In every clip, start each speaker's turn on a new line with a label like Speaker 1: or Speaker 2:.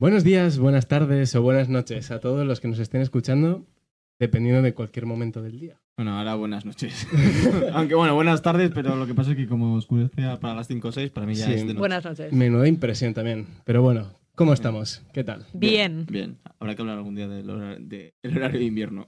Speaker 1: Buenos días, buenas tardes o buenas noches a todos los que nos estén escuchando, dependiendo de cualquier momento del día.
Speaker 2: Bueno, ahora buenas noches. Aunque bueno, buenas tardes, pero lo que pasa es que como oscurece para las 5 o 6, para mí ya
Speaker 1: Sí.
Speaker 2: es de noche.
Speaker 3: Buenas noches.
Speaker 1: Menuda impresión también. Pero bueno, ¿cómo estamos? ¿Qué tal?
Speaker 3: Bien.
Speaker 2: Bien, habrá que hablar algún día del hora- de- del horario de invierno.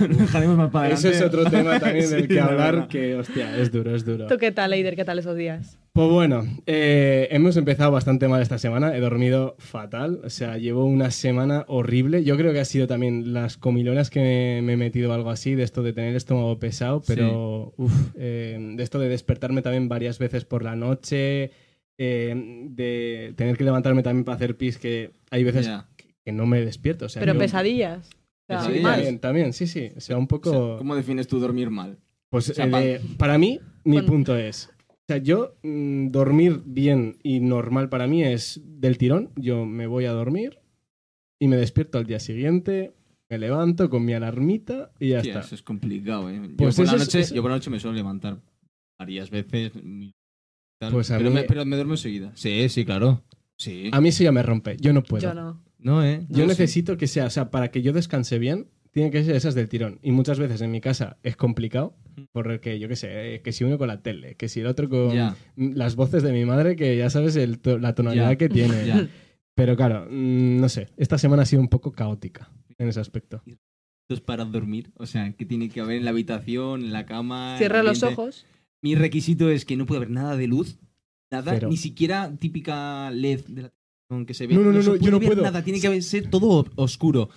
Speaker 2: Dejaremos más para
Speaker 1: Eso es otro tema también del
Speaker 2: Sí,
Speaker 1: que
Speaker 2: la
Speaker 1: hablar,
Speaker 2: verdad.
Speaker 1: que hostia, es duro, es duro.
Speaker 3: ¿Tú qué tal, Eider? ¿Qué tal esos días?
Speaker 1: Pues bueno, eh, hemos empezado bastante mal esta semana, he dormido fatal, o sea, llevo una semana horrible. Yo creo que ha sido también las comilonas que me, me he metido o algo así, de esto de tener el estómago pesado, pero uf, eh, de esto de despertarme también varias veces por la noche, eh, de tener que levantarme también para hacer pis, que hay veces
Speaker 2: Ya.
Speaker 1: que no me despierto. O sea,
Speaker 3: Pero
Speaker 1: yo-
Speaker 3: pesadillas. O sea,
Speaker 1: Sí,
Speaker 2: Pesadillas.
Speaker 3: mal.
Speaker 1: también, también, sí, sí. O sea, un
Speaker 2: O
Speaker 1: poco...
Speaker 2: sea, ¿Cómo defines tú dormir mal?
Speaker 1: Pues
Speaker 2: O sea,
Speaker 1: eh,
Speaker 2: pa-
Speaker 1: de- para mí, mi
Speaker 3: Con-
Speaker 1: punto es. O sea, yo mm, dormir bien y normal para mí es del tirón. Yo me voy a dormir y me despierto al día siguiente, me levanto con mi alarmita y ya
Speaker 2: Tía,
Speaker 1: está.
Speaker 2: eso es complicado, ¿eh? Yo,
Speaker 1: Pues
Speaker 2: por la
Speaker 1: eso es-
Speaker 2: noche,
Speaker 1: eso-
Speaker 2: yo por la noche me suelo levantar varias veces. mm, tal,
Speaker 1: Pues a
Speaker 2: pero,
Speaker 1: mí-
Speaker 2: me, pero me duermo enseguida. Sí, sí, claro. Sí.
Speaker 1: A mí eso ya me rompe. Yo no puedo.
Speaker 3: Yo no.
Speaker 2: No, ¿eh?
Speaker 1: Yo
Speaker 2: No,
Speaker 1: necesito que sea, o sea, para que yo descanse bien, tienen que ser esas del tirón. Y muchas veces en mi casa es complicado, porque yo qué sé, eh, que si uno con la tele, que si el otro
Speaker 2: sí.
Speaker 1: con
Speaker 2: Ya,
Speaker 1: mm, las voces de mi madre, que ya sabes el to- la tonalidad
Speaker 2: Ya,
Speaker 1: que tiene.
Speaker 2: ya.
Speaker 1: Pero claro, mm, no sé, esta semana ha sido un poco caótica en ese aspecto.
Speaker 2: Esto es para dormir. O sea, que tiene que haber en la habitación, en la cama.
Speaker 3: Cierra
Speaker 2: en el
Speaker 3: los
Speaker 2: ambiente.
Speaker 3: ojos.
Speaker 2: Mi requisito es que no puede haber nada de luz, nada,
Speaker 1: Cero.
Speaker 2: ni siquiera típica LED de la televisión que se ve.
Speaker 1: No, no, no,
Speaker 2: se
Speaker 1: no, yo
Speaker 2: puede
Speaker 1: no
Speaker 2: ver
Speaker 1: puedo.
Speaker 2: Nada, tiene que haber- ser todo o- oscuro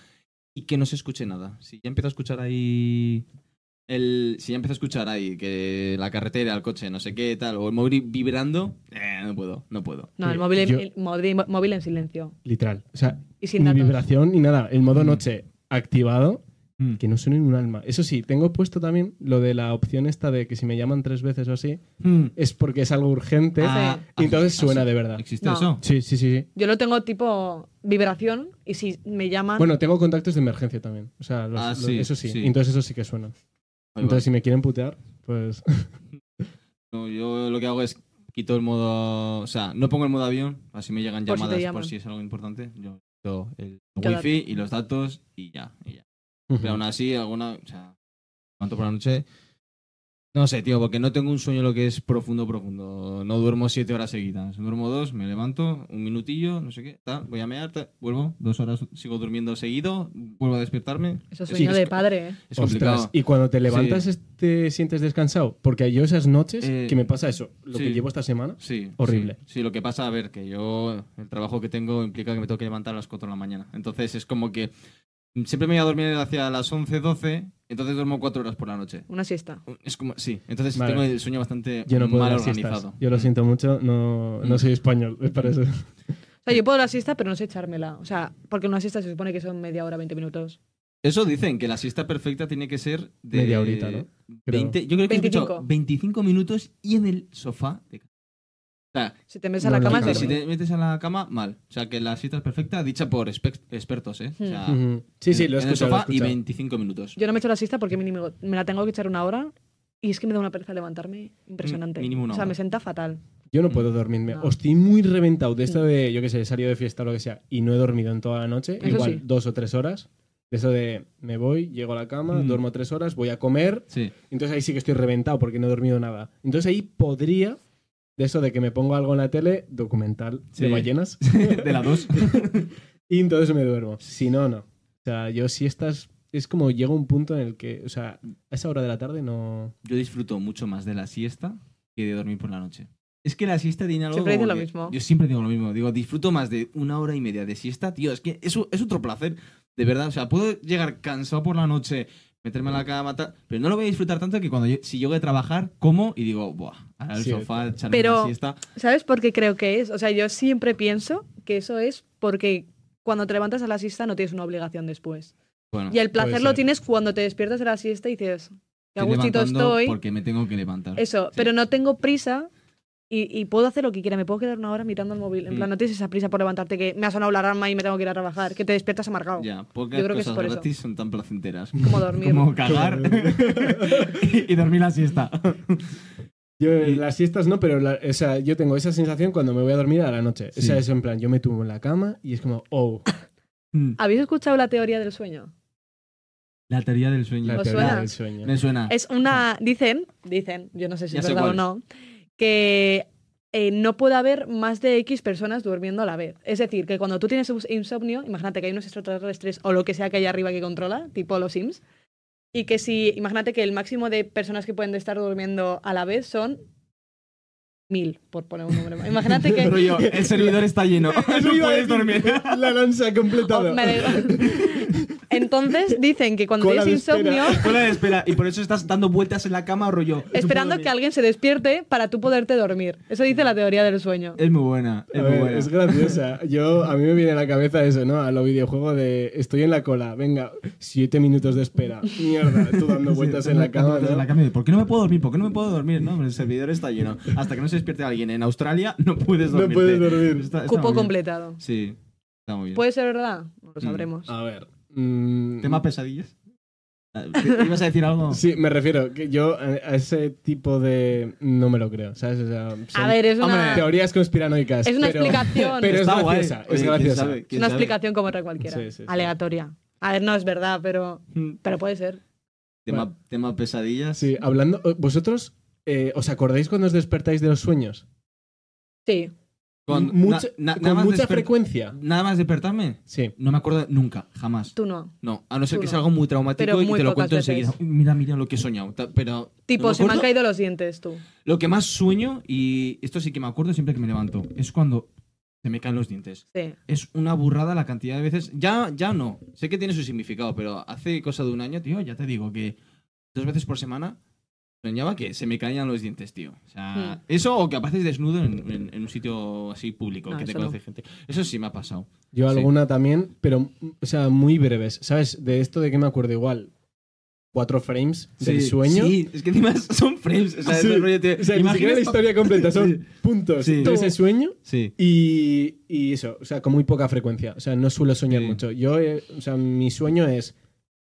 Speaker 2: y que no se escuche nada. Si ya empiezo a escuchar ahí el si ya empiezo a escuchar ahí que la carretera, el coche, no sé qué, tal o el móvil vibrando, eh, no puedo, no puedo.
Speaker 3: No, el
Speaker 1: Yo-
Speaker 3: móvil, en-
Speaker 1: yo-
Speaker 3: el móvil, móvil en silencio.
Speaker 1: Literal. O sea,
Speaker 3: Y sin
Speaker 1: ni
Speaker 3: datos.
Speaker 1: vibración ni nada. El modo
Speaker 2: Mm.
Speaker 1: noche activado, que no suene un alma. Eso sí, tengo puesto también lo de la opción esta de que si me llaman tres veces o así,
Speaker 2: Mm.
Speaker 1: es porque es algo urgente.
Speaker 2: Ah,
Speaker 1: y entonces
Speaker 2: ah,
Speaker 1: suena
Speaker 2: sí.
Speaker 1: de verdad.
Speaker 2: ¿Existe
Speaker 3: No.
Speaker 2: eso?
Speaker 1: Sí, sí, sí, sí.
Speaker 3: Yo lo tengo tipo vibración y si me llaman...
Speaker 1: Bueno, tengo contactos de emergencia también. O sea, los-
Speaker 2: Ah,
Speaker 1: los-
Speaker 2: sí,
Speaker 1: eso sí.
Speaker 2: sí.
Speaker 1: Y Entonces eso sí que suena.
Speaker 2: Ahí va.
Speaker 1: Entonces si me quieren putear, pues...
Speaker 2: No, yo lo que hago es quito el modo. O sea, no pongo el modo avión, así me llegan
Speaker 3: Por si te
Speaker 2: llamadas por si,
Speaker 3: llaman.
Speaker 2: es algo importante. Yo quito el
Speaker 3: Yo la-
Speaker 2: wifi y los datos y ya, y ya. Pero aún así, alguna. O sea, ¿cuánto por la noche? No sé, tío, porque no tengo un sueño lo que es profundo, profundo. No duermo siete horas seguidas. Duermo dos, me levanto, un minutillo, no sé qué, tal, voy a mear, tal, vuelvo, dos horas sigo durmiendo seguido, vuelvo a despertarme.
Speaker 3: Eso
Speaker 2: Es-
Speaker 3: es sueño
Speaker 2: es-
Speaker 3: de padre, ¿eh?
Speaker 2: Es complicado.
Speaker 1: Ostras, y cuando te levantas te sientes descansado, porque yo esas noches
Speaker 2: Eh,
Speaker 1: que me pasa eso, lo que
Speaker 2: sí.
Speaker 1: llevo esta semana,
Speaker 2: Sí.
Speaker 1: Horrible.
Speaker 2: Sí, Sí, lo que pasa, a ver, que yo, el trabajo que tengo implica que me tengo que levantar a las 4 de la mañana. Entonces es como que siempre me voy a dormir hacia las 11, 12, entonces duermo 4 horas por la noche.
Speaker 3: Una siesta.
Speaker 2: Es como, sí, entonces
Speaker 1: Vale.
Speaker 2: tengo el sueño bastante
Speaker 1: yo no puedo
Speaker 2: mal
Speaker 1: dar siestas.
Speaker 2: organizado.
Speaker 1: Yo lo siento mucho, no, no soy español, es para eso.
Speaker 3: O sea, yo puedo la siesta, pero no sé echármela. O sea, porque una siesta se supone que son media hora, 20 minutos.
Speaker 2: Eso dicen, que la siesta perfecta tiene que ser de...
Speaker 1: Media horita, ¿no? Creo.
Speaker 2: 20, yo creo que he escuchado
Speaker 3: 25.
Speaker 2: 25 minutos y en el sofá de casa. O sea,
Speaker 3: Si te metes a
Speaker 1: No,
Speaker 3: la
Speaker 1: no,
Speaker 3: cama...
Speaker 1: no,
Speaker 3: te-
Speaker 1: no.
Speaker 2: si te metes a la cama, mal. O sea, que la siesta es perfecta, dicha por expec- expertos, ¿eh? O sea,
Speaker 1: Ujú. Sí, sí,
Speaker 2: en-
Speaker 1: lo he
Speaker 2: en el
Speaker 1: escuchado. lo he
Speaker 2: sofá y
Speaker 1: escuchado.
Speaker 2: 25 minutos.
Speaker 3: Yo no me echo la siesta porque mínimo me la tengo que echar una hora y es que me da una pereza levantarme impresionante.
Speaker 2: Mm, mínimo una
Speaker 3: o sea,
Speaker 2: hora.
Speaker 3: me senta fatal.
Speaker 1: Yo no puedo dormirme.
Speaker 3: No.
Speaker 1: O estoy muy reventado de esto de, yo qué sé, he salido de fiesta o lo que sea, y no he dormido en toda la noche,
Speaker 3: Eso
Speaker 1: igual
Speaker 3: sí.
Speaker 1: dos o tres horas. De eso de, me voy, llego a la cama,
Speaker 2: Mm.
Speaker 1: duermo tres horas, voy a comer,
Speaker 2: Sí.
Speaker 1: Entonces ahí sí que estoy reventado porque no he dormido nada. Entonces ahí podría, de eso de que me pongo algo en la tele, documental de
Speaker 2: Sí.
Speaker 1: ballenas,
Speaker 2: de la 2.
Speaker 1: y entonces me duermo. Si no, no. O sea, yo si estás... Es como llega un punto en el que, o sea, a esa hora de la tarde no...
Speaker 2: Yo disfruto mucho más de la siesta que de dormir por la noche. Es que la siesta tiene algo.
Speaker 3: Siempre dices
Speaker 2: como
Speaker 3: lo
Speaker 2: que-
Speaker 3: mismo.
Speaker 2: Yo siempre digo lo mismo. Digo, disfruto más de una hora y media de siesta, tío. Es que es, un- es otro placer, de verdad. O sea, puedo llegar cansado por la noche, meterme en la cama, tal, pero no lo voy a disfrutar tanto que cuando yo- si llego a trabajar, como y digo, buah, al
Speaker 1: Sí,
Speaker 2: sofá, echarme
Speaker 3: Pero-
Speaker 2: una siesta.
Speaker 3: ¿Sabes por qué creo que es? O sea, yo siempre pienso que eso es porque cuando te levantas a la siesta no tienes una obligación después.
Speaker 2: Bueno,
Speaker 3: Y el
Speaker 1: puede
Speaker 3: placer lo
Speaker 1: ser.
Speaker 3: tienes cuando te despiertas de la siesta y dices, qué a
Speaker 2: estoy
Speaker 3: gustito
Speaker 2: levantando
Speaker 3: estoy.
Speaker 2: Porque me tengo que levantar.
Speaker 3: Eso,
Speaker 2: Sí.
Speaker 3: pero no tengo prisa y, y puedo hacer lo que quiera. Me puedo quedar una hora mirando el móvil. En
Speaker 2: Mm.
Speaker 3: plan, no tienes esa prisa por levantarte que me ha sonado la alarma y me tengo que ir a trabajar, que te despiertas amargado.
Speaker 2: Ya, porque
Speaker 3: Yo
Speaker 2: las
Speaker 3: creo que es
Speaker 2: cosas
Speaker 3: por eso.
Speaker 2: gratis son tan placenteras.
Speaker 3: Como dormir.
Speaker 2: Como cagar y dormir la siesta.
Speaker 1: Yo en las siestas no, pero la- o sea, yo tengo esa sensación cuando me voy a dormir a la noche. O sea,
Speaker 2: Sí.
Speaker 1: es en plan, yo me tumbo en la cama y es como, oh,
Speaker 3: ¿Habéis escuchado la teoría del sueño?
Speaker 2: Mm. La teoría del sueño.
Speaker 1: la
Speaker 3: ¿Os
Speaker 1: teoría
Speaker 3: suena?
Speaker 1: del sueño.
Speaker 2: Me suena.
Speaker 3: Es una. Dicen, dicen, yo no sé si
Speaker 2: Ya
Speaker 3: es
Speaker 2: sé
Speaker 3: verdad o
Speaker 2: cuál
Speaker 3: no, que eh, no puede haber más de X personas durmiendo a la vez. Es decir, que cuando tú tienes insomnio, imagínate que hay unos extraterrestres o lo que sea que hay arriba que controla, tipo los Sims, y que si. Imagínate que el máximo de personas que pueden estar durmiendo a la vez son. Mil, por poner un número. Imagínate que.
Speaker 2: Rollo, el servidor está lleno.
Speaker 1: Eso
Speaker 2: no
Speaker 1: iba a
Speaker 2: puedes dormir.
Speaker 1: decir, La lanza
Speaker 3: Oh,
Speaker 1: completada.
Speaker 3: me da igual. Entonces dicen que cuando
Speaker 1: Cola
Speaker 3: tienes
Speaker 1: de espera.
Speaker 3: insomnio,
Speaker 2: Cola de espera. Y por eso estás dando vueltas en la cama, rollo.
Speaker 3: esperando que alguien se despierte para tú poderte dormir. Eso dice la teoría del sueño.
Speaker 2: Es muy buena.
Speaker 1: A
Speaker 2: Es muy
Speaker 1: ver,
Speaker 2: buena.
Speaker 1: es graciosa. Yo, a mí me viene a la cabeza eso, ¿no? A lo videojuego de estoy en la cola, venga, siete minutos de espera. Mierda, tú dando vueltas
Speaker 2: Sí,
Speaker 1: en la
Speaker 2: dando
Speaker 1: cama.
Speaker 2: vueltas en
Speaker 1: ¿no?
Speaker 2: la cama y, ¿Por qué no me puedo dormir? ¿Por qué no me puedo dormir? No, el servidor está lleno. Hasta que no se despierte alguien en Australia, no puedes
Speaker 1: No
Speaker 2: dormir.
Speaker 1: puedes dormir.
Speaker 3: Cupo completado.
Speaker 2: Sí, está muy bien.
Speaker 3: ¿Puede ser verdad? No lo sabremos.
Speaker 1: A ver. mm,
Speaker 2: ¿Tema pesadillas? Ah, ¿Te- ¿Ibas a decir algo?
Speaker 1: Sí, me refiero que yo a, a ese tipo de no me lo creo, ¿sabes? O sea, son
Speaker 3: A ver, es una,
Speaker 2: hombre,
Speaker 1: teorías conspiranoicas.
Speaker 3: es una
Speaker 1: pero-
Speaker 3: explicación.
Speaker 1: pero-
Speaker 3: es
Speaker 1: es
Speaker 2: Está guay.
Speaker 1: graciosa, es
Speaker 2: Oye, ¿quién
Speaker 1: graciosa.
Speaker 2: sabe? ¿Quién
Speaker 3: una
Speaker 2: sabe?
Speaker 3: explicación como otra cualquiera.
Speaker 1: Sí, sí, sí.
Speaker 3: Aleatoria. A ver, no es verdad, pero,
Speaker 2: Mm,
Speaker 3: pero puede ser.
Speaker 2: Tema,
Speaker 1: Bueno.
Speaker 2: tema pesadillas.
Speaker 1: Sí, hablando. ¿Vosotros eh, os acordáis cuando os despertáis de los sueños?
Speaker 3: Sí.
Speaker 2: Con,
Speaker 1: Mucha-
Speaker 2: na- na-
Speaker 1: con
Speaker 2: nada más
Speaker 1: mucha
Speaker 2: desper-
Speaker 1: frecuencia.
Speaker 2: Nada más despertarme.
Speaker 1: Sí.
Speaker 2: No me acuerdo nunca, jamás.
Speaker 3: Tú no.
Speaker 2: No, a no ser
Speaker 3: Tú
Speaker 2: que
Speaker 3: no.
Speaker 2: sea algo muy traumático
Speaker 3: Pero
Speaker 2: y
Speaker 3: muy
Speaker 2: te lo
Speaker 3: pocas
Speaker 2: cuento enseguida.
Speaker 3: veces.
Speaker 2: Uy, Mira, mira lo que he soñado. ta- Pero.
Speaker 3: Tipo,
Speaker 2: no
Speaker 3: se me han
Speaker 2: acuerdo.
Speaker 3: caído los dientes, tú.
Speaker 2: Lo que más sueño, y esto sí que me acuerdo siempre que me levanto, es cuando se me caen los dientes.
Speaker 3: Sí.
Speaker 2: Es una burrada la cantidad de veces. Ya, ya no. Sé que tiene su significado, pero hace cosa de un año, tío, ya te digo que dos veces por semana soñaba que se me caían los dientes, tío. O
Speaker 3: Hmm.
Speaker 2: sea, eso o que apareces desnudo en, en- en un sitio así público,
Speaker 3: No,
Speaker 2: que te
Speaker 3: eso no.
Speaker 2: conoce gente. Eso sí me ha pasado.
Speaker 1: Yo
Speaker 2: Sí.
Speaker 1: alguna también, pero, o sea, muy breves. ¿Sabes? De esto de que me acuerdo igual. Cuatro frames del
Speaker 2: Sí,
Speaker 1: sueño.
Speaker 2: Sí, es que encima son frames. O sea,
Speaker 1: Sí.
Speaker 2: es el rollo, tío,
Speaker 1: O sea, ni
Speaker 2: imágenes-
Speaker 1: siquiera la historia completa, son
Speaker 2: Sí.
Speaker 1: puntos
Speaker 2: Sí.
Speaker 1: de ese sueño
Speaker 2: Sí.
Speaker 1: y, y eso, o sea, con muy poca frecuencia. O sea, no suelo soñar
Speaker 2: Sí.
Speaker 1: mucho. Yo, eh, o sea, mi sueño es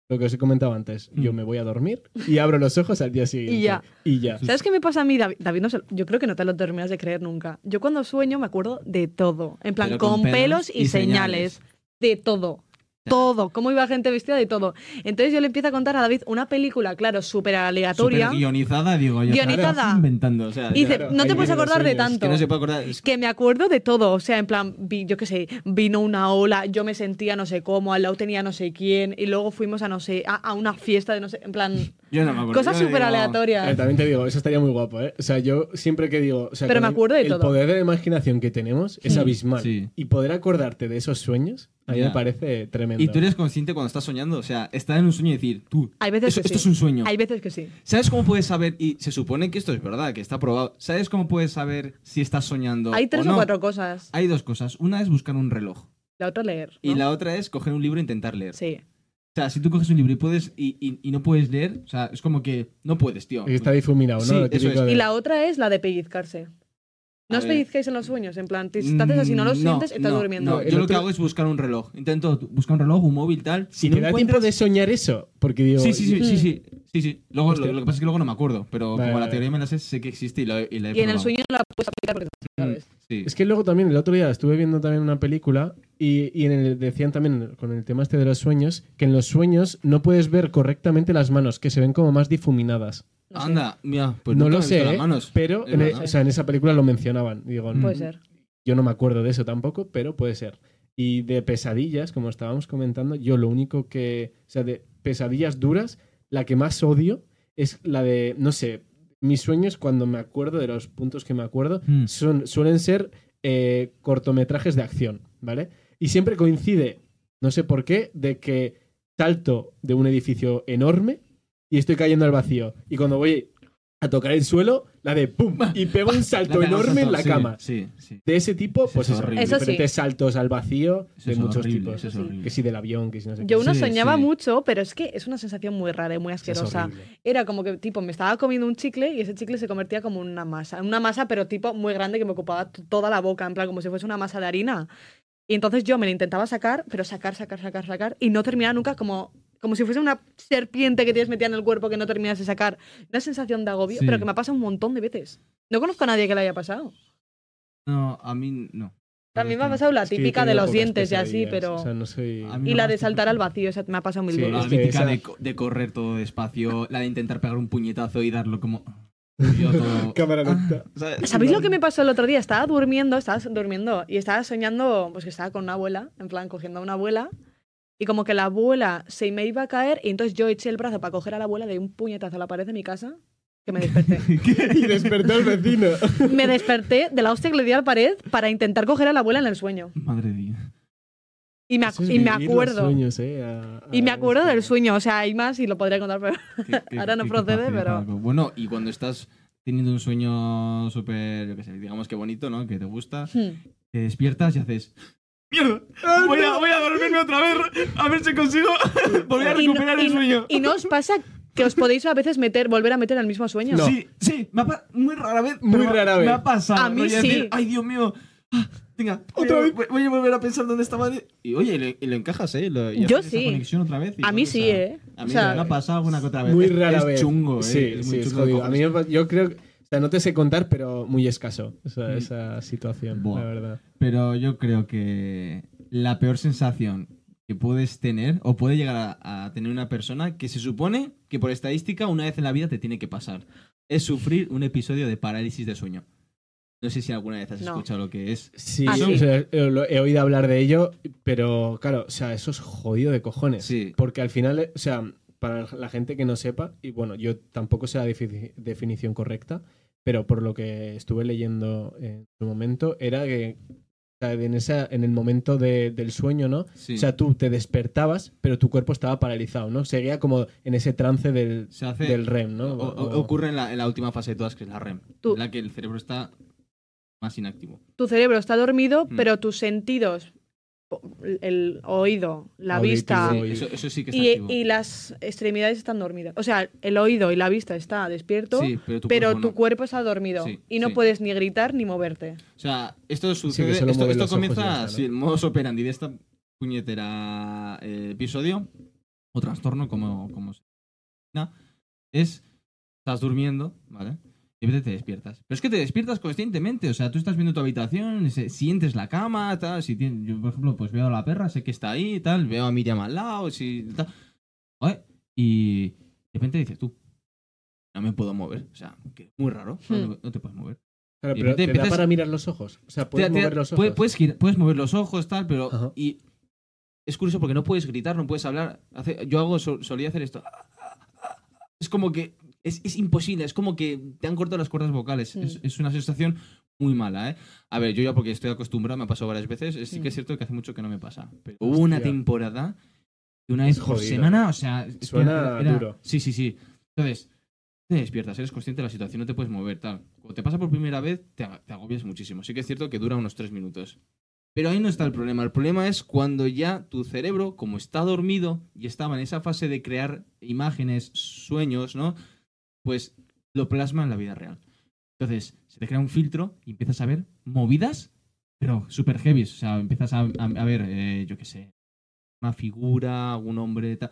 Speaker 1: lo que os he comentado antes. Yo
Speaker 2: Mm.
Speaker 1: me voy a dormir y abro los ojos al día siguiente.
Speaker 3: Y ya.
Speaker 1: Y ya.
Speaker 3: ¿Sabes qué me pasa a mí, David? David, no se- yo creo que no te lo terminas de creer nunca. Yo cuando sueño me acuerdo de todo. En plan,
Speaker 2: Pero
Speaker 3: con,
Speaker 2: con
Speaker 3: pelos
Speaker 2: pelos
Speaker 3: y,
Speaker 2: y
Speaker 3: señales.
Speaker 2: señales.
Speaker 3: De todo. Todo. Cómo iba gente vestida de todo. Entonces yo le empiezo a contar a David una película, claro, súper aleatoria.
Speaker 2: Súper guionizada, digo yo.
Speaker 3: Guionizada.
Speaker 2: estás inventando. O sea,
Speaker 3: Y
Speaker 2: ya-
Speaker 3: dice,
Speaker 1: Claro,
Speaker 3: no
Speaker 1: ahí
Speaker 3: te
Speaker 1: vienen
Speaker 3: puedes
Speaker 1: los
Speaker 3: acordar
Speaker 1: sueños.
Speaker 3: de
Speaker 2: es
Speaker 3: tanto.
Speaker 2: que no se puede acordar. Es
Speaker 3: que me acuerdo de todo, o sea, en plan, vi, yo qué sé, vino una ola, yo me sentía no sé cómo, al lado tenía no sé quién, y luego fuimos a no sé, a, a una fiesta de no sé, en plan,
Speaker 2: Yo no me acuerdo.
Speaker 3: cosas
Speaker 2: yo digo-
Speaker 3: súper
Speaker 1: Eh,
Speaker 3: aleatorias.
Speaker 1: también te digo, eso estaría muy guapo, ¿eh? O sea, yo siempre que digo. o sea,
Speaker 3: Pero me
Speaker 1: con el-
Speaker 3: acuerdo de
Speaker 1: el
Speaker 3: todo.
Speaker 1: poder de la imaginación que tenemos es
Speaker 2: Sí.
Speaker 1: abismal.
Speaker 2: Sí.
Speaker 1: Y poder acordarte de esos sueños a mí
Speaker 2: Ya.
Speaker 1: me parece tremendo.
Speaker 2: Y tú eres consciente cuando estás soñando. O sea, estar en un sueño y decir, tú,
Speaker 3: Hay veces
Speaker 2: eso-
Speaker 3: que sí.
Speaker 2: esto es un sueño.
Speaker 3: Hay veces que sí.
Speaker 2: ¿Sabes cómo puedes saber? Y se supone que esto es verdad, que está probado. ¿Sabes cómo puedes saber si estás soñando?
Speaker 3: Hay tres o,
Speaker 2: no?
Speaker 3: cuatro cosas.
Speaker 2: Hay dos cosas. Una es buscar un reloj.
Speaker 3: La otra leer.
Speaker 2: Y
Speaker 3: ¿no?
Speaker 2: la otra es coger un libro e intentar leer.
Speaker 3: Sí.
Speaker 2: O sea, si tú coges un libro y puedes y, y- y no puedes leer, o sea, es como que no puedes, tío.
Speaker 1: Y Está difuminado, ¿no?
Speaker 2: Sí,
Speaker 1: Lo
Speaker 2: eso es.
Speaker 1: típico de-
Speaker 3: Y la otra es la de pellizcarse. No
Speaker 2: A
Speaker 3: os
Speaker 2: ver.
Speaker 3: pellizcáis en los sueños, en plan, te- si te haces así, no lo
Speaker 2: Mm,
Speaker 3: sientes, estás
Speaker 2: no,
Speaker 3: durmiendo.
Speaker 2: no. eh,
Speaker 1: El
Speaker 2: Yo lo que
Speaker 1: otro-
Speaker 2: hago es buscar un reloj. Intento buscar un reloj, un móvil, tal.
Speaker 1: Si te da tiempo de soñar eso, porque digo.
Speaker 2: Sí, sí, sí, sí, sí. sí, sí. Luego,
Speaker 1: Hostia.
Speaker 2: lo, lo que pasa es que luego no me acuerdo, pero
Speaker 1: Vale,
Speaker 2: como
Speaker 1: Mm. vale.
Speaker 2: la teoría me la sé, sé que existe y la, y la he
Speaker 3: Y en el
Speaker 2: probado.
Speaker 3: sueño no la puedes aplicar porque no
Speaker 2: Mm,
Speaker 3: sabes.
Speaker 2: Sí.
Speaker 1: Es que luego también, el otro día estuve viendo también una película y, y en el- decían también con el tema este de los sueños, que en los sueños no puedes ver correctamente las manos, que se ven como más difuminadas.
Speaker 3: No sé.
Speaker 2: Anda, mira, pues
Speaker 1: no
Speaker 2: nunca
Speaker 1: lo
Speaker 2: he visto
Speaker 1: sé,
Speaker 2: las manos.
Speaker 1: pero
Speaker 2: Es
Speaker 1: en, e,
Speaker 2: verdad.
Speaker 1: o sea, en esa película lo mencionaban. Y Digo,
Speaker 3: Puede
Speaker 2: Mm.
Speaker 3: ser.
Speaker 1: yo no me acuerdo de eso tampoco, pero puede ser. Y de pesadillas, como estábamos comentando, yo lo único que, o sea, de pesadillas duras, la que más odio es la de, no sé, mis sueños cuando me acuerdo de los puntos que me acuerdo
Speaker 2: Mm.
Speaker 1: son, suelen ser eh, cortometrajes de acción, ¿vale? Y siempre coincide, no sé por qué, de que salto de un edificio enorme y estoy cayendo al vacío. Y cuando voy a tocar el suelo, la de ¡pum! Y pego un salto
Speaker 2: La pegada
Speaker 1: enorme en la
Speaker 2: sí,
Speaker 1: cama
Speaker 2: Sí, sí.
Speaker 1: de ese tipo,
Speaker 2: Eso
Speaker 1: pues
Speaker 2: es
Speaker 1: eso,
Speaker 2: horrible.
Speaker 3: Eso sí.
Speaker 1: diferentes saltos al vacío
Speaker 2: Eso
Speaker 1: de
Speaker 2: es
Speaker 1: muchos
Speaker 2: horrible,
Speaker 1: tipos.
Speaker 2: eso es
Speaker 3: Sí.
Speaker 2: horrible.
Speaker 1: Que si del avión, que si no sé
Speaker 3: Yo
Speaker 1: qué.
Speaker 3: uno
Speaker 2: Mm. Sí,
Speaker 3: soñaba
Speaker 2: sí.
Speaker 3: mucho, pero es que es una sensación muy rara y muy
Speaker 1: Eso es
Speaker 3: asquerosa.
Speaker 1: horrible.
Speaker 3: Era como que, tipo, me estaba comiendo un chicle y ese chicle se convertía como en una masa. En Una masa, pero tipo muy grande que me ocupaba t- toda la boca, en plan como si fuese una masa de harina. Y entonces yo me la intentaba sacar, pero sacar, sacar, sacar, sacar. Y no terminaba nunca como como si fuese una serpiente que tienes metida en el cuerpo que no terminas de sacar. Una sensación de agobio,
Speaker 2: Sí.
Speaker 3: pero que me ha pasado un montón de veces. No conozco a nadie que la haya pasado.
Speaker 2: No, a mí no.
Speaker 3: También me ha
Speaker 2: Pero es
Speaker 3: pasado la
Speaker 1: Es que yo he
Speaker 3: típica de
Speaker 1: tenido
Speaker 3: los
Speaker 1: pocas
Speaker 3: dientes y así,
Speaker 1: pesadillas,
Speaker 3: pero...
Speaker 1: O sea, no soy...
Speaker 2: A mí
Speaker 3: Y
Speaker 2: no
Speaker 3: la
Speaker 2: me
Speaker 3: de
Speaker 2: hace-
Speaker 3: saltar al vacío, esa me ha pasado mil
Speaker 1: Sí,
Speaker 2: que no.
Speaker 3: veces.
Speaker 2: La
Speaker 1: es que
Speaker 2: mítica
Speaker 1: esa-
Speaker 2: de, co- de correr todo despacio, la de intentar pegar un puñetazo y darlo como. y yo todo-
Speaker 1: Cámara
Speaker 3: Ah.
Speaker 1: lenta.
Speaker 2: ¿sabes?
Speaker 3: ¿Sabéis lo que me pasó el otro día? Estaba durmiendo, estaba durmiendo y estaba soñando, pues que estaba con una abuela, en plan cogiendo a una abuela, y como que la abuela se me iba a caer, y entonces yo eché el brazo para coger a la abuela de un puñetazo a la pared de mi casa, que me desperté.
Speaker 1: y despertó al vecino.
Speaker 3: me desperté de la hostia que le di a la pared para intentar coger a la abuela en el sueño.
Speaker 2: Madre mía.
Speaker 3: Y me, ac-
Speaker 1: Eso es
Speaker 3: y me
Speaker 1: vivir los
Speaker 3: acuerdo.
Speaker 1: sueños, eh, a- a
Speaker 3: Y me acuerdo
Speaker 1: esto.
Speaker 3: del sueño, o sea, hay más y lo podría contar, pero
Speaker 2: Qué- qué-
Speaker 3: Ahora no
Speaker 2: qué
Speaker 3: procede,
Speaker 2: capacidad
Speaker 3: pero-
Speaker 2: para co- Bueno, y cuando estás teniendo un sueño súper, yo qué sé, digamos que bonito, ¿no? Que te gusta,
Speaker 3: Hmm.
Speaker 2: te despiertas y haces. ¡Mierda!
Speaker 3: Ah,
Speaker 2: Voy a, voy a dormirme otra vez, a ver si consigo volver a
Speaker 3: Y no-
Speaker 2: recuperar
Speaker 3: y
Speaker 2: el
Speaker 3: no-
Speaker 2: sueño.
Speaker 3: ¿Y no os pasa que os podéis a veces meter, volver a meter al mismo sueño?
Speaker 1: No.
Speaker 2: Sí, sí, me ha pa- muy rara vez.
Speaker 1: Muy
Speaker 2: pero me-
Speaker 1: rara vez.
Speaker 2: Me ha pasado.
Speaker 3: A mí
Speaker 2: rollo decir,
Speaker 3: sí.
Speaker 2: Ay, Dios mío. Ah, venga,
Speaker 1: Otra
Speaker 2: otra vez. Voy a volver a pensar dónde estaba. de-". Y oye, y lo, y lo encajas, ¿eh? Lo- y
Speaker 3: Yo
Speaker 2: haces esa
Speaker 3: sí.
Speaker 2: conexión otra vez y
Speaker 3: A mí
Speaker 2: vuelves
Speaker 3: sí,
Speaker 2: a-
Speaker 3: ¿eh?
Speaker 2: A
Speaker 3: O
Speaker 2: mí
Speaker 3: sea,
Speaker 2: me ha pasado alguna que otra vez.
Speaker 1: Muy
Speaker 2: Es-
Speaker 1: rara
Speaker 2: es
Speaker 1: vez.
Speaker 2: chungo, ¿eh?
Speaker 1: Sí,
Speaker 2: es muy
Speaker 1: sí, es
Speaker 2: chungo de
Speaker 1: jodido. A mí
Speaker 2: cojones.
Speaker 1: me pa- yo creo... O sea, no te sé contar, pero muy escaso o sea,
Speaker 2: Mm.
Speaker 1: esa situación,
Speaker 2: Buah.
Speaker 1: la verdad.
Speaker 2: Pero yo creo que la peor sensación que puedes tener o puede llegar a, a tener una persona que se supone que por estadística una vez en la vida te tiene que pasar es sufrir un episodio de parálisis de sueño. No sé si alguna vez has
Speaker 3: No.
Speaker 2: escuchado lo que es.
Speaker 1: Sí,
Speaker 3: Ah, sí.
Speaker 1: o sea, eh, lo- he oído hablar de ello, pero claro, o sea, eso es jodido de cojones.
Speaker 2: Sí.
Speaker 1: Porque al final, eh, o sea, para la gente que no sepa, y bueno, yo tampoco sé la defi- definición correcta, pero por lo que estuve leyendo en su momento, era que o sea, en, esa, en el momento de- del sueño, ¿no?
Speaker 2: Sí.
Speaker 1: O sea, tú te despertabas, pero tu cuerpo estaba paralizado, ¿no? Seguía como en ese trance del,
Speaker 2: se hace,
Speaker 1: del REM, ¿no?
Speaker 2: o- o-
Speaker 1: O-
Speaker 2: ocurre en la, en la última fase de todas, que es la REM,
Speaker 3: Tú-
Speaker 2: en la que el cerebro está más inactivo.
Speaker 3: tu cerebro está dormido,
Speaker 2: Mm.
Speaker 3: pero tus sentidos, o- el oído, la
Speaker 1: Auditivo
Speaker 3: vista
Speaker 1: Ah.
Speaker 2: Sí, eso, eso sí que está
Speaker 3: y,
Speaker 2: activo.
Speaker 3: y las extremidades están dormidas. O sea, el oído y la vista está despierto,
Speaker 2: Sí, pero tu
Speaker 3: pero
Speaker 2: cuerpo no.
Speaker 3: tu cuerpo está dormido
Speaker 2: Sí,
Speaker 3: y no
Speaker 2: sí.
Speaker 3: puedes ni gritar ni moverte.
Speaker 2: O sea, esto
Speaker 1: que
Speaker 2: sucede.
Speaker 1: solo
Speaker 2: esto
Speaker 1: mueve
Speaker 2: esto
Speaker 1: los ojos y ya está,
Speaker 2: comienza
Speaker 1: ¿no?
Speaker 2: si el modus operandi de esta puñetera eh, episodio o trastorno, como, como se denomina, es. Estás durmiendo, ¿vale? Y de repente te despiertas. Pero es que te despiertas conscientemente. O sea, tú estás viendo tu habitación, se- sientes la cama, tal. Si tien- yo, por ejemplo, pues veo a la perra, sé que está ahí, tal. Veo a Miriam al lado, si, tal. ¿vale? Y de repente dices tú, no me puedo mover. O sea, que muy raro. ¿no?
Speaker 3: Hmm.
Speaker 2: No- no te puedes mover.
Speaker 1: Claro,
Speaker 2: y
Speaker 1: pero
Speaker 2: te
Speaker 1: te da
Speaker 2: empiezas-
Speaker 1: para mirar los ojos. O sea, puedes
Speaker 2: Te- te-
Speaker 1: mover los ojos.
Speaker 2: puedes- Puedes, gir- puedes mover los ojos, tal, pero.
Speaker 1: Ajá.
Speaker 2: Y es curioso porque no puedes gritar, no puedes hablar. Hace- yo hago, sol- solía hacer esto. Es como que. Es, es imposible, es como que te han cortado las cuerdas vocales.
Speaker 3: Mm.
Speaker 2: Es, es una sensación muy mala, ¿eh? A ver, yo ya porque estoy acostumbrado, me ha pasado varias veces. Sí que es cierto que hace mucho que no me pasa. Pero hubo una
Speaker 1: Hostia.
Speaker 2: temporada de una
Speaker 1: Es
Speaker 2: vez por
Speaker 1: jodido.
Speaker 2: semana, o sea. es que
Speaker 1: Suena duro.
Speaker 2: Sí, sí, sí. Entonces, te despiertas, eres consciente de la situación, no te puedes mover, tal. Cuando te pasa por primera vez, te, ag- te agobias muchísimo. Sí que es cierto que dura unos tres minutos. Pero ahí no está el problema. El problema es cuando ya tu cerebro, como está dormido y estaba en esa fase de crear imágenes, sueños, ¿no? Pues lo plasma en la vida real. Entonces, se te crea un filtro y empiezas a ver movidas, pero super heavy. O sea, empiezas a, a- a ver, eh, yo qué sé, una figura, algún hombre, tal.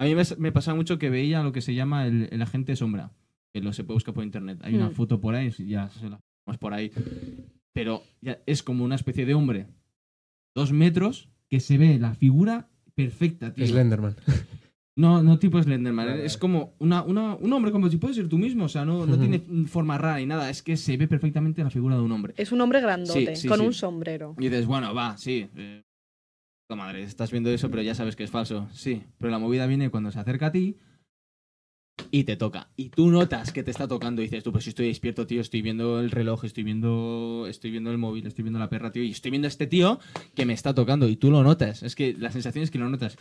Speaker 2: A mí me, me pasaba mucho que veía lo que se llama el, el agente sombra, que lo se puede buscar por internet. Hay una
Speaker 3: Mm.
Speaker 2: foto por ahí, ya se la ponemos por ahí. Pero ya es como una especie de hombre, dos metros, que se ve la figura perfecta, tío.
Speaker 1: Slenderman.
Speaker 2: No, no tipo Slenderman.
Speaker 1: Vale,
Speaker 2: Es
Speaker 1: vale.
Speaker 2: como una, una- un hombre, como si puedes ser tú mismo. O sea, no, no
Speaker 1: Ujú.
Speaker 2: tiene forma rara ni nada. Es que se ve perfectamente la figura de un hombre.
Speaker 3: Es un hombre grandote,
Speaker 2: Sí, sí,
Speaker 3: con
Speaker 2: sí.
Speaker 3: un sombrero.
Speaker 2: Y dices, bueno, va, sí. eh, puta madre, estás viendo eso, pero ya sabes que es falso. Sí, pero la movida viene cuando se acerca a ti y te toca. Y tú notas que te está tocando y dices, tú, pues si estoy despierto, tío, estoy viendo el reloj, estoy viendo, estoy viendo el móvil, estoy viendo la perra, tío, y estoy viendo a este tío que me está tocando y tú lo notas. Es que la sensación es que lo notas.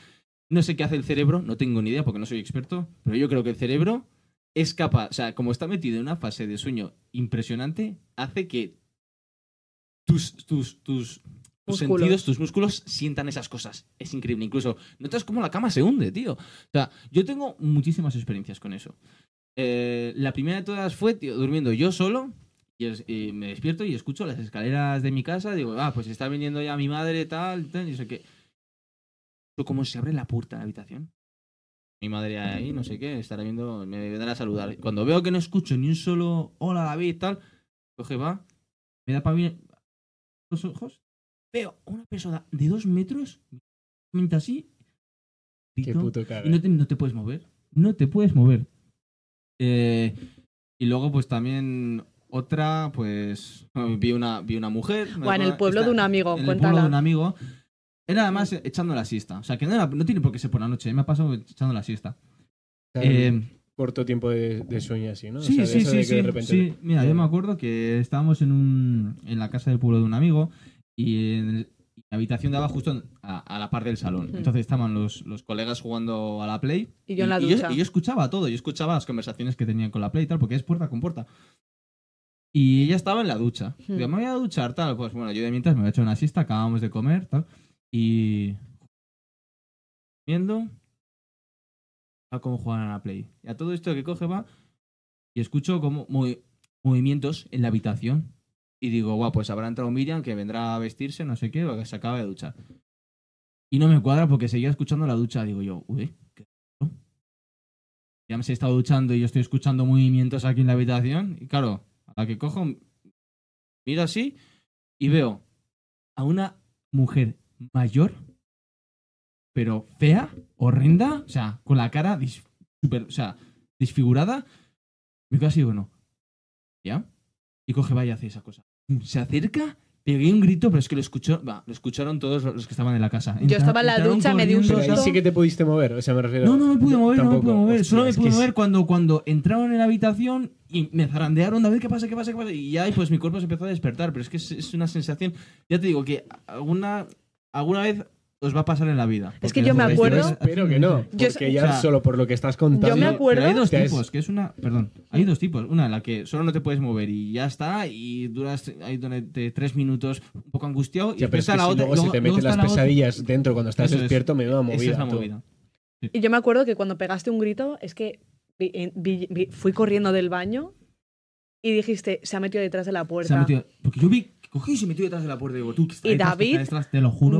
Speaker 2: No sé qué hace el cerebro, no tengo ni idea porque no soy experto, pero yo creo que el cerebro es capaz, o sea, como está metido en una fase de sueño impresionante, hace que tus, tus, tus, tus
Speaker 3: Músculos.
Speaker 2: sentidos, tus músculos sientan esas cosas. Es increíble. Incluso notas cómo la cama se hunde, tío. O sea, yo tengo muchísimas experiencias con eso. Eh, la primera de todas fue, tío, durmiendo yo solo. Y, es- y me despierto y escucho las escaleras de mi casa. Digo, ah, pues está viniendo ya mi madre, tal, tal, y sé qué. Yo como se abre la puerta de la habitación. mi madre ahí, no sé qué, estará viendo, me vendrá a saludar. Cuando veo que no escucho ni un solo hola David, tal, coge, va, me da para mí los ojos, veo a una persona de dos metros, mientras así,
Speaker 1: Qué
Speaker 2: pito,
Speaker 1: puto cara. ¿eh?
Speaker 2: y no te, no te puedes mover. No te puedes mover. Eh, y luego, pues también otra, pues vi una, vi una mujer. me
Speaker 3: O en el
Speaker 2: acuerdo,
Speaker 3: pueblo
Speaker 2: esta-
Speaker 3: de un amigo,
Speaker 2: en el pueblo de un
Speaker 3: cuéntala.
Speaker 2: amigo. Era además echando la siesta. O sea, que no, era- no tiene por qué ser por la noche. Me ha pasado echando la siesta.
Speaker 1: O sea,
Speaker 2: Eh,
Speaker 1: corto tiempo de, de sueño así, ¿no? O
Speaker 2: Sí,
Speaker 1: sea, de
Speaker 2: sí,
Speaker 1: eso de
Speaker 2: sí,
Speaker 1: que de
Speaker 2: sí,
Speaker 1: repente-
Speaker 2: sí. Mira, yo me acuerdo que estábamos en, un, en la casa del pueblo de un amigo y en el- y la habitación daba justo en- a, a la par del salón.
Speaker 3: Ujú.
Speaker 2: Entonces estaban los, los colegas jugando a la Play.
Speaker 3: Y yo en la
Speaker 2: yo-
Speaker 3: ducha.
Speaker 2: y yo escuchaba todo, yo escuchaba las conversaciones que tenían con la Play y tal, porque es puerta con puerta. Y ella estaba en la ducha.
Speaker 3: Hmm.
Speaker 2: Digo, me voy a duchar, tal. Pues bueno, yo de mientras me había hecho una siesta, acabamos de comer, tal. Y. Viendo. A cómo juegan a la Play. Y a todo esto que coge va. Y escucho como movi- movimientos en la habitación. Y digo, guau, pues habrá entrado Miriam, que vendrá a vestirse, no sé qué, porque se acaba de duchar. Y no me cuadra porque seguía escuchando la ducha. Digo yo, uy, qué raro". Ya me he estado duchando y yo estoy escuchando movimientos aquí en la habitación. Y claro, a la que cojo, miro así y veo a una mujer mayor, pero fea, horrenda, o sea, con la cara dis- super- o sea, desfigurada. Me quedo así, bueno, ¿ya? Y coge, vaya, hace esa cosa. Se acerca, pegué un grito, pero es que lo, escuchó, va, lo escucharon todos los que estaban en la casa.
Speaker 3: Yo estaba en la
Speaker 2: entraron
Speaker 3: ducha, me di un
Speaker 2: corriendo,
Speaker 1: Pero ahí
Speaker 3: susto.
Speaker 1: sí que te pudiste mover, o sea, me refiero.
Speaker 2: no, no me pude mover, no me
Speaker 1: Tampoco.
Speaker 2: pude mover.
Speaker 1: Hostia,
Speaker 2: Solo me
Speaker 1: es que
Speaker 2: pude
Speaker 1: es-
Speaker 2: mover cuando, cuando entraron en la habitación y me zarandearon a ver qué pasa, qué pasa, qué pasa. Y ya, y pues mi cuerpo se empezó a despertar. Pero es que es, es una sensación. Ya te digo que alguna, alguna vez os va a pasar en la vida.
Speaker 3: Es
Speaker 2: Porque
Speaker 3: que yo me
Speaker 2: jugáis-
Speaker 3: acuerdo-
Speaker 2: jugáis-
Speaker 1: Espero que no,
Speaker 3: Yo-
Speaker 1: porque ya
Speaker 2: o sea,
Speaker 1: solo por lo que estás
Speaker 3: yo
Speaker 1: contando.
Speaker 3: me
Speaker 2: Sí,
Speaker 3: acuerdo-
Speaker 2: pero hay dos
Speaker 1: Ya es-
Speaker 2: tipos, que es una. Perdón, hay dos tipos. Una en la que solo no te puedes mover y ya está, y duras ahí durante tres minutos un poco angustiado. Y
Speaker 1: Ya, pero es
Speaker 2: empieza
Speaker 1: que
Speaker 2: la
Speaker 1: si
Speaker 2: otra.
Speaker 1: luego se te meten
Speaker 2: está
Speaker 1: las
Speaker 2: la otra-
Speaker 1: pesadillas dentro cuando estás
Speaker 2: Eso es.
Speaker 1: despierto, me da
Speaker 2: Esa
Speaker 1: movida.
Speaker 2: es la
Speaker 1: tú.
Speaker 2: movida.
Speaker 3: Y yo me acuerdo que cuando pegaste un grito, es que vi- en- vi- vi- fui corriendo del baño y dijiste, se ha metido detrás de la
Speaker 2: Se ha
Speaker 3: puerta.
Speaker 2: metido- porque yo vi que cogí y se metió detrás de la puerta. Digo, tú, que está
Speaker 3: Y
Speaker 2: detrás, que
Speaker 3: David,
Speaker 2: está detrás, te lo juro. por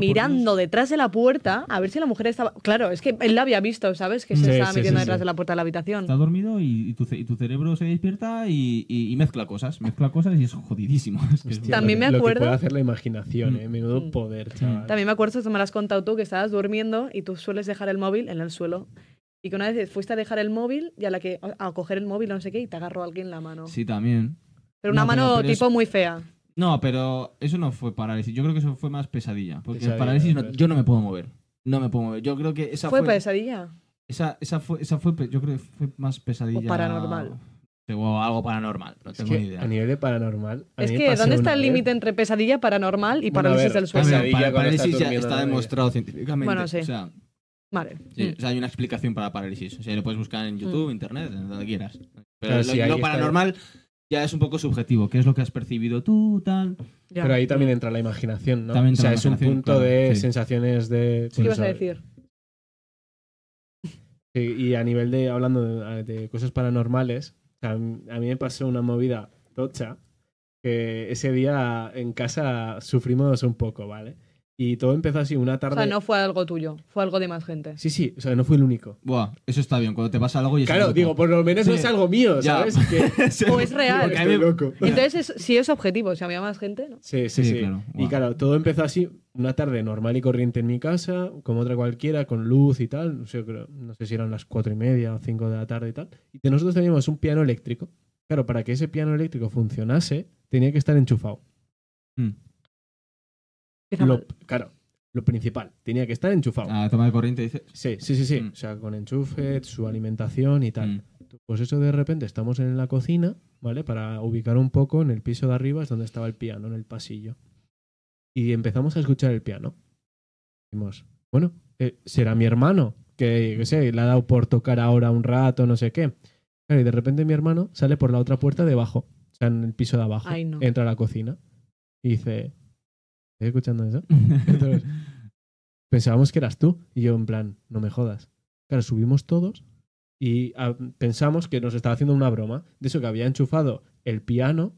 Speaker 2: Dios.
Speaker 3: mirando detrás de la puerta a ver si la mujer estaba. Claro, es que él la había visto, ¿sabes? Que se
Speaker 1: Sí,
Speaker 3: estaba
Speaker 1: sí,
Speaker 3: metiendo
Speaker 1: sí,
Speaker 3: detrás
Speaker 1: sí.
Speaker 3: de la puerta de la habitación.
Speaker 2: Está dormido y, y tu, ce- y tu cerebro se despierta y, y- y mezcla cosas. Mezcla cosas y es jodidísimo. Es que es-
Speaker 1: Hostia,
Speaker 3: También
Speaker 1: lo que- Lo que
Speaker 3: me acuerdo-
Speaker 1: puede hacer la imaginación,
Speaker 2: Mm.
Speaker 1: ¿eh? Menudo
Speaker 3: Mm.
Speaker 1: poder, chaval.
Speaker 3: También me acuerdo, esto me lo has contado tú, que estabas durmiendo y tú sueles dejar el móvil en el suelo. Y que una vez fuiste a dejar el móvil y a la que a coger el móvil o no sé qué y te agarró alguien la mano.
Speaker 2: Sí, también.
Speaker 3: Pero una
Speaker 2: No, pero-
Speaker 3: mano
Speaker 2: pero es-
Speaker 3: tipo muy fea.
Speaker 2: No, pero eso no fue parálisis. Yo creo que eso fue más pesadilla. Porque
Speaker 1: Pesadilla,
Speaker 2: parálisis no-
Speaker 1: pero-
Speaker 2: yo no me puedo mover. No me puedo mover. Yo creo que esa
Speaker 3: ¿Fue
Speaker 2: fue.
Speaker 3: pesadilla?
Speaker 2: esa, esa fue, esa fue pe- yo creo que fue más pesadilla.
Speaker 3: paranormal.
Speaker 2: O algo paranormal. No
Speaker 1: Es
Speaker 2: tengo
Speaker 1: que
Speaker 2: ni idea.
Speaker 1: a nivel de paranormal. a
Speaker 3: Es
Speaker 1: mí me ¿eh?
Speaker 3: que,
Speaker 1: pasó
Speaker 3: ¿dónde está
Speaker 1: una
Speaker 3: el
Speaker 1: vez-
Speaker 3: límite entre pesadilla paranormal y
Speaker 1: Bueno, a
Speaker 3: parálisis
Speaker 1: ver,
Speaker 3: del
Speaker 2: También,
Speaker 3: sueño?
Speaker 1: pesadilla
Speaker 2: para-
Speaker 1: cuando estás
Speaker 2: parálisis ya
Speaker 1: durmiendo
Speaker 2: está
Speaker 1: la media.
Speaker 2: demostrado científicamente.
Speaker 3: Bueno, sí.
Speaker 2: O sea,
Speaker 3: Vale.
Speaker 2: Sí,
Speaker 3: Mm.
Speaker 2: o sea, hay una explicación para parálisis. O sea, lo puedes buscar en YouTube, internet, en donde quieras. Pero
Speaker 1: Claro,
Speaker 2: lo,
Speaker 1: sí, ahí
Speaker 2: lo
Speaker 1: está.
Speaker 2: paranormal ya es un poco subjetivo. ¿Qué es lo que has percibido tú, tal?
Speaker 3: Ya.
Speaker 1: Pero ahí también entra la imaginación, ¿no? o
Speaker 2: También entra
Speaker 1: sea,
Speaker 2: la
Speaker 1: es un
Speaker 2: imaginación,
Speaker 1: punto
Speaker 2: claro,
Speaker 1: de
Speaker 2: sí.
Speaker 1: sensaciones de.
Speaker 3: ¿Qué
Speaker 1: pues,
Speaker 3: ibas a
Speaker 1: ¿sabes?
Speaker 3: decir?
Speaker 1: Sí, y a nivel de, hablando de, de cosas paranormales, o sea, a mí a mí me pasó una movida tocha que ese día en casa sufrimos un poco, ¿vale? Y todo empezó así una
Speaker 3: O
Speaker 1: tarde.
Speaker 3: sea, no fue algo tuyo, fue algo de más gente.
Speaker 1: Sí, sí, o sea, no fui el único.
Speaker 2: Buah, eso está bien. Cuando te pasa algo y es
Speaker 1: Claro,
Speaker 2: algo-
Speaker 1: digo, por lo menos no
Speaker 2: Sí.
Speaker 1: es algo mío,
Speaker 2: Ya.
Speaker 1: ¿sabes? Que,
Speaker 3: O es real.
Speaker 1: Digo,
Speaker 2: a mí
Speaker 1: estoy
Speaker 2: me-
Speaker 1: loco.
Speaker 3: Entonces, es- si es objetivo, si había más gente, ¿no?
Speaker 1: Sí, sí, sí.
Speaker 2: Sí, claro,
Speaker 1: Y
Speaker 2: guau.
Speaker 1: claro, todo empezó así, una tarde normal y corriente en mi casa, como otra cualquiera, con luz y tal. No sé, creo- no sé si eran las cuatro y media o cinco de la tarde y tal. Y que nosotros teníamos un piano eléctrico. Claro, para que ese piano eléctrico funcionase, tenía que estar enchufado.
Speaker 2: Mm.
Speaker 3: Empieza
Speaker 1: Lo,
Speaker 3: mal.
Speaker 1: claro, lo principal, tenía que estar enchufado.
Speaker 2: Ah, toma de corriente dice.
Speaker 1: Sí, sí, sí, sí.
Speaker 2: Mm.
Speaker 1: O sea, con enchufe, su alimentación y tal.
Speaker 2: Mm.
Speaker 1: Pues eso de repente estamos en la cocina, ¿vale? Para ubicar un poco en el piso de arriba es donde estaba el piano, en el pasillo. Y empezamos a escuchar el piano. Dijimos, bueno, eh, será mi hermano, que yo qué sé, le ha dado por tocar ahora un rato, no sé qué. Claro, y de repente mi hermano sale por la otra puerta de abajo, o sea, en el piso de abajo.
Speaker 3: Ay, no.
Speaker 1: Entra a la cocina y dice, ¿estás escuchando eso?
Speaker 2: mm.
Speaker 1: Entonces, pensábamos que eras tú. Y yo, en plan, no me jodas. Claro, subimos todos y ah, pensamos que nos estaba haciendo una broma. De eso que había enchufado el piano,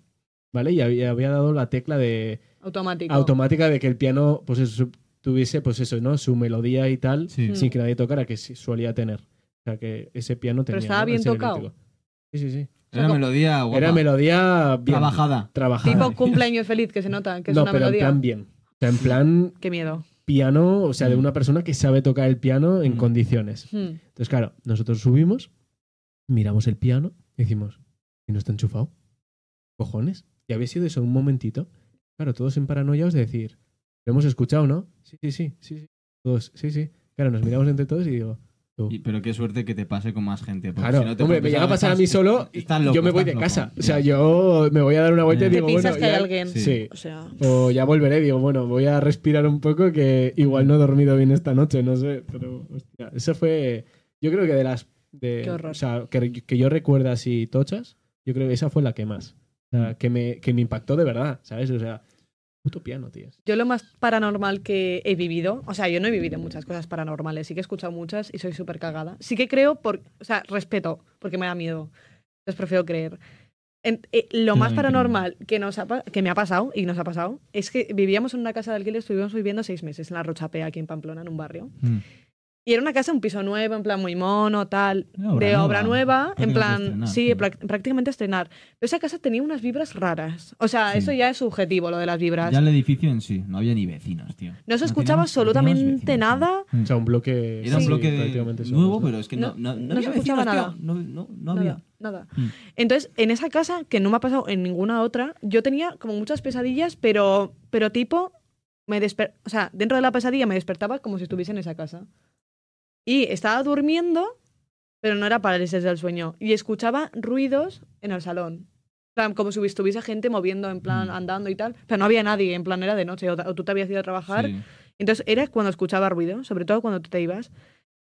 Speaker 1: ¿vale? Y había, había dado la tecla de
Speaker 3: Automático.
Speaker 1: automática de que el piano, pues eso, tuviese, pues eso, ¿no? Su melodía y tal,
Speaker 2: Sí.
Speaker 3: Mm.
Speaker 1: sin que nadie tocara, que sí solía tener. O sea que ese piano tenía.
Speaker 3: Pero estaba
Speaker 1: ¿no?
Speaker 3: bien
Speaker 1: Al ser
Speaker 3: tocado.
Speaker 1: eléctrico. Sí, sí, sí.
Speaker 2: Era melodía guapa.
Speaker 1: Era melodía bien
Speaker 2: Trabajada.
Speaker 1: trabajada.
Speaker 3: Tipo cumpleaños feliz, que se nota, que es
Speaker 1: no,
Speaker 3: una
Speaker 1: pero
Speaker 3: melodía.
Speaker 1: en plan bien. O sea, en plan
Speaker 3: Qué miedo.
Speaker 1: piano, o sea, de
Speaker 2: Mm.
Speaker 1: una persona que sabe tocar el piano en
Speaker 2: Mm.
Speaker 1: condiciones.
Speaker 3: Hmm.
Speaker 1: Entonces, claro, nosotros subimos, miramos el piano y decimos, ¿y no está enchufado? ¿Cojones? Y había sido eso un momentito. Claro, todos en paranoiaos de decir, ¿lo hemos escuchado, no? Sí, sí, sí, sí, sí. Todos, sí, sí. Claro, nos miramos entre todos y digo, tú.
Speaker 2: Y- pero qué suerte que te pase con más gente. porque
Speaker 1: Claro,
Speaker 2: si no te
Speaker 1: hombre, me
Speaker 2: pones
Speaker 1: llega a pasar a mí
Speaker 2: estás-
Speaker 1: solo y
Speaker 2: estás loco,
Speaker 1: yo me voy de
Speaker 2: estás loco.
Speaker 1: casa. O sea, yo me voy a dar una vuelta y
Speaker 2: Te
Speaker 1: digo,
Speaker 3: piensas
Speaker 1: bueno,
Speaker 3: que hay
Speaker 1: ya-
Speaker 3: alguien.
Speaker 1: Sí.
Speaker 3: O sea,
Speaker 1: O ya volveré, digo, bueno, voy a respirar un poco que igual no he dormido bien esta noche, no sé, pero hostia, esa fue, yo creo que de las, de,
Speaker 3: Qué horror.
Speaker 1: o sea, que, que yo recuerdo así tochas, yo creo que esa fue la que más, o sea, que me, que me impactó de verdad, ¿sabes? O sea, puto piano, tío.
Speaker 3: yo lo más paranormal que he vivido, o sea, yo no he vivido muchas cosas paranormales, sí que he escuchado muchas y soy súper cagada. Sí que creo, por, o sea, respeto, porque me da miedo. Entonces prefiero creer. En- eh, lo
Speaker 2: Yo
Speaker 3: más
Speaker 2: también
Speaker 3: paranormal que, nos ha pa- que me ha pasado y nos ha pasado es que vivíamos en una casa de alquiler, estuvimos viviendo seis meses en la Rochapea, aquí en Pamplona, en un barrio.
Speaker 2: Mm.
Speaker 3: Y era una casa, un piso nuevo, en plan muy mono, tal,
Speaker 2: Una obra
Speaker 3: de obra
Speaker 2: nueva.
Speaker 3: nueva, en
Speaker 2: Prácticamente
Speaker 3: plan,
Speaker 2: estrenar,
Speaker 3: sí,
Speaker 2: sí.
Speaker 3: prac- prácticamente estrenar. Pero esa casa tenía unas vibras raras. O sea,
Speaker 2: Sí.
Speaker 3: eso ya es subjetivo, lo de las vibras.
Speaker 2: Ya el edificio en sí, no había ni vecinos, tío.
Speaker 3: No
Speaker 2: teníamos-
Speaker 3: se escuchaba
Speaker 2: no teníamos
Speaker 3: absolutamente
Speaker 2: vecinos, tío.
Speaker 3: nada.
Speaker 2: Mm.
Speaker 1: O sea, un bloque...
Speaker 2: Era un
Speaker 1: sí,
Speaker 2: bloque de-
Speaker 1: prácticamente somos,
Speaker 2: nuevo,
Speaker 1: ¿no?
Speaker 2: pero es que no, no, no,
Speaker 3: no
Speaker 2: había
Speaker 3: se
Speaker 2: vecinos,
Speaker 3: escuchaba nada.
Speaker 2: tío. No, no, no
Speaker 3: Nada,
Speaker 2: había.
Speaker 3: nada.
Speaker 2: Mm.
Speaker 3: Entonces, en esa casa, que no me ha pasado en ninguna otra, yo tenía como muchas pesadillas, pero, pero tipo, me desper o sea, dentro de la pesadilla me despertaba como si estuviese en esa casa. Y estaba durmiendo, pero no era parálisis del sueño. Y escuchaba ruidos en el salón. En plan, Como si estuviese gente moviendo, en plan,
Speaker 2: Mm.
Speaker 3: andando y tal. Pero no había nadie, en plan, era de noche, o, o tú te habías ido a trabajar.
Speaker 2: Sí.
Speaker 3: Entonces era cuando escuchaba ruido, sobre todo cuando tú te ibas.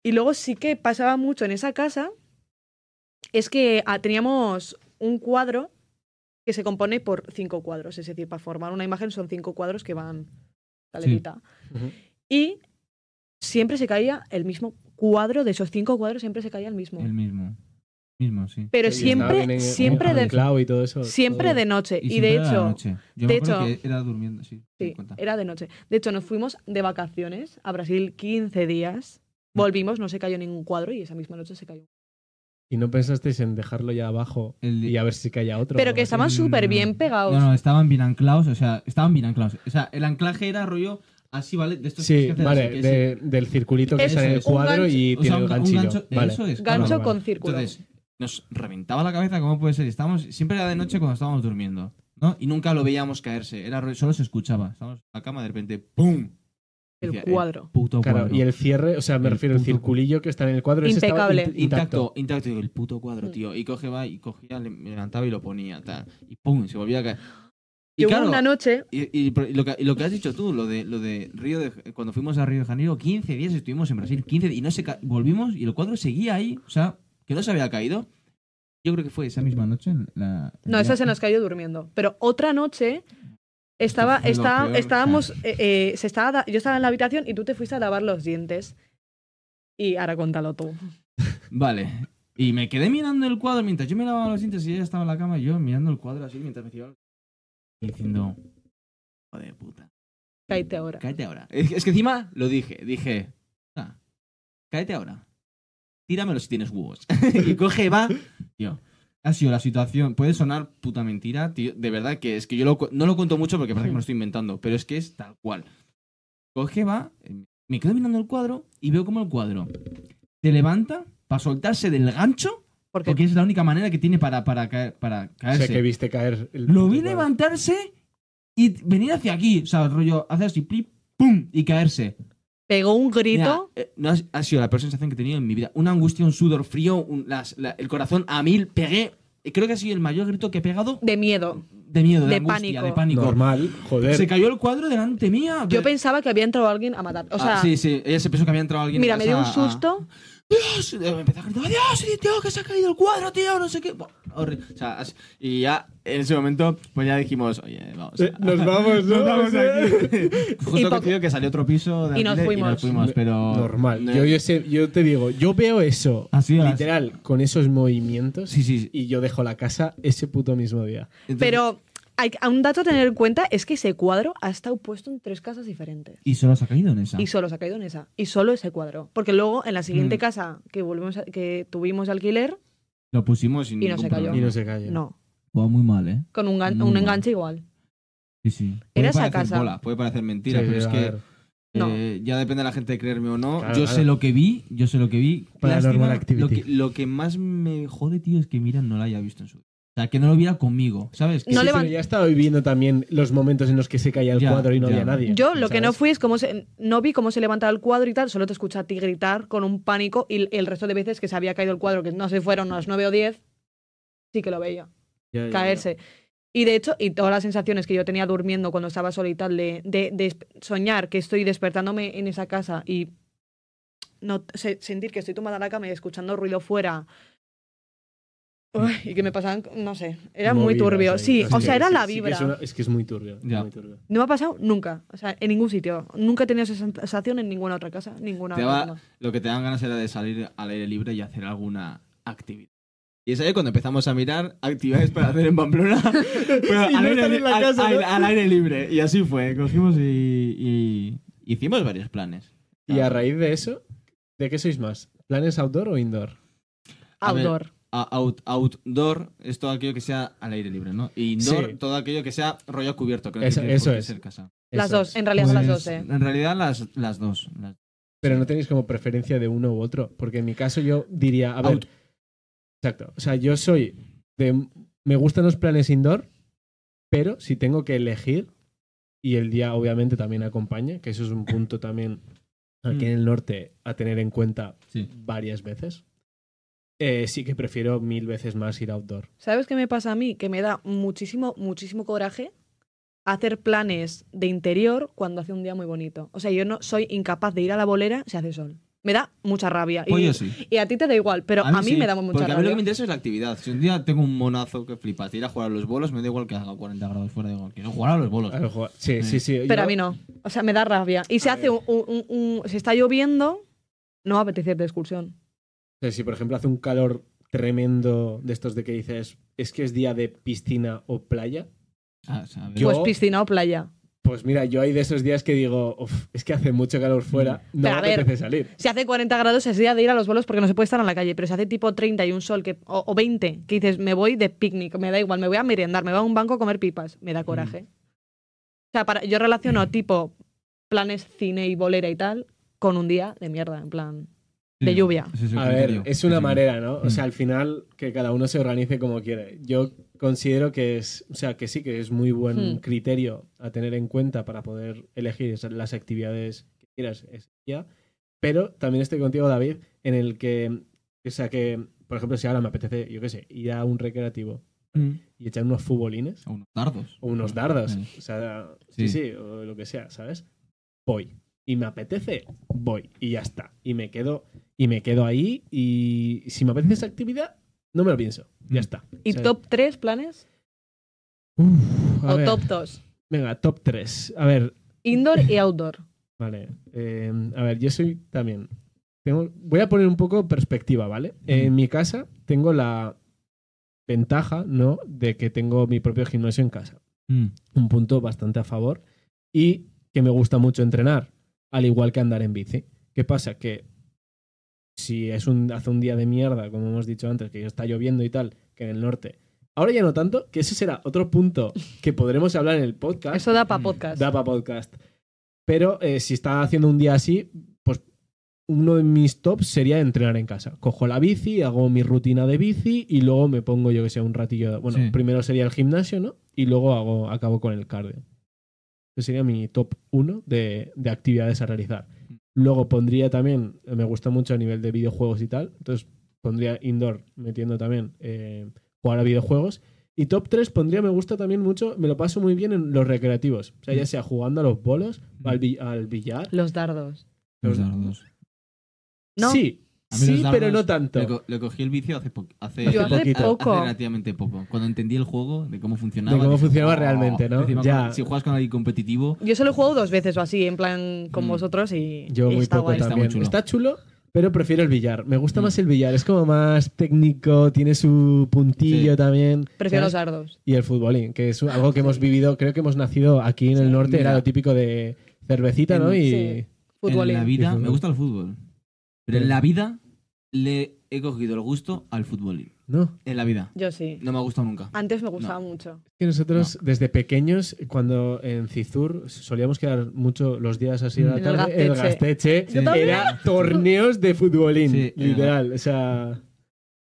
Speaker 3: Y luego sí que pasaba mucho en esa casa, es que ah, teníamos un cuadro que se compone por cinco cuadros, es decir, para formar una imagen son cinco cuadros que van talerita.
Speaker 1: Ujú.
Speaker 3: Y siempre se caía el mismo cuadro, de esos cinco cuadros siempre se caía el mismo.
Speaker 2: El mismo. Mismo, sí.
Speaker 3: Pero
Speaker 1: Sí, estaba
Speaker 3: siempre,
Speaker 1: bien en-
Speaker 3: siempre, de,
Speaker 1: anclado y todo eso.
Speaker 3: siempre
Speaker 1: todo.
Speaker 3: de noche. Y,
Speaker 2: siempre
Speaker 3: de
Speaker 2: era la
Speaker 3: hecho,
Speaker 2: noche. Yo
Speaker 3: de
Speaker 2: me acuerdo
Speaker 3: hecho-
Speaker 2: que era durmiendo, sí. me
Speaker 3: Sí, eh,
Speaker 2: di cuenta.
Speaker 3: era de noche. De hecho, nos fuimos de vacaciones a Brasil 15 días. Volvimos, no se cayó ningún cuadro y esa misma noche se cayó.
Speaker 1: ¿Y no pensasteis en dejarlo ya abajo
Speaker 2: El de-
Speaker 1: y a ver si caía otro?
Speaker 3: Pero
Speaker 1: o
Speaker 3: que
Speaker 1: algo
Speaker 3: estaban
Speaker 2: Mm,
Speaker 3: súper bien
Speaker 2: no.
Speaker 3: pegados.
Speaker 2: No, no, estaban bien anclados, o sea, estaban bien anclados. O sea, el anclaje era rollo así, ¿vale?
Speaker 1: así?
Speaker 2: De estos que
Speaker 1: Sí,
Speaker 2: haces
Speaker 1: vale,
Speaker 2: así, que
Speaker 1: de- del circulito que
Speaker 3: Eso
Speaker 1: sale en el
Speaker 2: es, un
Speaker 1: cuadro
Speaker 3: gancho-
Speaker 1: y
Speaker 2: sí. O
Speaker 1: tiene
Speaker 2: sea,
Speaker 1: el
Speaker 2: un- un
Speaker 1: ganchillo.
Speaker 2: gancho-
Speaker 1: vale.
Speaker 2: Eso es.
Speaker 3: Gancho
Speaker 1: vale.
Speaker 2: claro.
Speaker 3: con círculo.
Speaker 2: Entonces, nos reventaba la cabeza, ¿cómo puede ser? Estábamos, siempre era de noche cuando estábamos durmiendo, ¿no? Y nunca lo veíamos caerse, era rollo- solo se escuchaba. Estábamos en la cama, de repente, ¡pum!
Speaker 3: el
Speaker 2: Decía, eh,
Speaker 3: cuadro.
Speaker 2: Puto
Speaker 1: Claro,
Speaker 2: cuadro.
Speaker 1: y el cierre, o sea, me
Speaker 2: El
Speaker 1: refiero al
Speaker 2: punto.
Speaker 1: circulillo que está en el cuadro. ese estaba
Speaker 3: Impecable.
Speaker 1: int-
Speaker 2: Intacto, intacto. Digo, el puto cuadro,
Speaker 3: Mm.
Speaker 2: tío. Y coge, va, y cogía, le- me levantaba y lo ponía, tal. Y pum, se volvía a caer.
Speaker 3: Y
Speaker 2: Y
Speaker 3: hubo
Speaker 2: claro,
Speaker 3: una noche,
Speaker 2: y, y- pero- y lo que, y lo que has dicho tú, lo de, lo de Río de, cuando fuimos a Río de Janeiro, 15 días estuvimos en Brasil, 15 di- y no se ca- volvimos y el cuadro seguía ahí, o sea, que no se había caído. Yo creo que fue esa misma noche. La,
Speaker 3: no, esa se nos cayó durmiendo, pero otra noche estaba,
Speaker 2: Esto fue lo
Speaker 3: estaba-
Speaker 2: peor,
Speaker 3: estábamos, eh, eh, se estaba, da- yo estaba en la habitación y tú te fuiste a lavar los dientes. Y ahora cuéntalo tú.
Speaker 2: Vale. Y me quedé mirando el cuadro mientras yo me lavaba los dientes y ella estaba en la cama y yo mirando el cuadro así mientras me tiraba. Y diciendo, hijo de puta.
Speaker 3: Cállate ahora.
Speaker 2: Cállate ahora. Es que- es que encima lo dije. Dije, "Ah, cállate ahora. Tíramelo si tienes huevos. y coge, va. Tío, ha sido la situación. Puede sonar puta mentira, tío. De verdad que es que yo lo cu- no lo cuento mucho porque parece que me lo estoy inventando, pero es que es tal cual. Coge, va. eh, Me quedo mirando el cuadro y veo como el cuadro se levanta para soltarse del gancho
Speaker 3: Porque,
Speaker 2: porque es la única manera que tiene para, para, caer- para
Speaker 1: O
Speaker 2: caerse.
Speaker 1: sea, que viste caer el
Speaker 2: Lo vi
Speaker 1: cuadro.
Speaker 2: levantarse y venir hacia aquí. O sea, el rollo, hacer así, plip, pum, y caerse.
Speaker 3: pegó un
Speaker 2: Mira,
Speaker 3: grito.
Speaker 2: eh, no has- ha sido la peor sensación que he tenido en mi vida. Una angustia, un sudor frío, un- las- la- el corazón a mil, pegué. eh, Creo que ha sido el mayor grito que he pegado
Speaker 3: De miedo.
Speaker 2: de miedo, de,
Speaker 3: De
Speaker 2: angustia,
Speaker 3: pánico.
Speaker 2: de pánico.
Speaker 1: Normal, joder.
Speaker 2: Se cayó el cuadro delante mía.
Speaker 3: Yo
Speaker 2: pero-
Speaker 3: pensaba que había entrado alguien a matar. O sea,
Speaker 2: Ah, sí, sí, ella se pensó que había entrado alguien. ah. en
Speaker 3: Mira, me dio un
Speaker 2: casa a-
Speaker 3: susto.
Speaker 2: Dios, eh, empezó a gritar, Dios, eh, tío, que se ha caído el cuadro, tío, no sé qué. Buah, horri- O sea, as- y ya en ese momento, pues ya dijimos, oye, vamos. a-
Speaker 1: Eh, Nos vamos, ¿no?
Speaker 2: Nos vamos
Speaker 1: O sea,
Speaker 2: de aquí.
Speaker 3: Y
Speaker 2: Justo
Speaker 3: poco-
Speaker 2: coincidió que salió otro piso de
Speaker 3: Y nos
Speaker 2: alquiler
Speaker 3: fuimos.
Speaker 2: pero.
Speaker 1: Normal.
Speaker 2: No-
Speaker 1: Yo, yo sé- yo te digo, yo veo eso,
Speaker 2: Así es.
Speaker 1: literal, con esos movimientos
Speaker 2: Sí, sí. sí.
Speaker 1: y yo dejo la casa ese puto mismo día.
Speaker 2: Entonces,
Speaker 3: Pero hay- a un dato a tener en cuenta es que ese cuadro ha estado puesto en tres casas diferentes.
Speaker 2: Y solo se ha caído en
Speaker 1: Ah.
Speaker 2: esa.
Speaker 3: Y solo se ha caído en esa. Y solo ese cuadro. Porque luego en la siguiente
Speaker 1: Mm.
Speaker 3: casa que, volvimos a- que tuvimos de alquiler,
Speaker 2: Lo pusimos sin
Speaker 3: Y no
Speaker 2: ningún
Speaker 3: se cayó.
Speaker 2: problema.
Speaker 1: Y no se calla.
Speaker 3: no.
Speaker 2: Jugaba muy mal, ¿eh?
Speaker 3: Con un, gan-
Speaker 2: Muy
Speaker 1: Mm.
Speaker 3: un
Speaker 2: mal.
Speaker 3: enganche igual.
Speaker 2: Sí, sí.
Speaker 3: Era
Speaker 2: Puede
Speaker 3: esa
Speaker 2: parecer
Speaker 3: casa.
Speaker 2: bola, puede parecer
Speaker 1: Sí,
Speaker 2: mentira, pero es
Speaker 1: a
Speaker 2: que
Speaker 1: ver.
Speaker 3: No.
Speaker 2: eh, ya depende de la gente de creerme o no.
Speaker 1: Claro,
Speaker 2: yo
Speaker 1: claro.
Speaker 2: sé lo que vi, yo sé lo que vi.
Speaker 1: Paranormal
Speaker 2: Lástima, lo,
Speaker 1: Activity.
Speaker 2: que, lo que más me jode, tío, es que Miriam no la haya visto en su vida. O sea, que no lo viera conmigo, ¿sabes? Que
Speaker 3: No
Speaker 1: Sí,
Speaker 3: levan-
Speaker 1: pero ya estaba viviendo también los momentos en los que se caía el
Speaker 2: Ya,
Speaker 1: cuadro y no
Speaker 2: ya.
Speaker 1: había nadie.
Speaker 3: Yo lo que no
Speaker 1: ¿sabes?
Speaker 3: fui es cómo se, no vi cómo se levantaba el cuadro y tal, solo te escuché a ti gritar con un pánico y l- el resto de veces que se había caído el cuadro, que no sé si fueron unas 9 o 10, sí que lo veía
Speaker 2: Ya, ya, ya.
Speaker 3: caerse. Y de hecho, y todas las sensaciones que yo tenía durmiendo cuando estaba sola y tal, de, de- de esp- soñar que estoy despertándome en esa casa y no se- sentir que estoy tumbada en la cama y escuchando ruido fuera. Uy, y que me pasaban, no sé, era muy
Speaker 1: Movidas
Speaker 3: turbio.
Speaker 1: ahí.
Speaker 3: Sí, o
Speaker 1: Sí,
Speaker 3: sea, era
Speaker 1: sí,
Speaker 3: la
Speaker 1: sí que
Speaker 3: vibra.
Speaker 1: es, una- es que es muy turbio. es
Speaker 2: Ya.
Speaker 1: muy turbio.
Speaker 3: No me ha pasado nunca, o sea, en ningún sitio. Nunca he tenido esa sensación en ninguna otra casa, ninguna
Speaker 2: Te
Speaker 3: otra.
Speaker 2: va-
Speaker 3: cama.
Speaker 2: Lo que te dan ganas era de salir al aire libre y hacer alguna actividad. Y es ahí cuando empezamos a mirar actividades para hacer en Pamplona. pero
Speaker 1: Y no
Speaker 2: al, aire,
Speaker 1: estar en la
Speaker 2: al-
Speaker 1: casa,
Speaker 2: al-
Speaker 1: ¿no?
Speaker 2: al aire libre. Y así fue. Cogimos y, y hicimos varios planes.
Speaker 1: Y a raíz de eso, ¿de qué sois más? ¿Planes outdoor o indoor?
Speaker 2: a ver,
Speaker 3: Outdoor.
Speaker 2: A- out- outdoor es todo aquello que sea al aire libre, ¿no? Y indoor,
Speaker 1: Sí.
Speaker 2: todo aquello que sea rollo cubierto, creo
Speaker 1: Eso-
Speaker 2: que tiene por
Speaker 1: eso
Speaker 2: qué
Speaker 1: es.
Speaker 2: ser casa.
Speaker 3: Las
Speaker 1: Eso
Speaker 3: dos,
Speaker 1: es.
Speaker 3: en realidad son las
Speaker 2: Pues,
Speaker 3: dos, eh.
Speaker 2: En realidad las, las dos. las-
Speaker 1: Pero no tenéis como preferencia de uno u otro. Porque en mi caso yo diría, a ver.
Speaker 2: Out.
Speaker 1: Exacto. O sea, yo soy de. Me gustan los planes indoor, pero si tengo que elegir, y el día obviamente también acompaña, que eso es un punto también aquí
Speaker 2: Mm.
Speaker 1: en el norte a tener en cuenta
Speaker 2: Sí.
Speaker 1: varias veces. eh, sí que prefiero mil veces más ir outdoor.
Speaker 3: ¿Sabes qué me pasa a mí? Que me da muchísimo, muchísimo coraje hacer planes de interior cuando hace un día muy bonito. O sea, yo no soy incapaz de ir a la bolera si hace sol. Me da mucha rabia.
Speaker 2: Pues
Speaker 3: y,
Speaker 2: yo sí.
Speaker 3: y a ti te da igual, pero a mí,
Speaker 2: sí,
Speaker 3: me da mucha
Speaker 2: Porque a mí lo que
Speaker 3: rabia.
Speaker 2: me interesa es la actividad. Si un día tengo un monazo que flipas, ir a jugar a los bolos, me da igual que haga 40 grados fuera, digo, quiero jugar a los bolos.
Speaker 1: A lo mejor- Sí, sí, sí.
Speaker 3: Pero
Speaker 1: yo-
Speaker 3: a mí no. O sea, me da rabia. Y se
Speaker 1: A
Speaker 3: hace un, un- un- un- Si está lloviendo, no va a apetecer de excursión.
Speaker 1: O sea, si por ejemplo hace un calor tremendo de estos de que dices, es que es día de piscina o playa,
Speaker 2: Ah, o sea, a ver.
Speaker 1: Yo-
Speaker 3: Pues piscina o playa.
Speaker 1: pues mira, yo hay de esos días que digo, "Uf, es que hace mucho calor fuera, no
Speaker 3: Mm. Pero
Speaker 1: me
Speaker 3: a ver.
Speaker 1: apetece salir.
Speaker 3: Si hace 40 grados es día de ir a los bolos porque no se puede estar en la calle, pero si hace tipo 30 y un sol que, o, o 20, que dices, me voy de picnic, me da igual, me voy a merendar, me voy a un banco a comer pipas, me da
Speaker 1: Mm.
Speaker 3: coraje. O sea, para, yo relaciono tipo planes cine y bolera y tal con un día de mierda, en plan.
Speaker 2: Sí,
Speaker 3: de lluvia.
Speaker 2: ese el
Speaker 1: A
Speaker 2: criterio.
Speaker 1: ver, es una
Speaker 2: Sí, sí.
Speaker 1: manera, ¿no? O
Speaker 2: Mm.
Speaker 1: sea, al final que cada uno se organice como quiere. Yo considero que es, o sea, que sí, que es muy buen
Speaker 3: Hmm.
Speaker 1: criterio a tener en cuenta para poder elegir esas- las actividades que quieras ese día. Pero también estoy contigo, David, en el que, o sea, que, por ejemplo, si ahora me apetece, yo qué sé, ir a un recreativo
Speaker 2: Mm.
Speaker 1: y echar unos futbolines
Speaker 2: O unos dardos.
Speaker 1: o unos dardos,
Speaker 2: Sí.
Speaker 1: o sea, sí,
Speaker 2: Sí.
Speaker 1: sí, o lo que sea, ¿sabes? Voy. Y me apetece, voy. Y ya está. Y me quedo, y me quedo ahí. Y si me apetece esa actividad, no me lo pienso. Ya
Speaker 2: Mm.
Speaker 1: está.
Speaker 3: ¿Y
Speaker 1: ¿sabes?
Speaker 3: top 3 planes?
Speaker 1: Uf, a
Speaker 3: o
Speaker 1: ver.
Speaker 3: top 2?
Speaker 1: Venga, top 3. A ver,
Speaker 3: Indoor y outdoor.
Speaker 1: Vale. eh, a ver, yo soy también. Tengo, voy a poner un poco perspectiva, ¿vale? Eh, En mi casa tengo la ventaja, ¿no? De que tengo mi propio gimnasio en casa.
Speaker 2: Mm.
Speaker 1: Un punto bastante a favor. Y que me gusta mucho entrenar, al igual que andar en bici. ¿Qué pasa? Que si es un, hace un día de mierda, como hemos dicho antes, que ya está lloviendo y tal, que en el norte. Ahora ya no tanto, que eso será otro punto que podremos hablar en el podcast.
Speaker 3: Eso da para podcast.
Speaker 1: Da para podcast. Pero eh, si está haciendo un día así, pues uno de mis tops sería entrenar en casa. Cojo la bici, hago mi rutina de bici y luego me pongo, yo que sé, un ratillo. Bueno,
Speaker 2: Sí.
Speaker 1: primero sería el gimnasio, ¿no? Y luego hago, acabo con el cardio. Ese sería mi top 1 de, de actividades a realizar. Luego pondría también, eh, me gusta mucho a nivel de videojuegos y tal, entonces pondría indoor metiendo también eh, jugar a videojuegos. Y top 3 pondría, me gusta también mucho, me lo paso muy bien en los recreativos. O sea,
Speaker 2: Mm.
Speaker 1: ya sea jugando a los bolos, al, bi- al billar.
Speaker 3: Los dardos.
Speaker 2: Los dardos.
Speaker 3: No,
Speaker 1: Sí,
Speaker 2: A mí los
Speaker 1: sí,
Speaker 2: dardos
Speaker 1: pero no tanto.
Speaker 2: Le, co- le cogí el vicio hace, po- hace,
Speaker 3: yo hace
Speaker 1: poquito.
Speaker 3: poco.
Speaker 2: hace relativamente poco. Cuando entendí el juego, de cómo funcionaba.
Speaker 1: De cómo
Speaker 2: dije,
Speaker 1: funcionaba
Speaker 2: "Oh".
Speaker 1: realmente, ¿no?
Speaker 2: Encima,
Speaker 1: Ya.
Speaker 2: cuando- Si juegas con alguien competitivo,
Speaker 3: Yo solo he jugado dos veces o así, en plan con
Speaker 2: Mm.
Speaker 3: vosotros y,
Speaker 1: Yo
Speaker 3: y
Speaker 1: muy
Speaker 3: está
Speaker 1: poco
Speaker 3: guay.
Speaker 2: Está muy
Speaker 1: también.
Speaker 2: chulo. Mm.
Speaker 1: Está chulo. Pero prefiero el billar. Me gusta más el billar. Es como más técnico, tiene su puntillo
Speaker 2: Sí.
Speaker 1: también.
Speaker 3: Prefiero los
Speaker 1: ¿sabes?
Speaker 3: dardos.
Speaker 1: Y el futbolín, que es algo que hemos vivido, creo que hemos nacido aquí en el norte, era
Speaker 2: mira.
Speaker 1: lo típico de cervecita, ¿no?
Speaker 2: En-
Speaker 1: Y
Speaker 3: sí. Fútbol.
Speaker 2: En la
Speaker 1: Y
Speaker 2: vida,
Speaker 1: fútbol.
Speaker 2: me gusta el fútbol. Pero en la vida le he cogido el gusto al fútbol.
Speaker 1: no,
Speaker 2: En la vida.
Speaker 3: Yo sí.
Speaker 2: No me ha gustado nunca.
Speaker 3: Antes me gustaba mucho.
Speaker 1: que nosotros desde pequeños, cuando en Cizur solíamos quedar mucho los días así a la
Speaker 3: En el
Speaker 1: tarde, en el
Speaker 3: Gasteche.
Speaker 1: gasteche,
Speaker 2: Yo también.
Speaker 1: era torneos de futbolín,
Speaker 2: Sí, era.
Speaker 1: literal, o sea...
Speaker 3: En
Speaker 1: yo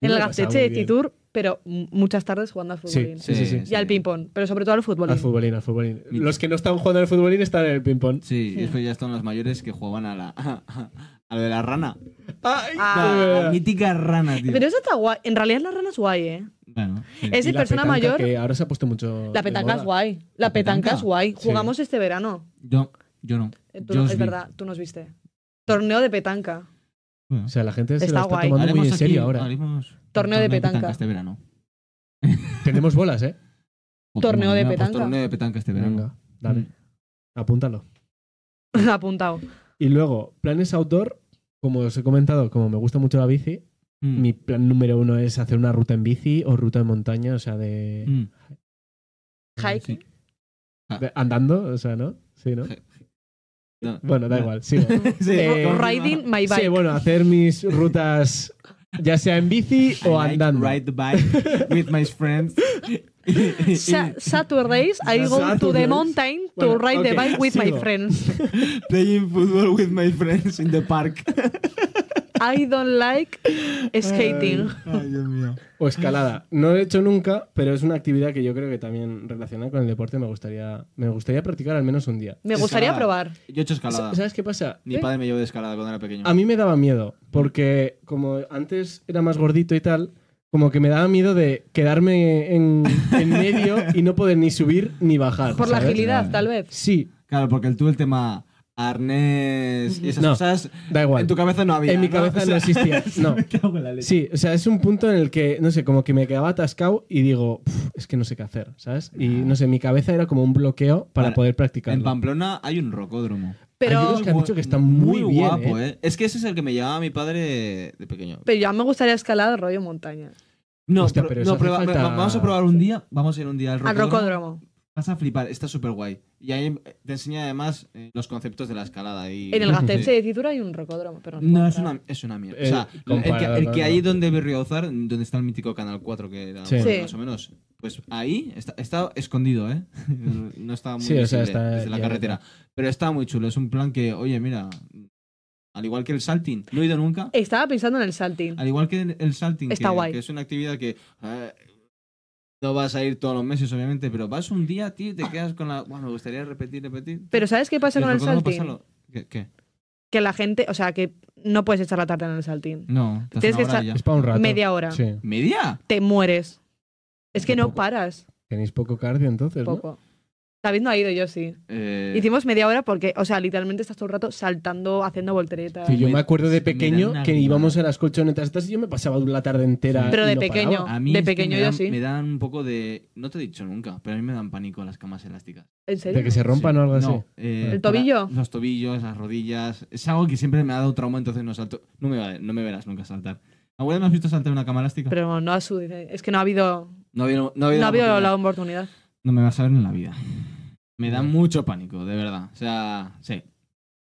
Speaker 3: el
Speaker 1: lo pasaba
Speaker 3: gasteche de
Speaker 1: muy bien.
Speaker 3: Titur, pero m- muchas tardes jugando al
Speaker 1: Sí,
Speaker 3: fútbol.
Speaker 1: sí, sí.
Speaker 3: Y al ping-pong, pero sobre todo al fútbol.
Speaker 1: Al futbolín, al futbolín.
Speaker 2: Mi-
Speaker 1: Los que no están jugando al futbolín están en el ping-pong.
Speaker 2: Sí, y después ya están las mayores que jugaban a la. A lo de la rana.
Speaker 1: ¡Ay!
Speaker 3: Ah,
Speaker 1: de verdad.
Speaker 2: La mítica rana, tío.
Speaker 3: Pero eso está guay. En realidad la rana es guay, ¿eh?
Speaker 2: Bueno, sí.
Speaker 3: Es
Speaker 1: Y
Speaker 3: de
Speaker 1: la
Speaker 3: persona
Speaker 1: petanca,
Speaker 3: mayor.
Speaker 1: que ahora se ha puesto mucho.
Speaker 3: La petanca es guay. La
Speaker 2: ¿La
Speaker 3: petanca
Speaker 2: petanca?
Speaker 3: es guay.
Speaker 1: Sí.
Speaker 3: Jugamos este verano.
Speaker 2: Yo, yo no.
Speaker 3: Eh, tú
Speaker 2: Yo
Speaker 3: no-
Speaker 2: os
Speaker 3: es
Speaker 2: vi.
Speaker 3: verdad, tú nos viste. Torneo de petanca.
Speaker 2: Bueno.
Speaker 1: O sea, la gente se
Speaker 3: Está
Speaker 1: lo está
Speaker 3: guay.
Speaker 1: tomando muy
Speaker 2: Haremos
Speaker 1: en serio
Speaker 2: aquí-
Speaker 1: ahora.
Speaker 2: haremos un
Speaker 3: Torneo de petanca.
Speaker 2: este verano.
Speaker 1: Tenemos bolas, ¿eh?
Speaker 2: Joder,
Speaker 3: Torneo de
Speaker 2: mañana, pues,
Speaker 3: petanca.
Speaker 2: Torneo de petanca este verano.
Speaker 1: Venga, dale.
Speaker 2: Mm.
Speaker 1: Apúntalo.
Speaker 3: Apuntado.
Speaker 1: Y luego, planes outdoor. Como os he comentado, como me gusta mucho la bici,
Speaker 2: Mm.
Speaker 1: mi plan número uno es hacer una ruta en bici o ruta en montaña, o sea, de,
Speaker 2: Mm.
Speaker 3: Hike.
Speaker 2: Sí. Mm.
Speaker 1: de- andando, o sea, ¿no? Sí, ¿no?
Speaker 2: No.
Speaker 1: Bueno, da
Speaker 2: No.
Speaker 1: igual, sigo.
Speaker 2: Sí,
Speaker 1: Eh,
Speaker 2: ¿cómo se llama?
Speaker 3: Riding my bike.
Speaker 1: Sí, bueno, hacer mis rutas, ya sea en bici
Speaker 2: I
Speaker 1: o
Speaker 2: like
Speaker 1: andando.
Speaker 2: Ride the bike with my friends.
Speaker 3: Sa- Saturdays, I go to the
Speaker 1: Saturdays.
Speaker 3: mountain to
Speaker 1: Bueno,
Speaker 3: ride the
Speaker 1: ok,
Speaker 3: bike with my
Speaker 1: sigo.
Speaker 3: friends.
Speaker 2: Playing football with my friends in the park.
Speaker 3: I don't like
Speaker 1: Eh,
Speaker 3: skating.
Speaker 2: Ay, Dios mío.
Speaker 1: O escalada. No lo he hecho nunca, pero es una actividad que yo creo que también relacionada con el deporte me gustaría, me gustaría practicar al menos un día.
Speaker 3: Me gustaría
Speaker 2: Escalada.
Speaker 3: probar.
Speaker 2: Yo he hecho escalada.
Speaker 1: ¿Sabes qué pasa?
Speaker 2: Mi padre me llevó de escalada cuando era pequeño.
Speaker 1: A mí me daba miedo, porque como antes era más gordito y tal, como que me daba miedo de quedarme en, en medio y no poder ni subir ni bajar.
Speaker 3: Por la
Speaker 1: ¿sabes?
Speaker 3: agilidad,
Speaker 2: Vale.
Speaker 3: tal vez.
Speaker 1: Sí,
Speaker 2: Claro, porque el- tú el tema arnés y esas
Speaker 1: No,
Speaker 2: cosas
Speaker 1: da igual.
Speaker 2: en tu cabeza no había.
Speaker 1: En mi
Speaker 2: ¿no?
Speaker 1: cabeza no
Speaker 2: O sea,
Speaker 1: existía. No.
Speaker 2: me cago en la leche.
Speaker 1: Sí, o sea, es un punto en el que, no sé, como que me quedaba atascado y digo, "Uf, es que no sé qué hacer, ¿sabes? Y no sé, mi cabeza era como un bloqueo para
Speaker 2: Ahora,
Speaker 1: poder practicar.
Speaker 2: Ah. En Pamplona hay un rocódromo.
Speaker 1: Hay
Speaker 3: Pero,
Speaker 1: unos que han dicho que está muy, bien,
Speaker 2: guapo,
Speaker 1: ¿eh?
Speaker 2: ¿eh? Es que ese es el que me llevaba mi padre de pequeño.
Speaker 3: pero ya me gustaría escalar el rollo montaña.
Speaker 2: No,
Speaker 1: Hostia,
Speaker 2: pro-
Speaker 1: pero eso
Speaker 2: no
Speaker 1: hace
Speaker 2: prueba-
Speaker 1: falta-
Speaker 2: va- vamos a probar un día. Vamos a ir un día al
Speaker 3: Al
Speaker 2: rocódromo.
Speaker 3: rocódromo.
Speaker 2: Vas a flipar, está súper guay. Y ahí te enseña además eh, los conceptos de la escalada. Y...
Speaker 3: En el Gasteche
Speaker 2: Sí.
Speaker 3: de Titura hay un rocódromo. Pero se
Speaker 2: No,
Speaker 3: puede
Speaker 2: es
Speaker 3: entrar.
Speaker 2: una, es una mierda.
Speaker 1: Eh,
Speaker 2: o sea, el que,
Speaker 1: comparado,
Speaker 2: el que
Speaker 1: claro.
Speaker 2: ahí donde Berriouzar, donde está el mítico Canal 4, que era
Speaker 1: Sí.
Speaker 2: bueno,
Speaker 3: Sí.
Speaker 2: más o menos, pues ahí está, está escondido, ¿eh? No está muy
Speaker 1: Sí, o sea,
Speaker 2: visible
Speaker 1: está-
Speaker 2: desde la
Speaker 1: ya-
Speaker 2: carretera. Pero está muy chulo, es un plan que, oye, mira, al igual que el salting, no he ido nunca,
Speaker 3: Estaba pensando en el salting.
Speaker 2: al igual que el- el salting,
Speaker 3: Está
Speaker 2: que,
Speaker 3: guay.
Speaker 2: que es una actividad que... eh, no vas a ir todos los meses, obviamente, pero vas un día, tío, y te quedas con la. Bueno, me gustaría repetir, repetir.
Speaker 3: Pero ¿sabes qué pasa
Speaker 2: Y
Speaker 3: con el
Speaker 2: recuerdo
Speaker 3: salting?
Speaker 2: pasarlo- ¿Qué? qué?
Speaker 3: Que la gente, o sea, que no puedes echar la tarde en el saltín.
Speaker 2: No, te hace
Speaker 3: Tienes
Speaker 2: una
Speaker 3: que
Speaker 2: hora
Speaker 3: estar-
Speaker 2: y ya.
Speaker 1: Es para un rato.
Speaker 3: Media hora.
Speaker 1: Sí.
Speaker 2: ¿Media?
Speaker 3: Te mueres. Es que no
Speaker 1: Tampoco.
Speaker 3: paras
Speaker 1: Tenéis poco cardio entonces, ¿no?
Speaker 3: poco. David no ha ido, yo sí.
Speaker 2: Eh,
Speaker 3: Hicimos media hora porque, o sea, literalmente estás todo el rato saltando, haciendo volteretas.
Speaker 1: Sí, yo me
Speaker 2: Me-
Speaker 3: pues
Speaker 1: acuerdo de
Speaker 2: me dan
Speaker 1: pequeño
Speaker 2: una
Speaker 1: que
Speaker 2: gana.
Speaker 1: íbamos a las colchonetas estas y yo me pasaba la tarde entera.
Speaker 3: Pero
Speaker 1: y
Speaker 3: de
Speaker 1: no
Speaker 3: pequeño.
Speaker 1: paraba.
Speaker 2: A mí
Speaker 3: De
Speaker 2: es que
Speaker 3: pequeño
Speaker 2: me
Speaker 3: yo
Speaker 2: dan-
Speaker 3: sí.
Speaker 2: Me dan un poco de. No te he dicho nunca, pero a mí me dan pánico las camas elásticas.
Speaker 3: ¿En serio?
Speaker 1: De que se rompan o algo así.
Speaker 2: No, eh, para-
Speaker 3: ¿El tobillo?
Speaker 2: Los tobillos, las rodillas. Es algo que siempre me ha dado trauma, entonces no salto. No me, va- no me verás nunca saltar. ¿Alguna vez me has visto saltar una cama elástica?
Speaker 3: Pero no ha subido. Es que no ha habido,
Speaker 2: no, había, no, había
Speaker 3: no
Speaker 2: la
Speaker 3: ha habido
Speaker 2: oportunidad.
Speaker 3: la oportunidad.
Speaker 2: No me vas a ver en la vida. Me da mucho pánico, de verdad. O sea, sí.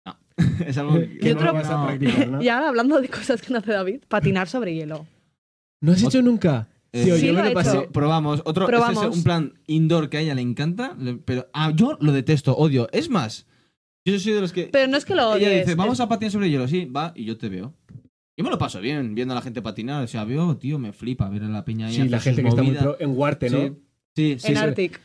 Speaker 2: No. es algo Eh, que.
Speaker 1: Eh, Que
Speaker 3: Y
Speaker 1: no
Speaker 3: otro-
Speaker 1: lo vas a
Speaker 2: no.
Speaker 1: practicar, ¿no?
Speaker 3: Y ahora hablando de cosas que no hace David, patinar sobre hielo.
Speaker 1: ¿No has hecho nunca?
Speaker 2: Eh,
Speaker 1: Tío,
Speaker 3: Sí,
Speaker 1: yo me
Speaker 3: lo he
Speaker 1: lo pasé.
Speaker 3: hecho.
Speaker 2: Pro- probamos. Otro ese
Speaker 3: Probamos.
Speaker 2: es un plan indoor que a ella le encanta, le- pero ah, yo lo detesto, odio. Es más, yo soy de los que.
Speaker 3: Pero no es que lo odies.
Speaker 2: ella dice, vamos
Speaker 3: es-
Speaker 2: a patinar sobre hielo, sí, va, y yo te veo. Yo me lo paso bien viendo a la gente patinar. O sea, veo, tío, me flipa ver a la peña ahí.
Speaker 1: Sí, la
Speaker 2: hacer
Speaker 1: gente
Speaker 2: sus
Speaker 1: que está muy
Speaker 2: movidas.
Speaker 1: pro en Huarte, ¿no?
Speaker 2: Sí, sí, sí. sí.
Speaker 3: en Arctic.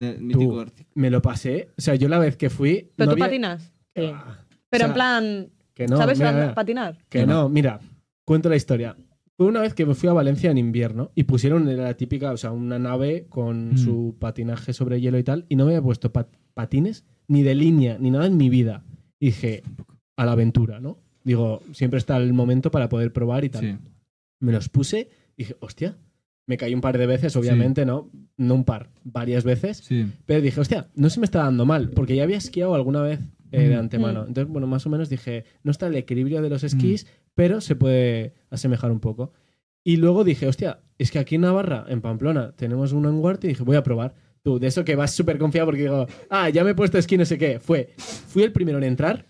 Speaker 2: El mítico
Speaker 1: Tú.
Speaker 2: Arctic.
Speaker 1: Me lo pasé. O sea, yo la vez que fui.
Speaker 3: ¿Pero
Speaker 1: no había-
Speaker 3: tú patinas? Sí.
Speaker 1: Ah,
Speaker 3: Pero
Speaker 1: o sea,
Speaker 3: en plan,
Speaker 1: Que no,
Speaker 3: ¿sabes
Speaker 1: mira,
Speaker 3: andar-
Speaker 1: mira.
Speaker 3: patinar?
Speaker 1: Que no, mira, cuento la historia. Fue una vez que me fui a Valencia en invierno y pusieron la típica, o sea, una nave con
Speaker 2: Mm.
Speaker 1: su patinaje sobre hielo y tal, y no me había puesto pat- patines ni de línea, ni nada en mi vida. Y dije, a la aventura, ¿no? Digo, siempre está el momento para poder probar y tal.
Speaker 2: Sí.
Speaker 1: Me los puse y dije, hostia, me caí un par de veces, obviamente, ¿no? No un par, varias veces.
Speaker 2: Sí.
Speaker 1: Pero dije, hostia, no se me está dando mal, porque ya había esquiado alguna vez eh, de
Speaker 4: Mm.
Speaker 1: antemano.
Speaker 3: Mm.
Speaker 1: Entonces, bueno, más o menos dije, no está el equilibrio de los esquís, pero se puede asemejar un poco. Y luego dije, hostia, es que aquí en Navarra, en Pamplona, tenemos uno en Huarte y dije, voy a probar. Tú, de eso que vas súper confiado porque digo, ah, ya me he puesto esquí, no sé qué. Fue, fui el primero en entrar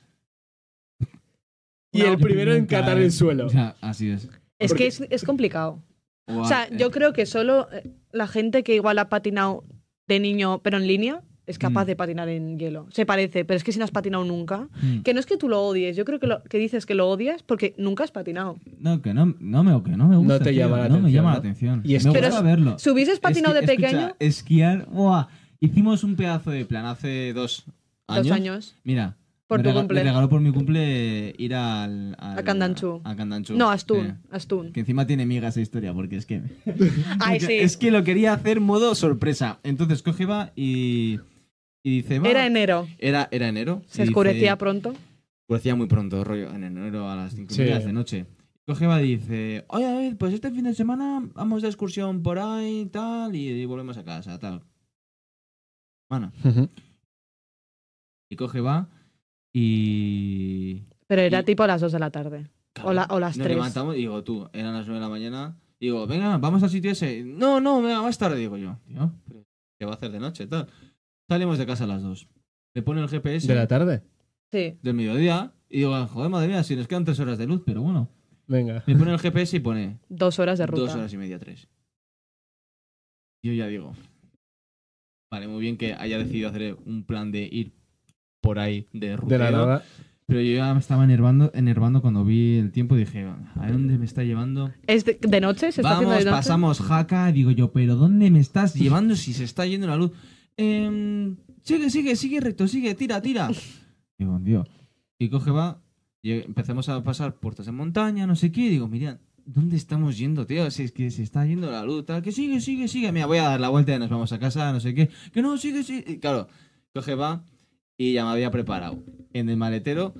Speaker 1: y
Speaker 3: No.
Speaker 1: el primero en catar
Speaker 3: eh,
Speaker 1: el suelo.
Speaker 2: O sea, así es.
Speaker 3: Es
Speaker 1: Porque-
Speaker 3: que es, es complicado.
Speaker 2: Guau,
Speaker 3: O sea,
Speaker 2: eh,
Speaker 3: yo creo que solo eh, la gente que igual ha patinado de niño, pero en línea, es capaz
Speaker 2: Mm.
Speaker 3: de patinar en hielo. Se parece, pero es que si no has patinado nunca.
Speaker 2: mm.
Speaker 3: Que no es que tú lo odies, yo creo que, lo, que dices que lo odias porque nunca has patinado.
Speaker 2: No, que no, no me, que no me gusta.
Speaker 1: No te llama
Speaker 2: tío,
Speaker 1: la
Speaker 2: no me
Speaker 1: atención,
Speaker 2: llama
Speaker 1: ¿no?
Speaker 2: la atención.
Speaker 1: Y es
Speaker 2: me
Speaker 1: que-
Speaker 2: gusta
Speaker 3: Pero
Speaker 2: verlo.
Speaker 3: Si hubieses patinado
Speaker 2: Esqui-
Speaker 3: de
Speaker 2: escucha, ¿eh?
Speaker 3: pequeño,
Speaker 2: esquiar. ¡buah! Hicimos un pedazo de plan hace dos años.
Speaker 3: dos años.
Speaker 2: Mira.
Speaker 3: Por
Speaker 2: me
Speaker 3: tu
Speaker 2: rega-
Speaker 3: cumple.
Speaker 2: Me regaló por mi cumple ir al. al-
Speaker 3: A Candanchú.
Speaker 2: A Candanchú.
Speaker 3: No, Astun.
Speaker 2: Eh,
Speaker 3: Astun.
Speaker 2: que encima tiene miga esa historia, porque es que.
Speaker 3: Ay, sí.
Speaker 2: Es que lo quería hacer modo sorpresa. Entonces coge va y. Y dice. va,
Speaker 3: Era enero.
Speaker 2: Era, era enero. y
Speaker 3: Se
Speaker 2: dice-
Speaker 3: oscurecía pronto.
Speaker 2: oscurecía muy pronto, rollo, en enero a las 5
Speaker 1: Sí.
Speaker 2: de noche. Coge va y dice, oye David, pues este fin de semana vamos de excursión por ahí y tal, y, y volvemos a casa, tal. Bueno,
Speaker 1: Ujú.
Speaker 2: y coge va y...
Speaker 3: Pero era
Speaker 2: Y-
Speaker 3: tipo a las 2 de la tarde. O la- o las
Speaker 2: Nos
Speaker 3: tres.
Speaker 2: levantamos y digo, tú, eran las 9 de la mañana. Digo, venga, vamos al sitio ese. No, no, venga, más tarde, digo yo. Tío, pero ¿qué va a hacer de noche? Tal. Salimos de casa a las 2. Le pone el GPS.
Speaker 1: De la tarde.
Speaker 3: Sí.
Speaker 2: del mediodía y digo, joder, madre mía, si nos quedan tres horas de luz, pero bueno.
Speaker 1: Venga.
Speaker 2: Me pone el GPS y pone
Speaker 3: Dos horas de ruta.
Speaker 2: dos horas y media, tres. Yo ya digo, vale, muy bien que haya decidido hacer un plan de ir por ahí de
Speaker 1: De
Speaker 2: ruteo,
Speaker 1: la nada.
Speaker 2: pero yo ya me estaba enervando, enervando cuando vi el tiempo y dije, ¿a dónde me está llevando?
Speaker 3: ¿Es de, de noche? ¿Se está haciendo
Speaker 2: Vamos,
Speaker 3: de noche?
Speaker 2: pasamos jaca, digo yo, pero ¿dónde me estás llevando si se está yendo la luz? Em, sigue, sigue, sigue recto, sigue, tira, tira. Digo, tío. Y coge, va, y empezamos a pasar puertas de montaña, no sé qué, y digo, mira, ¿dónde estamos yendo, tío? Si es que se está yendo la luz, tal, que sigue, sigue, sigue. Mira, voy a dar la vuelta y nos vamos a casa, no sé qué. Que no, sigue, sigue. Y claro, coge, va, y ya me había preparado en el maletero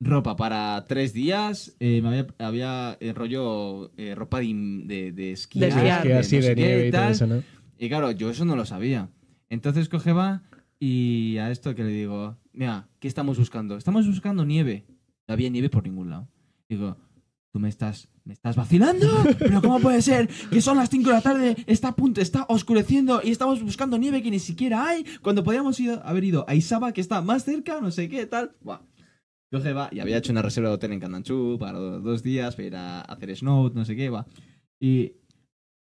Speaker 2: ropa para tres días. eh, me había, había eh, rollo eh, ropa de, in- de, de esquiar.
Speaker 3: De esquiar.
Speaker 1: que así
Speaker 2: no sé
Speaker 1: de
Speaker 2: qué
Speaker 1: nieve y todo
Speaker 2: tal.
Speaker 1: eso, ¿no?
Speaker 2: Y claro, yo eso no lo sabía. Entonces coge va y a esto que le digo, mira, ¿qué estamos buscando? Estamos buscando nieve. No había nieve por ningún lado. Digo, tú me estás, me estás vacilando. Pero ¿cómo puede ser que son las 5 de la tarde, está a punto, está oscureciendo y estamos buscando nieve que ni siquiera hay cuando podíamos ir, haber ido a Isaba que está más cerca, no sé qué, tal. Buah. Coge va y había hecho una reserva de hotel en Candanchú para do- dos días, para ir a hacer snow, no sé qué, va. Y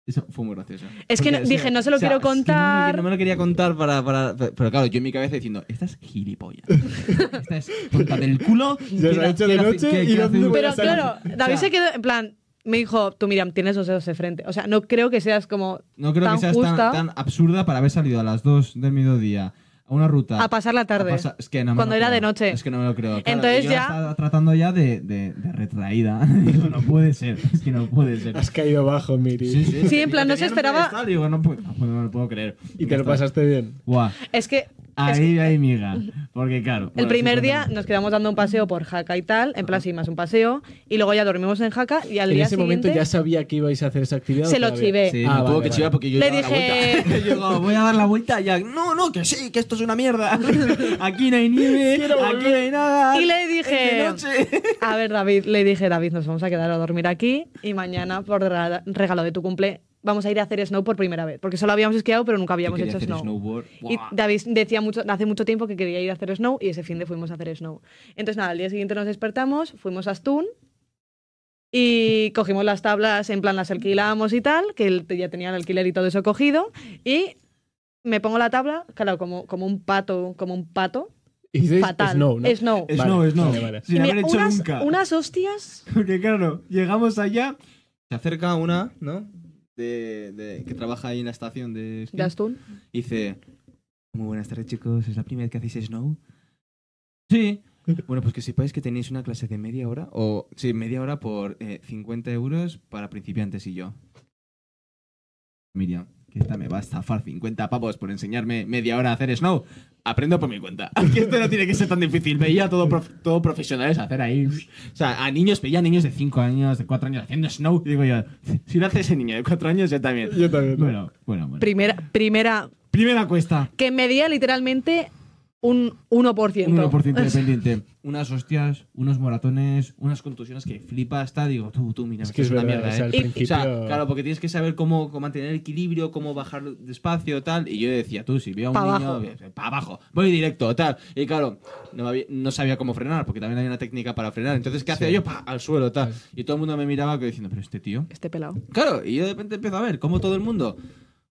Speaker 2: eso fue muy gracioso.
Speaker 3: Es que no-
Speaker 2: o sea,
Speaker 3: dije, no se lo
Speaker 2: o sea,
Speaker 3: quiero
Speaker 2: es que no me-
Speaker 3: contar.
Speaker 2: no me lo quería contar para, para- Pero claro, yo en mi cabeza diciendo, esta es gilipollas. Esta es tonta del culo.
Speaker 1: Ya se ha hecho de noche y no
Speaker 2: hace-
Speaker 1: puede
Speaker 3: Pero
Speaker 1: Buenas tardes.
Speaker 3: claro, David
Speaker 2: O sea-
Speaker 3: se quedó en plan. Me dijo, tú, Miriam, tienes dos dedos de frente. O sea, no creo que seas como
Speaker 2: No creo
Speaker 3: tan
Speaker 2: que seas tan,
Speaker 3: justa.
Speaker 2: tan absurda para haber salido a las 2 del mediodía a una ruta.
Speaker 3: a pasar la tarde.
Speaker 2: a pasar- es que no me
Speaker 3: Cuando
Speaker 2: lo
Speaker 3: era
Speaker 2: creo.
Speaker 3: de noche.
Speaker 2: Es que no me lo creo. Claro,
Speaker 3: Entonces
Speaker 2: yo la
Speaker 3: ya-
Speaker 2: Estaba tratando ya de, de- de retraída. Digo, no puede ser. Es que no puede ser.
Speaker 1: Has caído bajo, Miri.
Speaker 3: Sí, en plan, no
Speaker 2: Tenía
Speaker 3: se
Speaker 2: un
Speaker 3: esperaba-
Speaker 2: pedestal, Digo, no, puedo, no puedo- no me lo puedo creer.
Speaker 1: Y te lo
Speaker 2: Esto-
Speaker 1: pasaste bien.
Speaker 2: Buah.
Speaker 3: Es que Es
Speaker 2: Ahí hay miga. Porque claro.
Speaker 3: el primer día nos quedamos dando un paseo por Jaca y tal, en plan, sí, más un paseo. Y luego ya dormimos en Jaca y al
Speaker 1: en
Speaker 3: día
Speaker 1: ese momento
Speaker 3: siguiente
Speaker 1: ya sabía que ibais a hacer esa actividad.
Speaker 3: se
Speaker 1: ¿o
Speaker 3: lo
Speaker 1: todavía?
Speaker 3: chivé.
Speaker 2: Sí,
Speaker 1: Ah,
Speaker 2: me
Speaker 1: vale,
Speaker 2: tuvo que
Speaker 1: vale.
Speaker 2: chivar porque yo
Speaker 3: Le
Speaker 2: iba a dar
Speaker 3: dije-
Speaker 2: la vuelta. yo digo, voy a dar la vuelta ya. No, no, que sí, que esto es una mierda. Aquí no hay nieve, aquí no hay nada.
Speaker 3: Y le dije-
Speaker 2: Es de noche.
Speaker 3: A ver, David, le dije, David, nos vamos a quedar a dormir aquí y mañana, por rega- regalo de tu cumple, vamos a ir a hacer snow por primera vez. Porque solo habíamos esquiado, pero nunca habíamos
Speaker 2: Quería
Speaker 3: hecho
Speaker 2: hacer
Speaker 3: snow.
Speaker 2: snowboard.
Speaker 3: Y
Speaker 2: Buah.
Speaker 3: David decía mucho, hace mucho tiempo que quería ir a hacer snow y ese fin de fuimos a hacer snow. Entonces, nada, al día siguiente nos despertamos, fuimos a Stun y cogimos las tablas, en plan las alquilamos y tal, que él ya tenía el alquiler y todo eso cogido. Y me pongo la tabla, claro, como, como un pato, como un pato.
Speaker 1: Y dices
Speaker 3: Fatal.
Speaker 1: Snow, pues, ¿no?
Speaker 3: Snow.
Speaker 1: Vale,
Speaker 2: Snow, snow.
Speaker 1: vale, vale.
Speaker 2: Sin
Speaker 3: Y
Speaker 2: haber
Speaker 3: mira,
Speaker 2: hecho
Speaker 3: unas,
Speaker 2: nunca.
Speaker 3: unas hostias.
Speaker 2: Porque claro, llegamos allá. Se acerca una, ¿no? De, de- que trabaja ahí en la estación de esquí.
Speaker 3: De Astun.
Speaker 2: Y dice, muy buenas tardes chicos, ¿es la primera vez que hacéis snow? Sí. Bueno, pues que sepáis que tenéis una clase de media hora, o sí, media hora por eh, 50 euros para principiantes y yo. Miriam, que esta me va a estafar 50 pavos por enseñarme media hora a hacer snow. Aprendo por mi cuenta. Que esto no tiene que ser tan difícil. Veía todo, prof- todo profesionales hacer ahí. O sea, a niños, veía a niños de 5 años, de 4 años haciendo snow. Digo yo, si lo hace ese niño de 4 años, yo también.
Speaker 1: Yo también.
Speaker 2: Bueno, bueno, bueno.
Speaker 3: Primera, primera,
Speaker 2: Primera cuesta.
Speaker 3: que medía literalmente un 1%.
Speaker 2: Un 1% independiente. Unas hostias, unos moratones, unas contusiones que flipa hasta, digo, tú, tú, mira,
Speaker 1: Es
Speaker 2: es
Speaker 1: que es
Speaker 2: una
Speaker 1: verdad,
Speaker 2: mierda,
Speaker 1: o sea,
Speaker 2: ¿eh?
Speaker 1: al
Speaker 3: Y-
Speaker 2: O sea,
Speaker 1: principio...
Speaker 2: claro, porque tienes que saber cómo, cómo mantener el equilibrio, cómo bajar despacio, tal. Y yo decía, tú, si veo a un
Speaker 3: Pa'
Speaker 2: niño,
Speaker 3: abajo.
Speaker 2: para abajo, voy directo, tal. Y claro, no, había- no sabía cómo frenar, porque también había una técnica para frenar. Entonces, ¿qué hacía yo? Pa, al suelo, tal. Y todo el mundo me miraba que diciendo, pero este tío.
Speaker 3: Este pelado.
Speaker 2: Claro, y yo de repente empiezo a ver, como todo el mundo.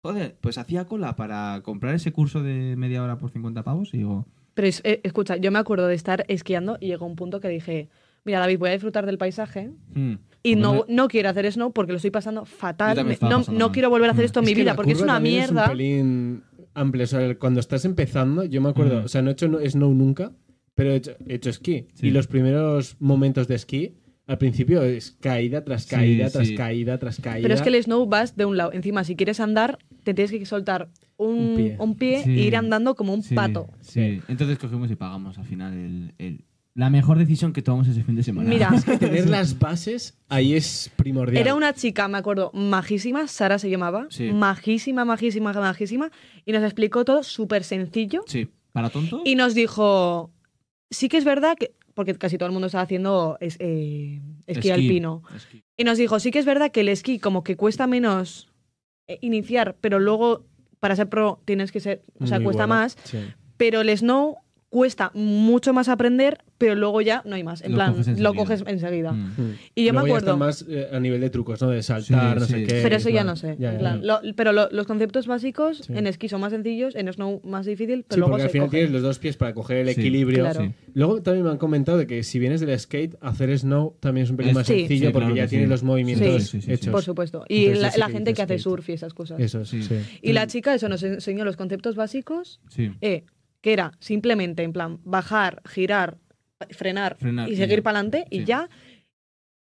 Speaker 2: Joder, pues hacía cola para comprar ese curso de media hora por 50 pavos y digo,
Speaker 3: Pero es- eh, escucha, yo me acuerdo de estar esquiando y llegó un punto que dije, mira David, voy a disfrutar del paisaje
Speaker 2: hmm,
Speaker 3: y no,
Speaker 2: Hombre.
Speaker 3: no quiero hacer snow porque lo estoy pasando
Speaker 2: Yo
Speaker 3: fatal.
Speaker 2: también
Speaker 3: Me-
Speaker 2: estaba
Speaker 3: no,
Speaker 2: pasando
Speaker 3: no
Speaker 2: mal.
Speaker 3: quiero volver a hacer
Speaker 2: Mm.
Speaker 3: esto en
Speaker 1: Es
Speaker 3: mi
Speaker 1: que
Speaker 3: vida
Speaker 1: la
Speaker 3: porque es
Speaker 1: curva
Speaker 3: una
Speaker 1: también
Speaker 3: mierda.
Speaker 1: Es un pelín amplio. O sea, cuando estás empezando, yo me acuerdo,
Speaker 2: Mm.
Speaker 1: o sea, no he hecho no- snow nunca, pero he hecho, he hecho esquí.
Speaker 2: Sí.
Speaker 1: Y los primeros momentos de esquí, al principio es caída tras
Speaker 2: Sí,
Speaker 1: caída, tras
Speaker 2: sí.
Speaker 1: caída, tras caída.
Speaker 3: Pero es que el snow vas de un lado. Encima, si quieres andar, te tienes que soltar un,
Speaker 1: Un
Speaker 3: un
Speaker 1: pie.
Speaker 3: pie,
Speaker 2: Sí.
Speaker 3: e ir andando como un
Speaker 2: Sí,
Speaker 3: pato.
Speaker 2: Sí. Entonces cogimos y pagamos al final el, el- la mejor decisión que tomamos ese fin de semana.
Speaker 3: Mira,
Speaker 1: Tener las bases ahí es primordial.
Speaker 3: Era una chica, me acuerdo, majísima, Sara se llamaba.
Speaker 2: Sí.
Speaker 3: Majísima, majísima, majísima. Y nos explicó todo súper sencillo.
Speaker 2: Sí, para tonto.
Speaker 3: Y nos dijo, sí que es verdad que, porque casi todo el mundo estaba haciendo es- eh, esquí, alpino.
Speaker 2: Esquí.
Speaker 3: Y nos dijo, sí que es verdad que el esquí como que cuesta menos eh, iniciar, pero luego para ser pro tienes que ser, o sea,
Speaker 1: Muy
Speaker 3: cuesta
Speaker 1: buena.
Speaker 3: más.
Speaker 1: Sí.
Speaker 3: Pero el snow cuesta mucho más aprender, pero luego ya no hay más. En
Speaker 2: Lo
Speaker 3: plan,
Speaker 2: coges
Speaker 3: lo
Speaker 2: enseguida.
Speaker 3: coges enseguida.
Speaker 2: Mm.
Speaker 1: Mm.
Speaker 3: Y yo
Speaker 1: Luego
Speaker 3: me
Speaker 1: ya está
Speaker 3: acuerdo...
Speaker 1: más eh, a nivel de trucos, ¿no? De saltar,
Speaker 2: Sí,
Speaker 1: no sé
Speaker 2: sí.
Speaker 1: qué.
Speaker 3: Pero eso ya
Speaker 1: Eh, claro.
Speaker 3: no sé.
Speaker 1: Ya,
Speaker 3: en
Speaker 1: ya,
Speaker 3: plan,
Speaker 1: ya.
Speaker 3: lo- pero lo- los conceptos básicos
Speaker 1: Sí.
Speaker 3: en esquí son más sencillos, en snow más difícil, pero
Speaker 1: Sí,
Speaker 3: luego
Speaker 1: porque
Speaker 3: se
Speaker 1: al final
Speaker 3: coge.
Speaker 1: tienes los dos pies para coger el
Speaker 2: Sí,
Speaker 1: equilibrio.
Speaker 3: claro.
Speaker 2: Sí.
Speaker 1: Luego también me han comentado de que si vienes del skate, hacer snow también es un pelín
Speaker 2: Es-
Speaker 1: más
Speaker 3: Sí.
Speaker 1: sencillo
Speaker 2: Sí,
Speaker 1: porque
Speaker 2: claro
Speaker 1: ya
Speaker 2: que
Speaker 1: tienes
Speaker 2: sí.
Speaker 1: los movimientos
Speaker 3: Sí,
Speaker 2: sí, sí, sí.
Speaker 1: hechos.
Speaker 3: Por supuesto. Y
Speaker 1: Entonces,
Speaker 3: la,
Speaker 1: sí
Speaker 3: la
Speaker 1: que
Speaker 3: gente que hace
Speaker 1: skate.
Speaker 3: surf y esas cosas.
Speaker 1: Eso, sí.
Speaker 2: Sí.
Speaker 3: Y la chica eso nos enseñó los conceptos básicos,
Speaker 2: Sí.
Speaker 3: eh, que era simplemente en plan bajar, girar, frenar,
Speaker 2: Frenar,
Speaker 3: y
Speaker 2: y
Speaker 3: seguir
Speaker 2: ya.
Speaker 3: para adelante y
Speaker 2: Sí.
Speaker 3: ya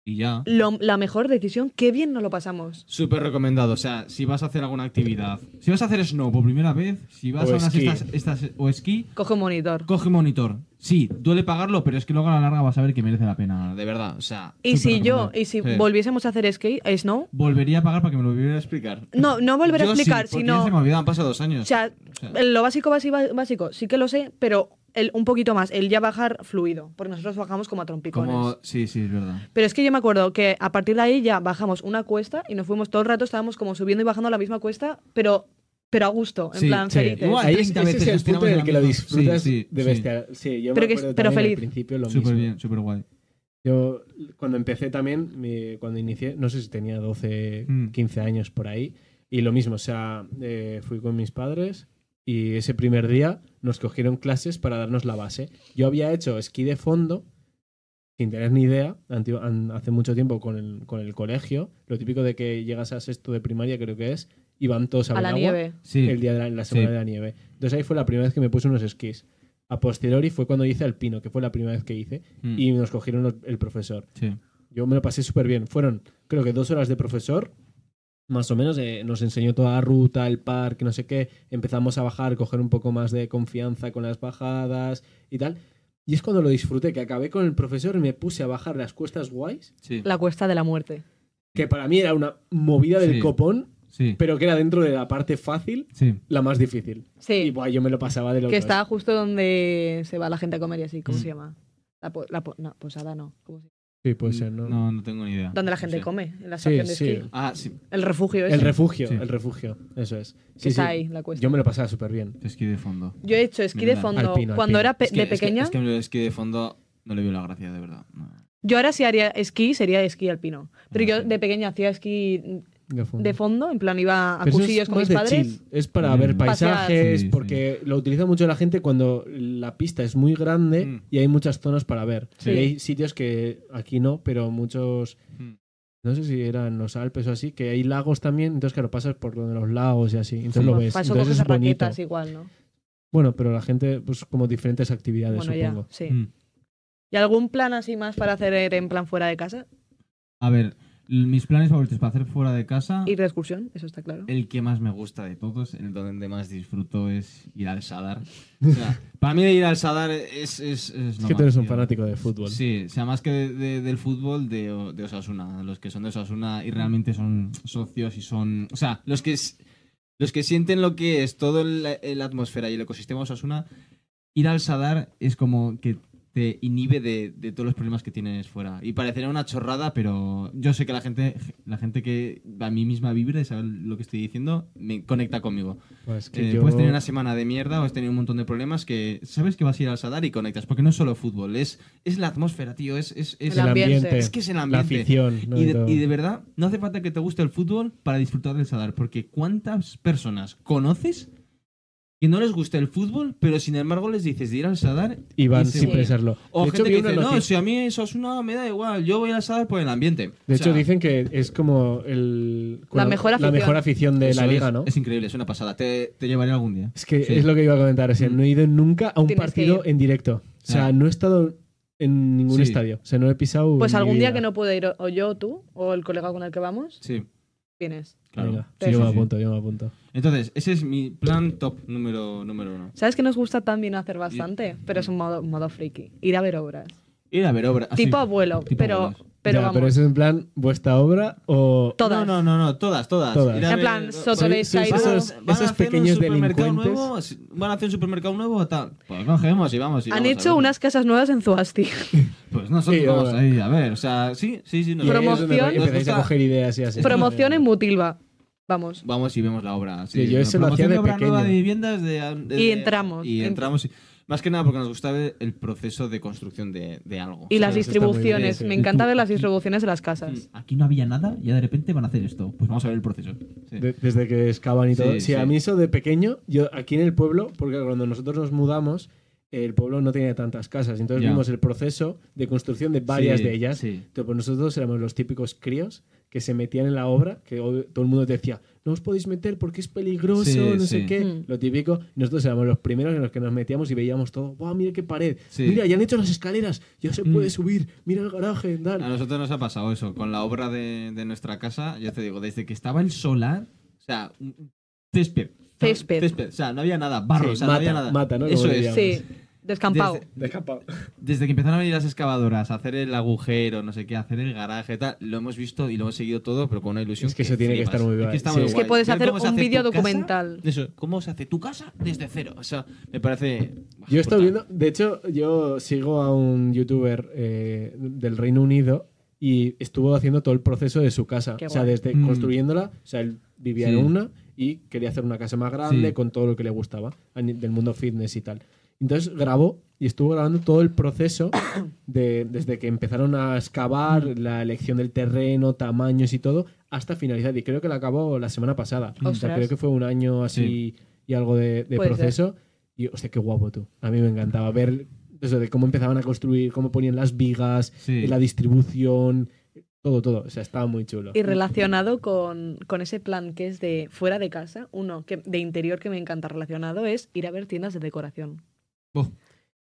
Speaker 2: Y ya.
Speaker 3: lo- la mejor decisión, qué bien nos lo pasamos.
Speaker 2: Súper recomendado. O sea, si vas a hacer alguna actividad, si vas a hacer snow por primera vez, si vas
Speaker 1: O
Speaker 2: a unas
Speaker 1: esquí.
Speaker 2: estas, estas- o esquí,
Speaker 3: Coge un monitor.
Speaker 2: coge monitor. Sí, duele pagarlo, pero es que luego a la larga vas a ver que merece la pena, de verdad. O sea, súper
Speaker 3: y si yo,
Speaker 2: recomendado.
Speaker 3: y si
Speaker 2: Sí.
Speaker 3: volviésemos a hacer skate, eh, snow,
Speaker 2: volvería a pagar para que me lo volviera a explicar.
Speaker 3: no, no volver a
Speaker 2: Yo sí,
Speaker 3: explicar,
Speaker 2: porque ya
Speaker 3: sino...
Speaker 2: se me olvidaba, han pasado dos años.
Speaker 3: O sea,
Speaker 2: sea.
Speaker 3: lo básico, básico, básico, sí que lo sé, pero el, un poquito más, el ya bajar fluido, porque nosotros bajamos como a trompicones.
Speaker 2: como sí, sí, es verdad.
Speaker 3: Pero es que yo me acuerdo que a partir de ahí ya bajamos una cuesta y nos fuimos todo el rato, estábamos como subiendo y bajando la misma cuesta, pero, pero a gusto, en
Speaker 2: Sí,
Speaker 3: plan
Speaker 2: sí.
Speaker 3: felices.
Speaker 2: Igual.
Speaker 1: Ahí es,
Speaker 2: 30
Speaker 1: ese es
Speaker 2: veces
Speaker 1: el
Speaker 2: nos
Speaker 1: punto en
Speaker 2: tiramos de
Speaker 1: el
Speaker 2: la
Speaker 1: que lo
Speaker 2: misma.
Speaker 1: disfrutas
Speaker 2: Sí, sí,
Speaker 1: de
Speaker 2: sí.
Speaker 1: bestia. Sí, yo
Speaker 3: Pero
Speaker 1: me
Speaker 3: que-
Speaker 1: acuerdo
Speaker 3: pero
Speaker 1: también
Speaker 3: feliz.
Speaker 1: al principio lo
Speaker 2: Súper
Speaker 1: mismo.
Speaker 2: bien, súper guay.
Speaker 1: Yo cuando empecé también, me- cuando inicié, no sé si tenía 12,
Speaker 2: Mm.
Speaker 1: 15 años por ahí, y lo mismo, o sea, eh, fui con mis padres y ese primer día nos cogieron clases para darnos la base. Yo había hecho esquí de fondo, sin tener ni idea, anti- an- hace mucho tiempo con el, con el colegio, lo típico de que llegas a sexto de primaria creo que es, y van todos al
Speaker 3: a la
Speaker 1: agua
Speaker 3: nieve.
Speaker 2: Sí.
Speaker 1: el día de la, la semana
Speaker 2: Sí.
Speaker 1: de la nieve. Entonces ahí fue la primera vez que me puse unos esquís. A posteriori fue cuando hice alpino, que fue la primera vez que hice,
Speaker 2: Mm.
Speaker 1: y nos cogieron los- el profesor.
Speaker 2: Sí.
Speaker 1: Yo me lo pasé súper bien. Fueron, creo que dos horas de profesor, más o menos. eh, nos enseñó toda la ruta, el parque, no sé qué. Empezamos a bajar, coger un poco más de confianza con las bajadas y tal. Y es cuando lo disfruté, que acabé con el profesor y me puse a bajar las cuestas guays,
Speaker 2: Sí.
Speaker 3: La cuesta de la muerte.
Speaker 1: que para mí era una movida del
Speaker 2: Sí.
Speaker 1: copón,
Speaker 2: Sí.
Speaker 1: pero que era dentro de la parte fácil,
Speaker 2: Sí.
Speaker 1: la más difícil. Y
Speaker 3: Sí,
Speaker 1: buah, yo me lo pasaba de lo
Speaker 3: que está justo donde se va la gente a comer y así, ¿cómo se llama? La, po- la po- no, posada no. ¿cómo se-
Speaker 1: Sí, puede ser, ¿no?
Speaker 2: No, no tengo ni idea.
Speaker 3: Donde la
Speaker 2: No
Speaker 3: gente
Speaker 2: sé.
Speaker 3: come, en la
Speaker 1: Sí,
Speaker 3: estación de
Speaker 1: sí.
Speaker 3: esquí.
Speaker 2: Ah, sí.
Speaker 3: El refugio ese,
Speaker 1: El refugio,
Speaker 2: Sí.
Speaker 1: el refugio, eso es.
Speaker 3: que
Speaker 1: Sí, sí.
Speaker 3: está ahí, la cuesta.
Speaker 1: Yo me lo pasaba súper bien.
Speaker 2: Esquí de fondo.
Speaker 3: Yo he hecho esquí de
Speaker 2: Menuda.
Speaker 3: fondo
Speaker 1: Alpino,
Speaker 3: cuando
Speaker 1: alpino.
Speaker 3: era pe-
Speaker 2: Es que-
Speaker 3: de
Speaker 2: es que-
Speaker 3: pequeña.
Speaker 2: Es que, el esquí de fondo no le veo la gracia, de verdad. No.
Speaker 3: Yo ahora sí haría esquí, sería esquí alpino. Pero
Speaker 2: Ah,
Speaker 3: yo
Speaker 2: sí.
Speaker 3: de pequeña hacía esquí
Speaker 1: De fondo.
Speaker 3: de fondo, en plan iba a
Speaker 1: Pero eso es
Speaker 3: cursillos con
Speaker 1: más
Speaker 3: mis
Speaker 1: de
Speaker 3: padres.
Speaker 1: chill, Es para
Speaker 2: Mm.
Speaker 1: ver
Speaker 3: Pasear.
Speaker 1: paisajes,
Speaker 2: Sí, sí.
Speaker 1: porque lo utiliza mucho la gente cuando la pista es muy grande
Speaker 2: Mm.
Speaker 1: y hay muchas zonas para ver.
Speaker 3: Sí.
Speaker 1: Y hay sitios que aquí no, pero muchos,
Speaker 2: Mm.
Speaker 1: no sé si eran los Alpes o así, que hay lagos también, entonces claro, pasas por donde los lagos y así, entonces
Speaker 2: Sí.
Speaker 1: lo
Speaker 3: Bueno,
Speaker 1: ves.
Speaker 3: para eso
Speaker 1: entonces
Speaker 3: pues, coges
Speaker 1: es bonito.
Speaker 3: raquetas igual, ¿no?
Speaker 1: Bueno, pero la gente, pues como diferentes actividades,
Speaker 3: bueno,
Speaker 1: supongo.
Speaker 3: ya, sí.
Speaker 2: Mm.
Speaker 3: ¿Y algún plan así más para hacer er, en plan fuera de casa?
Speaker 2: A ver, l- mis planes favoritos para hacer fuera de casa.
Speaker 1: Ah.
Speaker 3: Ir de excursión, eso está
Speaker 1: Eh,
Speaker 3: claro.
Speaker 2: El que más me gusta de todos, el donde más disfruto es ir al Sadar. O sea, para mí ir al Sadar es... Es, es
Speaker 1: Es
Speaker 2: lo
Speaker 1: que
Speaker 2: más,
Speaker 1: tú eres un
Speaker 2: tío.
Speaker 1: fanático de fútbol.
Speaker 2: Sí, o sea, más que de- de- del fútbol, de, O- de Osasuna. Los que son de Osasuna y realmente son socios y son... O sea, los que, s- los que sienten lo que es todo el- la, la atmósfera y el ecosistema de Osasuna ir al Sadar es como que te inhibe de, de todos los problemas que tienes fuera. Y parecerá una chorrada, pero yo sé que la gente, la gente que a mí misma vibra y sabe lo que estoy diciendo, me conecta conmigo.
Speaker 1: Pues que
Speaker 2: Eh,
Speaker 1: yo-
Speaker 2: Puedes tener una semana de mierda o has tenido un montón de problemas que sabes que vas a ir al Sadar y conectas. Porque no es solo fútbol, es, es la atmósfera, tío. Es, es, es-
Speaker 1: el ambiente,
Speaker 3: ambiente.
Speaker 2: es que es el
Speaker 1: la
Speaker 2: ambiente.
Speaker 1: afición. ¿no?
Speaker 2: y,
Speaker 1: Y todo.
Speaker 2: de, y de verdad, no hace falta que te guste el fútbol para disfrutar del Sadar, porque ¿cuántas personas conoces que no les gusta el fútbol, pero sin embargo les dices de ir al Sadar?
Speaker 1: Y van
Speaker 2: y se
Speaker 1: sin
Speaker 2: vuelven?
Speaker 1: pensarlo.
Speaker 2: O
Speaker 1: de
Speaker 2: gente
Speaker 1: hecho, vi
Speaker 2: que
Speaker 1: una
Speaker 2: dice, no,
Speaker 1: noticia-
Speaker 2: si a mí eso es una, me da igual, yo voy al Sadar por el ambiente.
Speaker 1: De
Speaker 2: O
Speaker 1: hecho,
Speaker 2: sea,
Speaker 1: dicen que es como el,
Speaker 3: La mejor afición.
Speaker 1: mejor afición de
Speaker 2: eso
Speaker 1: la
Speaker 2: es-
Speaker 1: liga, ¿no?
Speaker 2: Es increíble, es una pasada. Te, te llevaré algún día.
Speaker 1: Es que
Speaker 2: Sí. Mm.
Speaker 1: es lo que iba a comentar. O sea, no he ido nunca a un
Speaker 3: Tienes que
Speaker 1: partido
Speaker 3: ir.
Speaker 1: en directo. O sea,
Speaker 2: Ah.
Speaker 1: no he estado en ningún
Speaker 2: Sí.
Speaker 1: estadio. O sea, no he pisado.
Speaker 3: Pues
Speaker 1: en mi
Speaker 3: algún día
Speaker 1: vida.
Speaker 3: que no pueda ir o yo o tú o el colega con el que vamos,
Speaker 2: Sí,
Speaker 3: vienes.
Speaker 2: claro.
Speaker 1: Venga,
Speaker 3: Sí,
Speaker 1: yo
Speaker 3: sí,
Speaker 1: me
Speaker 2: sí.
Speaker 1: apunto, yo me apunto.
Speaker 2: Entonces, ese es mi plan top número, número uno.
Speaker 3: ¿Sabes que nos gusta también hacer bastante?
Speaker 1: Mm.
Speaker 3: Pero es un modo, un modo friki. Ir a ver obras.
Speaker 2: Ir a ver Ah, obra.
Speaker 1: Ah,
Speaker 2: así.
Speaker 3: tipo abuelo,
Speaker 2: Tipo
Speaker 3: pero,
Speaker 2: abuelas.
Speaker 3: pero
Speaker 1: Ya,
Speaker 3: vamos.
Speaker 1: pero eso es en plan vuestra obra o.
Speaker 3: Todas.
Speaker 2: No, no, no, no, todas, todas.
Speaker 1: Todas.
Speaker 2: Ir a
Speaker 3: En
Speaker 2: ver-
Speaker 3: plan, Soto
Speaker 1: Soy-
Speaker 3: de
Speaker 1: sois
Speaker 3: Sairo.
Speaker 1: esos-
Speaker 2: Van a- van a
Speaker 1: esos
Speaker 2: hacer un
Speaker 1: pequeños
Speaker 2: supermercado
Speaker 1: delincuentes.
Speaker 2: nuevo, si- van a hacer un supermercado nuevo o tal. Pues cogemos y vamos. y
Speaker 3: Han
Speaker 2: vamos a
Speaker 3: hecho
Speaker 2: ver.
Speaker 3: unas casas nuevas en Zuasti.
Speaker 2: Pues nosotros
Speaker 1: Sí,
Speaker 2: vamos
Speaker 1: ahora.
Speaker 2: ahí, a ver. O sea, sí, sí, sí. nos-
Speaker 1: Y ahí es donde
Speaker 3: Promoción.
Speaker 1: Empezáis a
Speaker 2: Nos gusta-
Speaker 1: coger ideas y así.
Speaker 3: Promoción en Mutilva. Vamos.
Speaker 2: Vamos y vemos la obra. Sí,
Speaker 1: Sí, yo
Speaker 2: La
Speaker 1: eso lo hacía
Speaker 2: promoción
Speaker 1: de
Speaker 2: obra
Speaker 1: pequeño.
Speaker 2: nueva de viviendas de- de-
Speaker 3: Y
Speaker 2: de-
Speaker 3: entramos.
Speaker 2: Y entramos. y- Más que nada porque nos gusta ver el proceso de construcción de, de algo. O
Speaker 3: Y
Speaker 2: sea,
Speaker 3: las
Speaker 1: eso está muy bien,
Speaker 3: distribuciones.
Speaker 1: sí.
Speaker 3: Me
Speaker 1: Y
Speaker 3: encanta
Speaker 2: tú-
Speaker 3: ver las distribuciones de las casas.
Speaker 2: mm, Aquí no había nada y de repente van a hacer esto. Pues vamos a ver el proceso. Sí.
Speaker 1: De- desde que excavan y
Speaker 2: Sí,
Speaker 1: todo. Sí,
Speaker 2: sí.
Speaker 1: a mí eso de pequeño, yo aquí en el pueblo, porque cuando nosotros nos mudamos, el pueblo no tenía tantas casas. Entonces
Speaker 2: Ya.
Speaker 1: vimos el proceso de construcción de varias
Speaker 2: Sí,
Speaker 1: de ellas.
Speaker 2: sí.
Speaker 1: Entonces, pues nosotros éramos los típicos críos que se metían en la obra, que ob- todo el mundo te decía, no os podéis meter porque es peligroso,
Speaker 2: Sí,
Speaker 1: no
Speaker 2: sí.
Speaker 1: sé qué.
Speaker 3: Mm.
Speaker 1: Lo típico. Y Nosotros éramos los primeros en los que nos metíamos y veíamos todo. ¡Buah, mira qué pared!
Speaker 2: Sí.
Speaker 1: Mira, ya han hecho las escaleras, ya se
Speaker 2: Mm. Ah.
Speaker 1: puede subir, mira el garaje, tal.
Speaker 2: A nosotros nos ha pasado eso, con la obra de, de nuestra casa, yo te digo, desde que estaba el solar, o sea, un- un césped.
Speaker 3: Césped.
Speaker 2: O sea, no había nada, barro,
Speaker 1: Sí,
Speaker 2: o sea,
Speaker 1: mata,
Speaker 2: no había nada.
Speaker 1: mata, ¿no? Como
Speaker 2: Eso es.
Speaker 1: diríamos.
Speaker 3: Sí. Descampado.
Speaker 2: Desde, desde que empezaron a venir las excavadoras, a hacer el agujero, no sé qué, a hacer el garaje, tal, lo hemos visto y lo hemos seguido todo, pero con una ilusión.
Speaker 1: Es que eso tiene que estar muy guay,
Speaker 2: bien. Es que, está
Speaker 1: sí.
Speaker 2: muy
Speaker 1: Es
Speaker 3: que
Speaker 2: guay.
Speaker 3: puedes
Speaker 2: Ver
Speaker 3: hacer
Speaker 2: cómo se
Speaker 3: un
Speaker 2: hace
Speaker 3: vídeo
Speaker 2: tu casa,
Speaker 3: documental.
Speaker 2: Eso, cómo se hace tu casa desde cero. O sea, me parece.
Speaker 1: Yo he estado
Speaker 2: brutal.
Speaker 1: viendo, de hecho, yo sigo a un youtuber eh, del Reino Unido y estuvo haciendo todo el proceso de su casa.
Speaker 3: Qué
Speaker 1: o sea,
Speaker 3: guay.
Speaker 1: desde
Speaker 2: Mm.
Speaker 1: construyéndola, o sea, él vivía
Speaker 2: Sí.
Speaker 1: en una y quería hacer una casa más grande
Speaker 2: Sí.
Speaker 1: con todo lo que le gustaba, a ni- del mundo fitness y tal. Entonces grabó y estuvo grabando todo el proceso de, desde que empezaron a
Speaker 3: Mm.
Speaker 1: excavar, la elección del terreno, tamaños y todo, hasta finalizar. Y creo que la acabó la semana pasada. O sea,
Speaker 3: Ostras.
Speaker 1: creo que fue un año así y algo de, de
Speaker 3: Puede ser.
Speaker 1: proceso. Y, hostia, qué guapo tú. A mí me encantaba ver eso de cómo empezaban a construir, cómo ponían las vigas,
Speaker 2: Sí.
Speaker 1: la distribución, todo, todo. O sea, estaba muy chulo.
Speaker 3: Y relacionado con, con ese plan que es de fuera de casa, uno que, de interior que me encanta relacionado es ir a ver tiendas de decoración.
Speaker 2: Buah.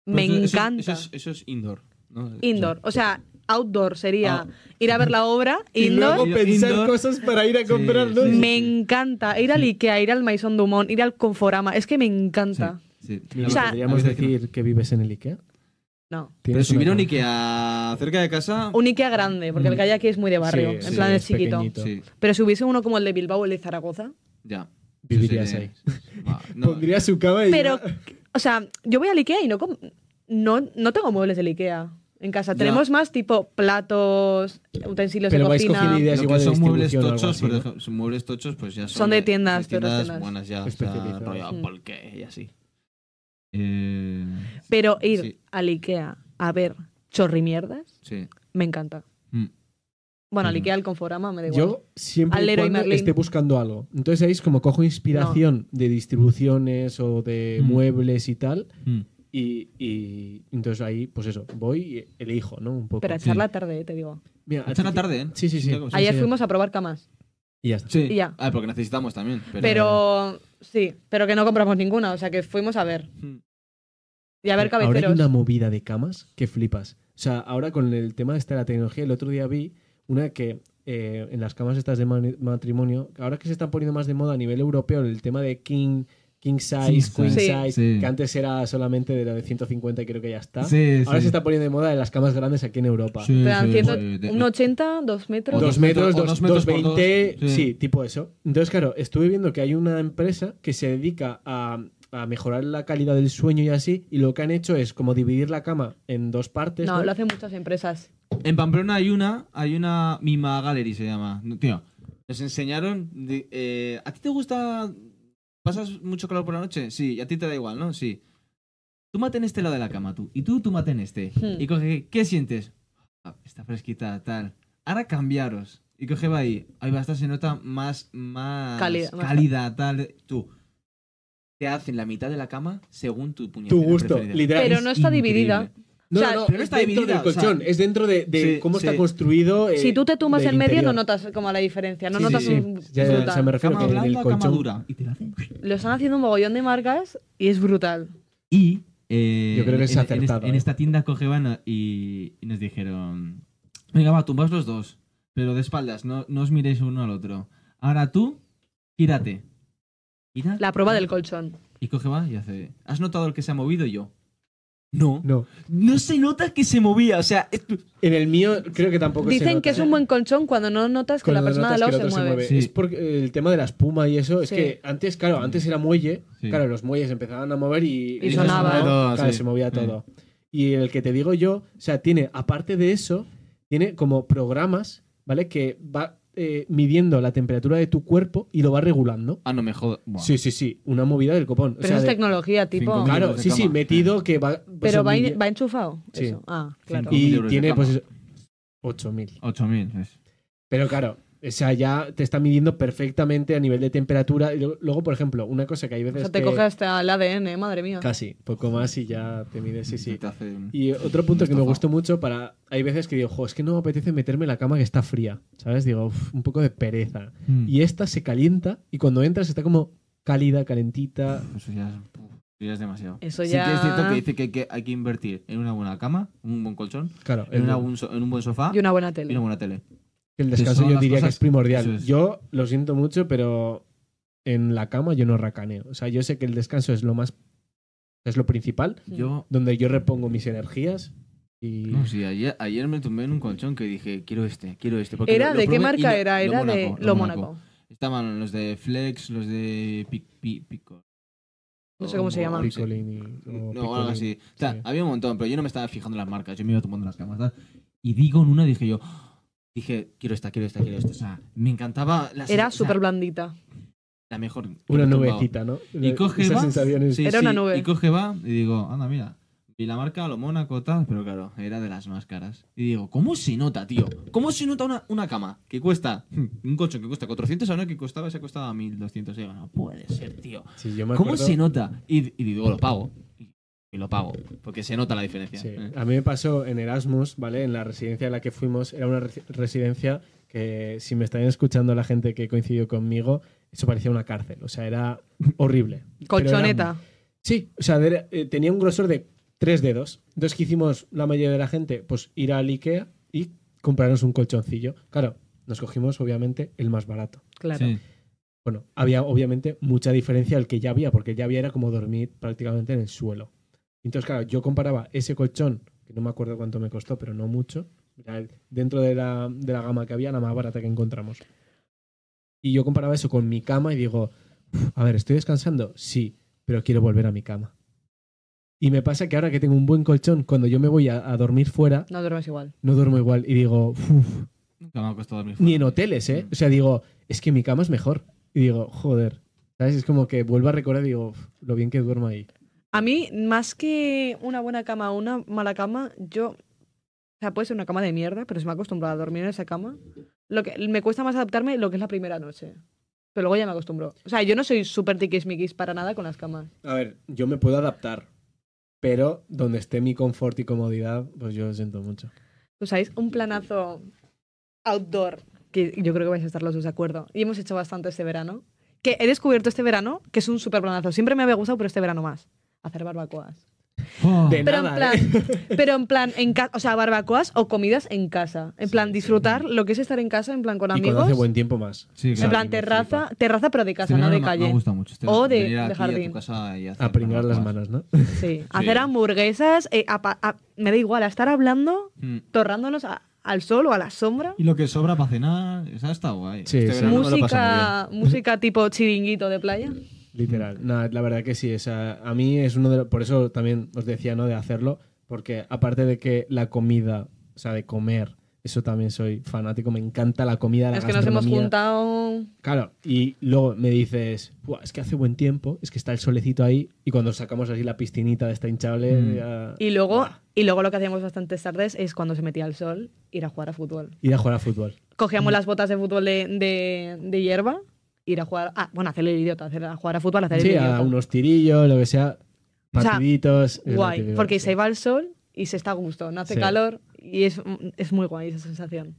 Speaker 3: Me
Speaker 2: Pues Eso- eso-
Speaker 3: encanta.
Speaker 2: Eso, es, eso es indoor. ¿no?
Speaker 3: Indoor, o sea, outdoor sería
Speaker 2: Ah.
Speaker 3: ir a ver la obra, indoor.
Speaker 2: luego pensar Indoor.
Speaker 1: cosas para ir a
Speaker 2: Sí, comprarlos. sí, sí.
Speaker 3: Me encanta ir al IKEA, ir al Maison Dumont, ir al Conforama, es que me encanta.
Speaker 2: Sí, sí.
Speaker 3: O sea-
Speaker 1: podríamos decir que vives en el IKEA.
Speaker 3: No.
Speaker 2: Pero
Speaker 1: Tienes
Speaker 2: si hubiera
Speaker 1: una
Speaker 2: un
Speaker 1: casa.
Speaker 2: IKEA cerca de casa.
Speaker 3: Un IKEA grande, porque el que hay aquí es muy de barrio,
Speaker 1: Sí,
Speaker 3: en
Speaker 1: sí,
Speaker 3: plan es
Speaker 1: es
Speaker 3: chiquito.
Speaker 1: pequeñito.
Speaker 2: Mm. Sí,
Speaker 3: Pero si hubiese uno como el de Bilbao o el de Zaragoza,
Speaker 2: ya.
Speaker 1: Vivirías
Speaker 2: Sí, sí,
Speaker 1: ahí.
Speaker 2: sí. Va, no.
Speaker 1: Pondría su cama y.
Speaker 3: Pero, o sea, yo voy al Ikea y no, com- no, no tengo muebles del Ikea en casa.
Speaker 2: Ya.
Speaker 3: Tenemos más tipo platos, utensilios
Speaker 1: Pero
Speaker 3: de
Speaker 1: vais
Speaker 3: cocina.
Speaker 1: cogiendo
Speaker 2: Lo
Speaker 1: ideas
Speaker 2: que
Speaker 1: igual de
Speaker 2: son muebles
Speaker 1: distribución o algo
Speaker 2: tochos,
Speaker 1: así,
Speaker 2: pero
Speaker 1: ¿no?
Speaker 2: deja- son muebles tochos, pues ya son,
Speaker 3: Son de tiendas,
Speaker 2: de
Speaker 3: pero
Speaker 2: tiendas
Speaker 3: tiendas
Speaker 2: buenas ya, o sea,
Speaker 1: Especializadas.
Speaker 2: rollo
Speaker 3: Mm.
Speaker 2: Polke y así.
Speaker 1: Mm.
Speaker 2: Eh,
Speaker 3: Pero ir
Speaker 2: Sí.
Speaker 3: al Ikea a ver chorrimierdas,
Speaker 2: sí.
Speaker 3: me encanta.
Speaker 2: Mm.
Speaker 3: Bueno, al
Speaker 2: Mm.
Speaker 3: Ikea, al Conforama, me da igual.
Speaker 1: Yo siempre
Speaker 3: Al
Speaker 1: y
Speaker 3: Leroy
Speaker 1: cuando
Speaker 3: Merlin.
Speaker 1: esté buscando algo. Entonces ahí es como cojo inspiración de distribuciones o de
Speaker 2: Mm.
Speaker 1: muebles y tal.
Speaker 2: Mm.
Speaker 1: Y, y entonces ahí, pues eso, voy y elijo, ¿no? Un poco.
Speaker 3: Pero a echar la tarde, eh, te digo.
Speaker 1: Mira,
Speaker 2: Esta es la
Speaker 1: ti-
Speaker 2: tarde, ¿eh?
Speaker 1: Sí, sí, sí.
Speaker 2: Siento que-
Speaker 3: Ayer
Speaker 1: sí.
Speaker 3: fuimos a probar camas.
Speaker 1: Y ya está.
Speaker 2: Sí.
Speaker 3: y ya.
Speaker 2: Ah, porque necesitamos también. Pero,
Speaker 3: Pero sí, pero que no compramos ninguna, o sea que fuimos a ver.
Speaker 2: Mm.
Speaker 3: Y a ver
Speaker 1: Eh, Ahora hay
Speaker 3: cabeceros.
Speaker 1: una movida de camas que flipas. O sea, ahora con el tema este de esta la tecnología, el otro día vi una que eh, en las camas estas de mani- matrimonio, ahora que se están poniendo más de moda a nivel europeo el tema de king, king size,
Speaker 2: Sí,
Speaker 1: queen
Speaker 3: sí.
Speaker 1: size,
Speaker 2: Sí.
Speaker 1: que antes era solamente de la de 150 y creo que ya está.
Speaker 2: Sí,
Speaker 1: ahora
Speaker 2: sí.
Speaker 1: se está poniendo de moda de las camas grandes aquí en Europa.
Speaker 2: Sí,
Speaker 3: Te dan
Speaker 2: sí,
Speaker 3: ciento-
Speaker 2: sí, de-
Speaker 3: un 80, dos
Speaker 2: O
Speaker 3: metros.
Speaker 1: Dos
Speaker 2: dos
Speaker 1: metros,
Speaker 2: metros- o
Speaker 1: dos,
Speaker 2: dos metros
Speaker 1: dos
Speaker 2: por dos.
Speaker 1: 20,
Speaker 2: Sí.
Speaker 1: sí. tipo eso. Entonces, claro, estuve viendo que hay una empresa que se dedica a a mejorar la calidad del sueño y así, y lo que han hecho es como dividir la cama en dos partes.
Speaker 3: No,
Speaker 1: ¿no?
Speaker 3: lo hacen muchas empresas.
Speaker 2: En Pamplona hay una, hay una Mima Gallery se llama. No, Tío, nos enseñaron. de- eh, ¿A ti te gusta. ¿Pasas mucho calor por la noche? Sí, y a ti te da igual, ¿no? Sí. Tú mate en este lado de la cama, tú. Y tú, tú mate en este.
Speaker 3: Hmm.
Speaker 2: Y coge, ¿qué sientes? "Ah, está fresquita, tal. Ahora cambiaros. Y coge, va ahí. Ahí va, esta se nota más. más
Speaker 3: Cálida, más-
Speaker 2: cálida, tal. Tú. Te hacen la mitad de la cama según tu puñetera
Speaker 1: Tu gusto,
Speaker 2: preferencia.
Speaker 1: literal.
Speaker 3: Pero
Speaker 2: Es
Speaker 3: no está
Speaker 2: increíble.
Speaker 3: dividida.
Speaker 1: No,
Speaker 3: o sea,
Speaker 1: no, no,
Speaker 2: pero no
Speaker 1: es
Speaker 2: está
Speaker 1: dentro
Speaker 2: dividida,
Speaker 1: del
Speaker 2: o sea,
Speaker 1: colchón, es dentro de, de
Speaker 2: sí,
Speaker 1: cómo está
Speaker 2: sí.
Speaker 1: construido. eh,
Speaker 3: si tú te tumbas
Speaker 1: del
Speaker 3: en medio,
Speaker 1: interior.
Speaker 3: no notas como la diferencia. No
Speaker 2: Sí,
Speaker 3: notas
Speaker 2: sí, sí.
Speaker 3: un.
Speaker 1: Ya, ya,
Speaker 3: brutal.
Speaker 1: o sea, me refiero
Speaker 2: Cama
Speaker 1: que en el
Speaker 2: blanda, cama
Speaker 1: colchón-
Speaker 2: dura. Y te la hacen.
Speaker 3: Lo están haciendo un mogollón de marcas y es brutal.
Speaker 2: Y eh,
Speaker 1: Yo creo que
Speaker 2: en-
Speaker 1: es
Speaker 2: en,
Speaker 1: acertado,
Speaker 2: en es- en
Speaker 1: eh.
Speaker 2: esta tienda cogeban y, y nos dijeron, venga, va, tumbaos los dos, pero de espaldas, no, no os miréis uno al otro. Ahora tú, gírate. Gira,
Speaker 3: La prueba del colchón.
Speaker 2: Y coge va y hace, ¿has notado el que se ha movido Y yo? No.
Speaker 1: No.
Speaker 2: No se nota que se movía, o sea... es-
Speaker 1: En el mío creo que tampoco se
Speaker 3: Dicen que
Speaker 1: nota.
Speaker 3: es un buen colchón cuando no notas que
Speaker 1: Con
Speaker 3: la
Speaker 1: las
Speaker 3: persona de al
Speaker 1: notas
Speaker 3: lado
Speaker 1: que
Speaker 3: se
Speaker 1: el otro
Speaker 3: mueve.
Speaker 2: Sí.
Speaker 1: Es porque el tema de la espuma y eso, es
Speaker 3: Sí.
Speaker 1: que antes, claro, antes era muelle,
Speaker 2: Sí.
Speaker 1: claro, los muelles empezaban a mover y,
Speaker 3: Y sonaba.
Speaker 1: se movía todo,
Speaker 2: Sí.
Speaker 1: claro, se movía
Speaker 2: Sí. Mm.
Speaker 1: todo. Y el que te digo yo, o sea, tiene, aparte de eso, tiene como programas, ¿vale? Que va eh, midiendo la temperatura de tu cuerpo y lo va regulando.
Speaker 2: Ah, no me jodo. Buah.
Speaker 1: Sí, sí, sí, una movida del copón. O
Speaker 3: Pero
Speaker 1: sea,
Speaker 3: eso es
Speaker 1: de-
Speaker 3: tecnología, tipo.
Speaker 2: cinco mil-
Speaker 1: claro,
Speaker 2: de
Speaker 1: sí, sí,
Speaker 2: cama.
Speaker 1: metido que va...
Speaker 3: Pero
Speaker 1: son
Speaker 3: va,
Speaker 1: mille-
Speaker 3: va enchufado.
Speaker 1: Sí.
Speaker 3: Eso. Ah, claro.
Speaker 2: Cinco mil
Speaker 1: Y
Speaker 2: euros de
Speaker 1: tiene,
Speaker 2: cama.
Speaker 1: pues, eso, 8.000.
Speaker 2: 8.000. es-
Speaker 1: Pero claro, o sea, ya te está midiendo perfectamente a nivel de temperatura. Y luego, luego, por ejemplo, una cosa que hay
Speaker 3: O
Speaker 1: veces
Speaker 3: sea, te
Speaker 1: que
Speaker 3: coge hasta el ADN, madre mía.
Speaker 1: casi, poco más y ya te mide, sí, sí.
Speaker 2: Te hace un-
Speaker 1: Y otro punto que me
Speaker 2: Mustafa.
Speaker 1: gustó mucho para hay veces que digo, "Jo, es que no me apetece meterme en la cama que está fría." ¿Sabes? Digo, "Uf, un poco de pereza.
Speaker 2: Mm.
Speaker 1: Y esta se calienta y cuando entras está como cálida, calentita.
Speaker 2: Eso ya es, uf, ya es demasiado.
Speaker 3: Eso
Speaker 2: Sí
Speaker 3: ya-
Speaker 2: que es cierto que dice que, que hay que invertir en una buena cama, un buen colchón,
Speaker 1: Claro,
Speaker 2: en,
Speaker 1: el,
Speaker 2: una buen so- en un buen sofá
Speaker 3: Y una buena
Speaker 2: y una
Speaker 3: tele.
Speaker 2: buena tele.
Speaker 1: el
Speaker 2: que
Speaker 1: descanso
Speaker 2: son
Speaker 1: yo
Speaker 2: las
Speaker 1: diría que
Speaker 2: cosas-
Speaker 1: es primordial.
Speaker 2: eso es.
Speaker 1: Yo lo siento mucho, pero en la cama yo no racaneo. O sea, yo sé que el descanso es lo más es lo principal,
Speaker 3: Mm.
Speaker 2: Yo,
Speaker 1: donde yo repongo mis energías y
Speaker 2: no, sí, ayer, ayer me tumbé en un colchón que dije, quiero este, quiero este. porque
Speaker 3: ¿Era
Speaker 2: lo- lo
Speaker 3: de qué
Speaker 2: probé y
Speaker 3: marca
Speaker 2: lo-
Speaker 3: era?
Speaker 2: lo
Speaker 3: Era de
Speaker 2: Mónaco,
Speaker 3: lo Mónaco.
Speaker 2: Estaban los de Flex, los de Pic- Pi- Pico.
Speaker 3: No sé cómo se
Speaker 2: o-
Speaker 3: llaman.
Speaker 2: no sé.
Speaker 1: Picolini o
Speaker 2: No, algo
Speaker 1: Picolini.
Speaker 2: así. O sea,
Speaker 1: sí.
Speaker 2: había un montón, pero yo no me estaba fijando en las marcas, yo me iba tomando las camas. tal. Y digo en una, dije yo, dije, quiero esta, quiero esta, quiero esta. O sea, me encantaba la
Speaker 3: Era
Speaker 2: o sea,
Speaker 3: súper blandita.
Speaker 2: La mejor. que
Speaker 1: Una
Speaker 2: me he tumbado.
Speaker 1: nubecita, ¿no?
Speaker 2: Y coge
Speaker 1: Esas
Speaker 2: va.
Speaker 1: sensaciones.
Speaker 2: sí,
Speaker 3: Era una
Speaker 2: sí,
Speaker 3: nube.
Speaker 2: Y coge va y digo, anda, mira. Y la marca, lo Mónaco, tal. Pero claro, era de las más caras. Y digo, ¿cómo se nota, tío? ¿Cómo se nota una, una cama que cuesta. Un coche que cuesta 400 a una que costaba, esa costaba 1200. Y digo, no puede ser, tío.
Speaker 1: Sí, yo me
Speaker 2: ¿Cómo
Speaker 1: acuerdo-
Speaker 2: se nota? Y, y digo, lo pago. Y, y lo pago. Porque se nota la diferencia.
Speaker 1: Sí.
Speaker 2: Eh.
Speaker 1: A mí me pasó en Erasmus, ¿vale? En la residencia a la que fuimos, era una resi- residencia que, si me están escuchando la gente que coincidió conmigo, eso parecía una cárcel. O sea, era horrible. Pero era-
Speaker 3: Colchoneta.
Speaker 1: Sí, o sea, era- eh, tenía un grosor de tres dedos. Entonces, ¿qué hicimos la mayoría de la gente? Pues ir al Ikea y comprarnos un colchoncillo. Claro, nos cogimos, obviamente, el más barato.
Speaker 3: Claro.
Speaker 2: Sí.
Speaker 1: Bueno, había obviamente mucha diferencia al que ya había, porque el ya había era como dormir prácticamente en el suelo. Entonces, claro, yo comparaba ese colchón, que no me acuerdo cuánto me costó, pero no mucho, era el- dentro de la, de la gama que había, la más barata que encontramos. Y yo comparaba eso con mi cama y digo, "Uf, a ver, ¿estoy descansando? Sí, pero quiero volver a mi cama. Y me pasa que ahora que tengo un buen colchón, cuando yo me voy a, a dormir fuera,
Speaker 3: No duermes igual.
Speaker 1: no duermo igual y digo, "Uf,
Speaker 2: Nunca me ha costado dormir.
Speaker 1: ni en hoteles, ¿eh? O sea, digo, es que mi cama es mejor. Y digo, joder, ¿sabes? Es como que vuelvo a recordar y digo, "Uf, lo bien que duermo ahí.
Speaker 3: A mí, más que una buena cama o una mala cama, yo. O sea, puede ser una cama de mierda, pero se me ha acostumbrado a dormir en esa cama. Lo que me cuesta más adaptarme lo que es la primera noche. Pero luego ya me acostumbro. O sea, yo no soy súper tiquismiquis para nada con las camas.
Speaker 1: A ver, yo me puedo adaptar, pero donde esté mi confort y comodidad, pues yo lo siento mucho.
Speaker 3: ¿Tú Pues, sabéis? Un planazo outdoor, que yo creo que vais a estar los dos de acuerdo. Y hemos hecho bastante este verano. Que he descubierto este verano que es un súper planazo. Siempre me había gustado, pero este verano más. Hacer barbacoas.
Speaker 2: Oh.
Speaker 1: De-
Speaker 3: Pero en
Speaker 1: nada,
Speaker 3: plan,
Speaker 2: ¿eh?
Speaker 3: pero en plan, en ca- o sea, barbacoas o comidas en casa. En plan, disfrutar lo que es estar en casa, en plan con
Speaker 1: y cuando
Speaker 3: amigos.
Speaker 1: hace buen tiempo más.
Speaker 2: Sí,
Speaker 3: en
Speaker 2: claro,
Speaker 3: plan,
Speaker 2: me flipa.
Speaker 3: terraza, terraza pero de
Speaker 2: Este
Speaker 3: casa, no de
Speaker 2: verano me- Me
Speaker 3: calle.
Speaker 2: gusta mucho. este
Speaker 3: O
Speaker 2: verano,
Speaker 3: de-
Speaker 2: venir
Speaker 3: de
Speaker 2: aquí tu
Speaker 3: jardín.
Speaker 2: casa y hacer
Speaker 1: A pringar las
Speaker 2: barbacoas.
Speaker 1: manos, ¿no?
Speaker 3: Sí. Hacer hamburguesas, eh, a pa- a- me da igual, a estar hablando,
Speaker 2: Mm.
Speaker 3: torrándonos a- al sol o a la sombra.
Speaker 2: Y lo que sobra para cenar, esa está guay. Este
Speaker 1: Sí, sí.
Speaker 2: verano me lo he pasado muy
Speaker 3: música, música tipo chiringuito de playa.
Speaker 1: Literal. Nada, la verdad que sí. O sea, a mí es uno de los... Por eso también os decía, ¿no? De hacerlo. Porque aparte de que la comida, o sea, de comer, eso también soy fanático. Me encanta la comida, la
Speaker 3: es que nos hemos
Speaker 1: gastronomía.
Speaker 3: juntado.
Speaker 1: Claro, y luego me dices, "Buah, es que hace buen tiempo, es que está el solecito ahí, y cuando sacamos así la piscinita de esta hinchable...
Speaker 2: Mm.
Speaker 1: ya-
Speaker 3: Y luego,
Speaker 1: Buah,
Speaker 3: y luego lo que hacíamos bastantes tardes es cuando se metía el sol, ir a jugar a fútbol.
Speaker 1: Ir a jugar a fútbol. Mm.
Speaker 3: Cogíamos las botas de fútbol de, de, de hierba, ir a jugar. Ah, bueno, hacer el idiota, hacer, a jugar a fútbol, hacer el
Speaker 1: Sí,
Speaker 3: idiota.
Speaker 1: a unos tirillos, lo que sea.
Speaker 3: O sea,
Speaker 1: Partiditos. es lo
Speaker 3: Guay,
Speaker 1: típico,
Speaker 3: porque
Speaker 1: sí.
Speaker 3: se va el sol y se está a gusto, no hace
Speaker 1: Sí.
Speaker 3: calor y es, es muy guay esa sensación.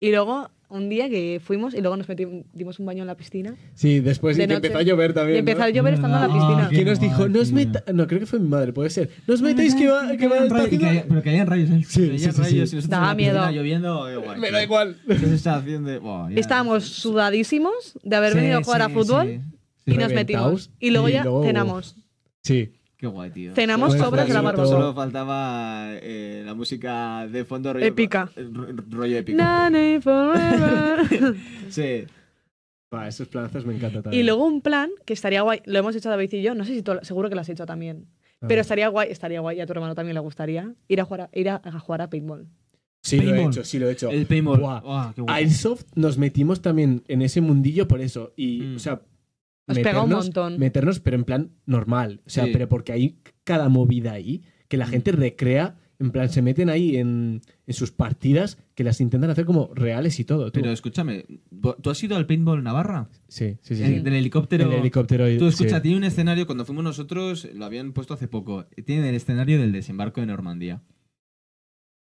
Speaker 3: Y luego, un día que fuimos y luego nos metimos, dimos un baño en la piscina
Speaker 1: Sí, después
Speaker 3: de
Speaker 1: y que
Speaker 3: noche.
Speaker 1: empezó a llover también.
Speaker 3: y empezó
Speaker 1: ¿no?
Speaker 3: a llover estando en la
Speaker 2: Ah,
Speaker 3: piscina.
Speaker 1: ¿Quién
Speaker 4: Qué
Speaker 1: nos dijo?
Speaker 4: guay,
Speaker 1: No os
Speaker 4: tío.
Speaker 1: meta... No, creo que fue mi madre, puede ser. No os metáis que va, que va a estar
Speaker 4: Y que haya-
Speaker 1: haciendo-
Speaker 4: Pero que hayan rayos. ¿eh?
Speaker 1: Sí,
Speaker 2: Que haya
Speaker 1: sí, sí,
Speaker 2: rayos
Speaker 1: sí.
Speaker 2: y nosotros
Speaker 3: Daba
Speaker 2: en la piscina
Speaker 3: miedo.
Speaker 2: lloviendo, qué guay,
Speaker 1: Me
Speaker 2: tío.
Speaker 1: da igual.
Speaker 2: Qué sensación de. buah, ya.
Speaker 3: Estábamos sudadísimos de haber
Speaker 2: Sí,
Speaker 3: venido a jugar a
Speaker 2: sí,
Speaker 3: fútbol
Speaker 2: sí.
Speaker 3: y nos
Speaker 1: Reventaos.
Speaker 3: metimos. Y luego
Speaker 1: Y
Speaker 3: ya
Speaker 1: luego-
Speaker 3: cenamos.
Speaker 1: Sí.
Speaker 2: Qué guay, tío.
Speaker 3: Cenamos
Speaker 1: Pues,
Speaker 3: sobras de la
Speaker 1: pues,
Speaker 3: barbacoa.
Speaker 2: Solo faltaba eh, la música de fondo rollo
Speaker 3: Épica.
Speaker 2: eh, ro- Rollo épico.
Speaker 3: Nanny forever.
Speaker 2: Sí.
Speaker 1: Va, esos planazos me encantan también.
Speaker 3: y luego un plan que estaría guay, lo hemos hecho David y yo, no sé si tú, seguro que lo has hecho también,
Speaker 1: Ah.
Speaker 3: pero estaría guay, estaría guay y a tu hermano también le gustaría ir a jugar a, ir a, a jugar a paintball.
Speaker 1: Sí, lo he
Speaker 4: Paintball.
Speaker 1: hecho, sí, lo he hecho.
Speaker 2: El paintball.
Speaker 1: Buah. Ah,
Speaker 2: Buah, qué
Speaker 1: A
Speaker 2: guay.
Speaker 1: Airsoft nos metimos también en ese mundillo por eso. Y,
Speaker 2: Mm.
Speaker 1: o sea,
Speaker 3: Os pega un montón.
Speaker 1: Meternos, pero en plan normal. O sea,
Speaker 2: Sí. Mm.
Speaker 1: pero porque hay cada movida ahí que la gente recrea. En plan, se meten ahí en, en sus partidas que las intentan hacer como reales y todo. tú.
Speaker 2: Pero escúchame, bo- ¿tú has ido al paintball Navarra?
Speaker 1: sí, sí, sí.
Speaker 2: En-
Speaker 1: sí.
Speaker 2: Del helicóptero.
Speaker 1: El helicóptero. y-
Speaker 2: Tú escucha,
Speaker 1: sí.
Speaker 2: tiene un escenario, cuando fuimos nosotros, lo habían puesto hace poco, tiene el escenario del desembarco de Normandía.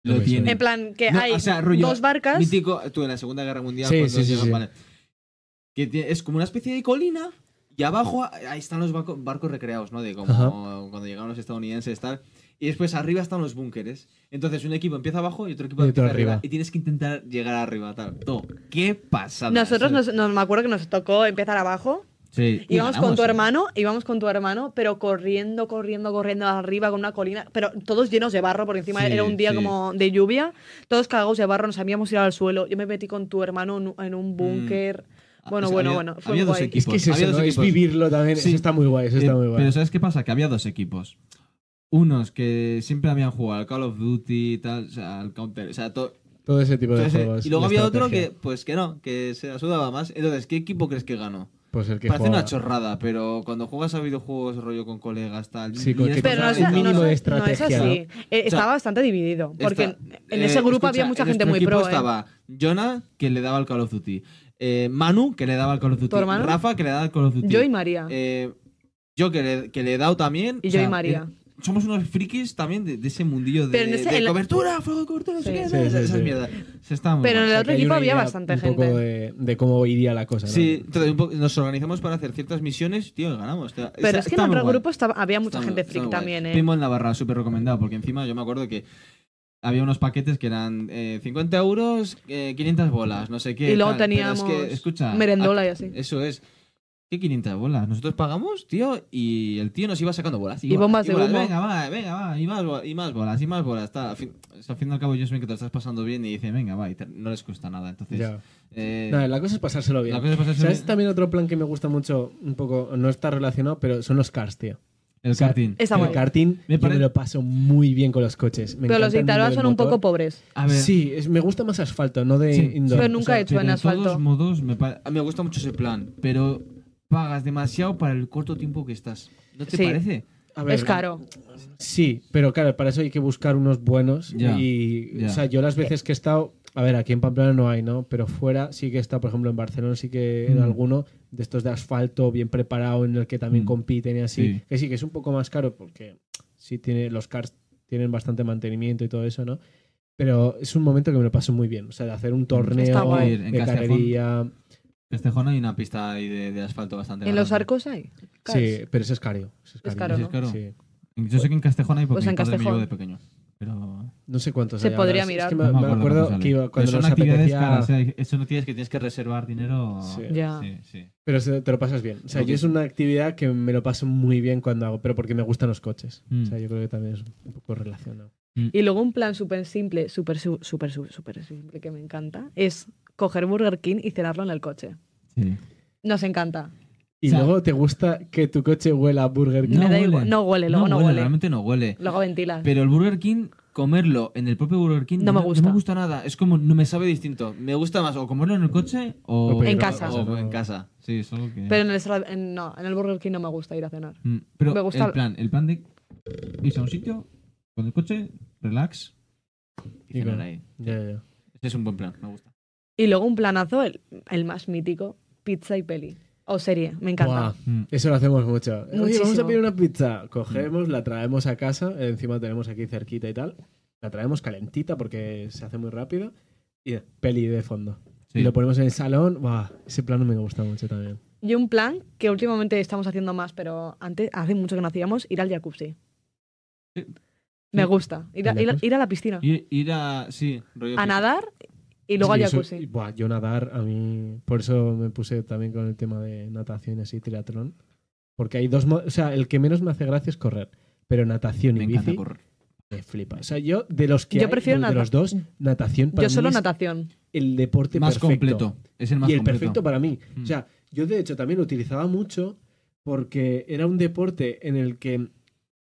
Speaker 1: No
Speaker 2: Lo
Speaker 1: me
Speaker 2: tiene.
Speaker 1: suena.
Speaker 3: En plan, que
Speaker 2: Mm. No,
Speaker 3: hay
Speaker 2: o sea, rollo
Speaker 3: dos barcas.
Speaker 2: Mítico, tú en la Segunda Guerra Mundial,
Speaker 1: Sí,
Speaker 2: cuando
Speaker 1: sí, sí,
Speaker 2: llegan,
Speaker 1: sí.
Speaker 2: vale. que tie- es como una especie de colina y abajo a- ahí están los barco- barcos recreados, ¿no? De como
Speaker 1: Ajá.
Speaker 2: cuando llegaron los estadounidenses tal. Y después arriba están los búnkeres. Entonces un equipo empieza abajo y otro equipo
Speaker 1: Y otro
Speaker 2: empieza arriba.
Speaker 1: arriba.
Speaker 2: Y tienes que intentar llegar arriba, tal. Todo. ¿Qué pasada?
Speaker 3: Nosotros
Speaker 2: Eso-
Speaker 3: nos, nos- me acuerdo que nos tocó empezar abajo.
Speaker 2: Sí. Y
Speaker 3: Íbamos con
Speaker 2: ganamos,
Speaker 3: tu
Speaker 2: ¿eh?
Speaker 3: hermano, íbamos con tu hermano, pero corriendo, corriendo, corriendo arriba con una colina, pero todos llenos de barro, por encima
Speaker 2: Sí,
Speaker 3: era un día
Speaker 2: sí.
Speaker 3: como de lluvia, todos cagados de barro, nos habíamos tirado al suelo. Yo me metí con tu hermano en un- en un búnker. Bueno,
Speaker 2: Mm. Ah, O sea,
Speaker 3: bueno,
Speaker 2: había-
Speaker 3: bueno, fue
Speaker 2: había dos
Speaker 3: guay.
Speaker 1: Es que es eso,
Speaker 2: Había dos
Speaker 1: ¿no? Es
Speaker 2: equipos.
Speaker 1: vivirlo también.
Speaker 2: Sí.
Speaker 1: Eso está muy guay, eso
Speaker 2: Eh,
Speaker 1: está muy guay.
Speaker 2: Pero ¿sabes qué pasa? Que había dos equipos. Unos que siempre habían jugado al Call of Duty y tal, o sea, al Counter, o sea, to-
Speaker 1: Todo ese tipo de
Speaker 2: Entonces,
Speaker 1: juegos.
Speaker 2: y luego
Speaker 1: de
Speaker 2: había otro que,
Speaker 1: estrategia.
Speaker 2: pues que no, que se sudaba más. Entonces, ¿qué equipo crees que ganó?
Speaker 1: Pues el que
Speaker 2: Parece
Speaker 1: jugaba.
Speaker 2: una chorrada, pero cuando juegas a videojuegos rollo con colegas, tal.
Speaker 1: Sí,
Speaker 2: y
Speaker 1: con-
Speaker 2: es-
Speaker 1: que
Speaker 3: Pero no,
Speaker 1: Cosa
Speaker 3: es-
Speaker 1: del
Speaker 3: no es-
Speaker 1: mínimo de
Speaker 3: no es
Speaker 1: estrategia,
Speaker 3: así.
Speaker 2: ¿no?
Speaker 3: Eh, estaba bastante dividido, porque
Speaker 2: Está-
Speaker 3: en
Speaker 2: eh,
Speaker 3: ese grupo
Speaker 2: escucha,
Speaker 3: había mucha
Speaker 2: en
Speaker 3: gente
Speaker 2: nuestro
Speaker 3: muy
Speaker 2: equipo
Speaker 3: pro. ¿eh?
Speaker 2: Estaba Jonah, que le daba al Call of Duty. eh, Manu, que le daba al Call of Duty.
Speaker 3: hermano?
Speaker 2: Rafa, que le daba al Call of Duty.
Speaker 3: Yo y María.
Speaker 2: Eh, yo que le, que le he dado también.
Speaker 3: Y
Speaker 2: o
Speaker 3: yo y
Speaker 2: sea,
Speaker 3: María.
Speaker 2: eh, somos unos frikis también de, de ese mundillo de,
Speaker 3: Pero en ese-
Speaker 2: de
Speaker 3: en la-
Speaker 2: cobertura, fuego de cobertura, no sé qué,
Speaker 3: Sí.
Speaker 1: Sí,
Speaker 2: esas-
Speaker 1: sí,
Speaker 2: esas
Speaker 1: sí.
Speaker 2: mierdas. Se está muy
Speaker 3: Pero en
Speaker 2: mal.
Speaker 3: el
Speaker 1: O sea,
Speaker 3: otro
Speaker 1: que hay
Speaker 3: equipo
Speaker 1: una
Speaker 3: había
Speaker 1: idea
Speaker 3: bastante
Speaker 1: un poco
Speaker 3: gente.
Speaker 1: de, de cómo iría la cosa. ¿no?
Speaker 2: Sí, entonces un po- nos organizamos para hacer ciertas misiones, tío, y ganamos. Está-
Speaker 3: Pero
Speaker 2: está-
Speaker 3: es que en
Speaker 2: está muy
Speaker 3: otro
Speaker 2: guay.
Speaker 3: grupo estaba, había
Speaker 2: Está
Speaker 3: mucha
Speaker 2: muy-
Speaker 3: gente
Speaker 2: está
Speaker 3: freak
Speaker 2: muy guay.
Speaker 3: también, ¿eh?
Speaker 2: Primo en la barra, súper recomendado, porque encima yo me acuerdo que había unos paquetes que eran eh, 50 euros, eh, 500 bolas, no sé qué.
Speaker 3: Y luego
Speaker 2: tal, pero es que,
Speaker 3: teníamos
Speaker 2: escucha,
Speaker 3: merendola
Speaker 2: ac-
Speaker 3: y así.
Speaker 2: Eso es. ¿Qué 500 bolas? Nosotros pagamos, tío, y el tío nos iba sacando bolas.
Speaker 3: Y bombas de
Speaker 2: bolas,
Speaker 3: humo.
Speaker 2: Venga, va, venga, va, y más, bo- y más bolas, y más bolas. Tal. Al, fin, o sea, al fin y al cabo, ellos ven que te lo estás pasando bien y dicen, venga, va, y te- no les cuesta nada. Entonces,
Speaker 1: Ya.
Speaker 2: eh,
Speaker 1: Nada, la cosa es pasárselo bien.
Speaker 2: la cosa es pasarse
Speaker 1: ¿Sabes
Speaker 2: bien.
Speaker 1: también otro plan que me gusta mucho? Un poco, no está relacionado, pero son los cars, tío.
Speaker 2: el
Speaker 1: o sea,
Speaker 2: karting.
Speaker 3: Está
Speaker 1: el
Speaker 3: guay.
Speaker 1: karting,
Speaker 2: Me
Speaker 1: yo
Speaker 2: pare-
Speaker 1: me lo paso muy bien con los coches. Me
Speaker 3: Pero los
Speaker 1: encanta el mundo
Speaker 3: Italia
Speaker 1: del
Speaker 3: son un
Speaker 1: motor.
Speaker 3: poco pobres.
Speaker 2: Eh, A ver.
Speaker 1: Sí, es- me gusta más asfalto, no de
Speaker 2: Sí.
Speaker 1: indoor.
Speaker 3: Pero nunca he hecho
Speaker 2: Pero
Speaker 3: en asfalto.
Speaker 2: De todos modos, me, pa- me gusta mucho ese plan, pero pagas demasiado para el corto tiempo que estás. ¿No te
Speaker 3: Sí.
Speaker 2: parece?
Speaker 1: A ver,
Speaker 3: es caro.
Speaker 1: Sí, pero claro, para eso hay que buscar unos buenos.
Speaker 2: Ya,
Speaker 1: y,
Speaker 2: ya.
Speaker 1: o sea, yo las veces que he estado. A ver, aquí en Pamplona no hay, ¿no? Pero fuera sí que está, por ejemplo, en Barcelona sí que en
Speaker 2: Mm.
Speaker 1: alguno de estos de asfalto bien preparado en el que también
Speaker 2: Mm.
Speaker 1: compiten y así.
Speaker 2: Sí.
Speaker 1: Que sí, que es un poco más caro porque sí tiene, los cars tienen bastante mantenimiento y todo eso, ¿no? Pero es un momento que me lo paso muy bien. O sea, de hacer un
Speaker 3: Está
Speaker 1: torneo
Speaker 3: guay.
Speaker 2: Mm. En
Speaker 1: de
Speaker 2: Castejón.
Speaker 1: carrería.
Speaker 2: En Estejón hay una pista ahí de, de asfalto bastante
Speaker 3: ¿En los
Speaker 2: grande.
Speaker 3: arcos hay?
Speaker 1: Sí, pero eso es caro. Eso es caro.
Speaker 3: Es caro,
Speaker 2: Sí, es caro.
Speaker 1: Sí.
Speaker 2: Yo sé que en Castejón hay porque
Speaker 3: Pues en
Speaker 2: mi padre me
Speaker 3: Castejón.
Speaker 2: llevó de pequeño. Pero
Speaker 1: No sé cuántos
Speaker 3: Se
Speaker 1: hay ahora.
Speaker 3: podría
Speaker 1: Es-
Speaker 3: mirar.
Speaker 1: Es que me,
Speaker 2: no
Speaker 1: me
Speaker 2: cuántos
Speaker 1: acuerdo
Speaker 2: salen.
Speaker 1: que iba-
Speaker 2: Pero
Speaker 1: cuando
Speaker 2: son
Speaker 1: nos
Speaker 2: actividades
Speaker 1: apetecía...
Speaker 2: caras, o sea, son actividades que tienes que reservar dinero.
Speaker 1: Sí.
Speaker 3: Ya.
Speaker 2: sí, sí.
Speaker 1: Pero se- te lo pasas bien. O sea,
Speaker 2: Ok.
Speaker 1: yo es una actividad que me lo paso muy bien cuando hago, pero porque me gustan los coches.
Speaker 2: Mm.
Speaker 1: O sea, yo creo que también es un poco relacionado.
Speaker 3: Y luego un plan súper simple, súper, su- súper, su- súper simple que me encanta, es coger Burger King y cenarlo en el coche.
Speaker 2: Sí.
Speaker 3: Nos encanta.
Speaker 1: Y
Speaker 4: O sea,
Speaker 1: luego te gusta que tu coche huela a Burger King.
Speaker 4: No
Speaker 3: me da
Speaker 4: huele.
Speaker 3: igual. No huele, luego no, huele.
Speaker 2: realmente no huele.
Speaker 3: Luego ventilas.
Speaker 2: Pero el Burger King, comerlo en el propio Burger King,
Speaker 3: No me gusta.
Speaker 2: No me gusta nada. Es como, no me sabe distinto. Me gusta más o comerlo en el coche o...
Speaker 1: O pedirlo
Speaker 3: En casa.
Speaker 2: o en casa. Sí, eso que...
Speaker 3: Pero en el, restaurante- en- no, en el Burger King no me gusta ir a cenar.
Speaker 2: Mm, Pero
Speaker 3: Me gusta-
Speaker 2: el plan, el plan de irse a un sitio con el coche, relax y
Speaker 1: Y
Speaker 2: cenar
Speaker 1: con-
Speaker 2: ahí.
Speaker 1: Ya, ya, ya.
Speaker 2: Ese es un buen plan, me gusta.
Speaker 3: Y luego un planazo, el, el más mítico, pizza y peli. O serie, me encanta.
Speaker 1: Buah, Eso lo hacemos mucho. Oye, vamos
Speaker 3: Muchísimo.
Speaker 1: a pedir una pizza. Cogemos,
Speaker 2: Mm.
Speaker 1: la traemos a casa, encima la tenemos aquí cerquita y tal. La traemos calentita porque se hace muy rápido. Y peli de fondo.
Speaker 2: Sí.
Speaker 1: Y lo ponemos en el salón. Buah, ese plano me gusta mucho también.
Speaker 3: Y un plan que últimamente estamos haciendo más, pero antes hace mucho que no hacíamos, ir al jacuzzi.
Speaker 2: Sí.
Speaker 3: Me gusta. Ir a,
Speaker 1: ¿Al
Speaker 3: ir a-
Speaker 1: jacuzzi?
Speaker 3: ir a la piscina.
Speaker 2: Ir, ir a... Sí, rollo...
Speaker 3: A
Speaker 2: fiesta.
Speaker 3: nadar y luego
Speaker 1: Sí,
Speaker 3: al
Speaker 1: eso-
Speaker 3: jacuzzi.
Speaker 1: y, buah, yo nadar, a mí. Por eso me puse también con el tema de natación y así, triatlón. Porque hay dos. mo- O sea, el que menos me hace gracia es correr. Pero natación
Speaker 2: Me
Speaker 1: y
Speaker 2: encanta
Speaker 1: bici
Speaker 2: correr.
Speaker 1: me flipa. O sea, yo de los que
Speaker 3: Yo
Speaker 1: hay,
Speaker 3: prefiero
Speaker 1: de, de
Speaker 3: nata-
Speaker 1: los dos, natación para
Speaker 3: Yo
Speaker 1: mí
Speaker 3: solo
Speaker 1: es
Speaker 3: natación.
Speaker 1: el deporte
Speaker 2: Más
Speaker 1: perfecto.
Speaker 2: completo. Es el más
Speaker 1: y el
Speaker 2: completo.
Speaker 1: perfecto para mí.
Speaker 2: Mm.
Speaker 1: O sea, yo de hecho también lo utilizaba mucho porque era un deporte en el que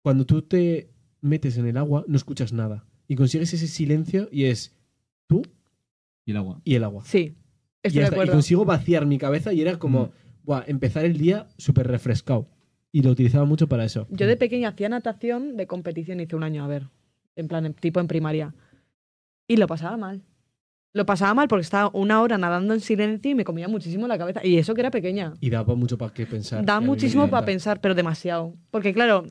Speaker 1: cuando tú te metes en el agua no escuchas nada y consigues ese silencio y es tú
Speaker 2: Y el agua.
Speaker 1: y el agua.
Speaker 3: Sí.
Speaker 1: Y, ya
Speaker 3: Estoy de
Speaker 1: está. Y
Speaker 3: acuerdo.
Speaker 1: consigo vaciar mi cabeza y era como,
Speaker 2: Mm.
Speaker 1: "Buah, empezar el día súper refrescado. Y lo utilizaba mucho para eso.
Speaker 3: Yo de pequeña hacía natación de competición, hice un año, a ver, en plan, en- tipo en primaria. Y lo pasaba mal. Lo pasaba mal porque estaba una hora nadando en silencio y me comía muchísimo la cabeza. Y eso que era pequeña.
Speaker 1: Y daba mucho para qué pensar. Y
Speaker 3: Da
Speaker 1: a mí me
Speaker 3: muchísimo para
Speaker 1: encanta.
Speaker 3: pensar, pero demasiado. Porque claro,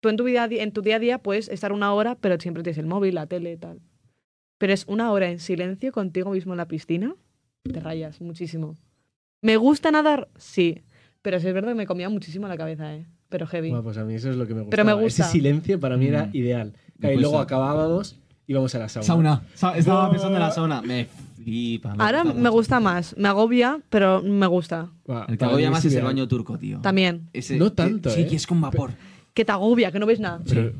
Speaker 3: tú en tu, vida, en tu día a día puedes estar una hora, pero siempre tienes el móvil, la tele, tal. Pero es una hora en silencio contigo mismo en la piscina, te rayas muchísimo. ¿Me gusta nadar? Sí. Pero sí es verdad que me comía muchísimo la cabeza, ¿eh? Pero heavy.
Speaker 1: Bueno, pues a mí eso es lo que me gusta.
Speaker 3: Pero me gusta.
Speaker 1: Ese silencio para mí era
Speaker 2: Mm.
Speaker 1: ideal.
Speaker 2: Después
Speaker 1: y luego
Speaker 2: sa-
Speaker 1: acabábamos y íbamos a la sauna.
Speaker 2: Sauna. Sa- estaba
Speaker 1: Buah.
Speaker 2: pensando en la sauna. Me flipa. me
Speaker 3: Ahora me
Speaker 2: mucho.
Speaker 3: gusta más. Me agobia, pero me gusta.
Speaker 1: Buah,
Speaker 2: El que
Speaker 1: para mí
Speaker 2: agobia
Speaker 1: es
Speaker 2: más es el
Speaker 1: ideal.
Speaker 2: baño turco, tío.
Speaker 3: También.
Speaker 2: Ese-
Speaker 1: No tanto,
Speaker 2: Sí,
Speaker 1: ¿eh?
Speaker 2: que es con vapor.
Speaker 3: Que te agobia, que no ves nada.
Speaker 1: Pero-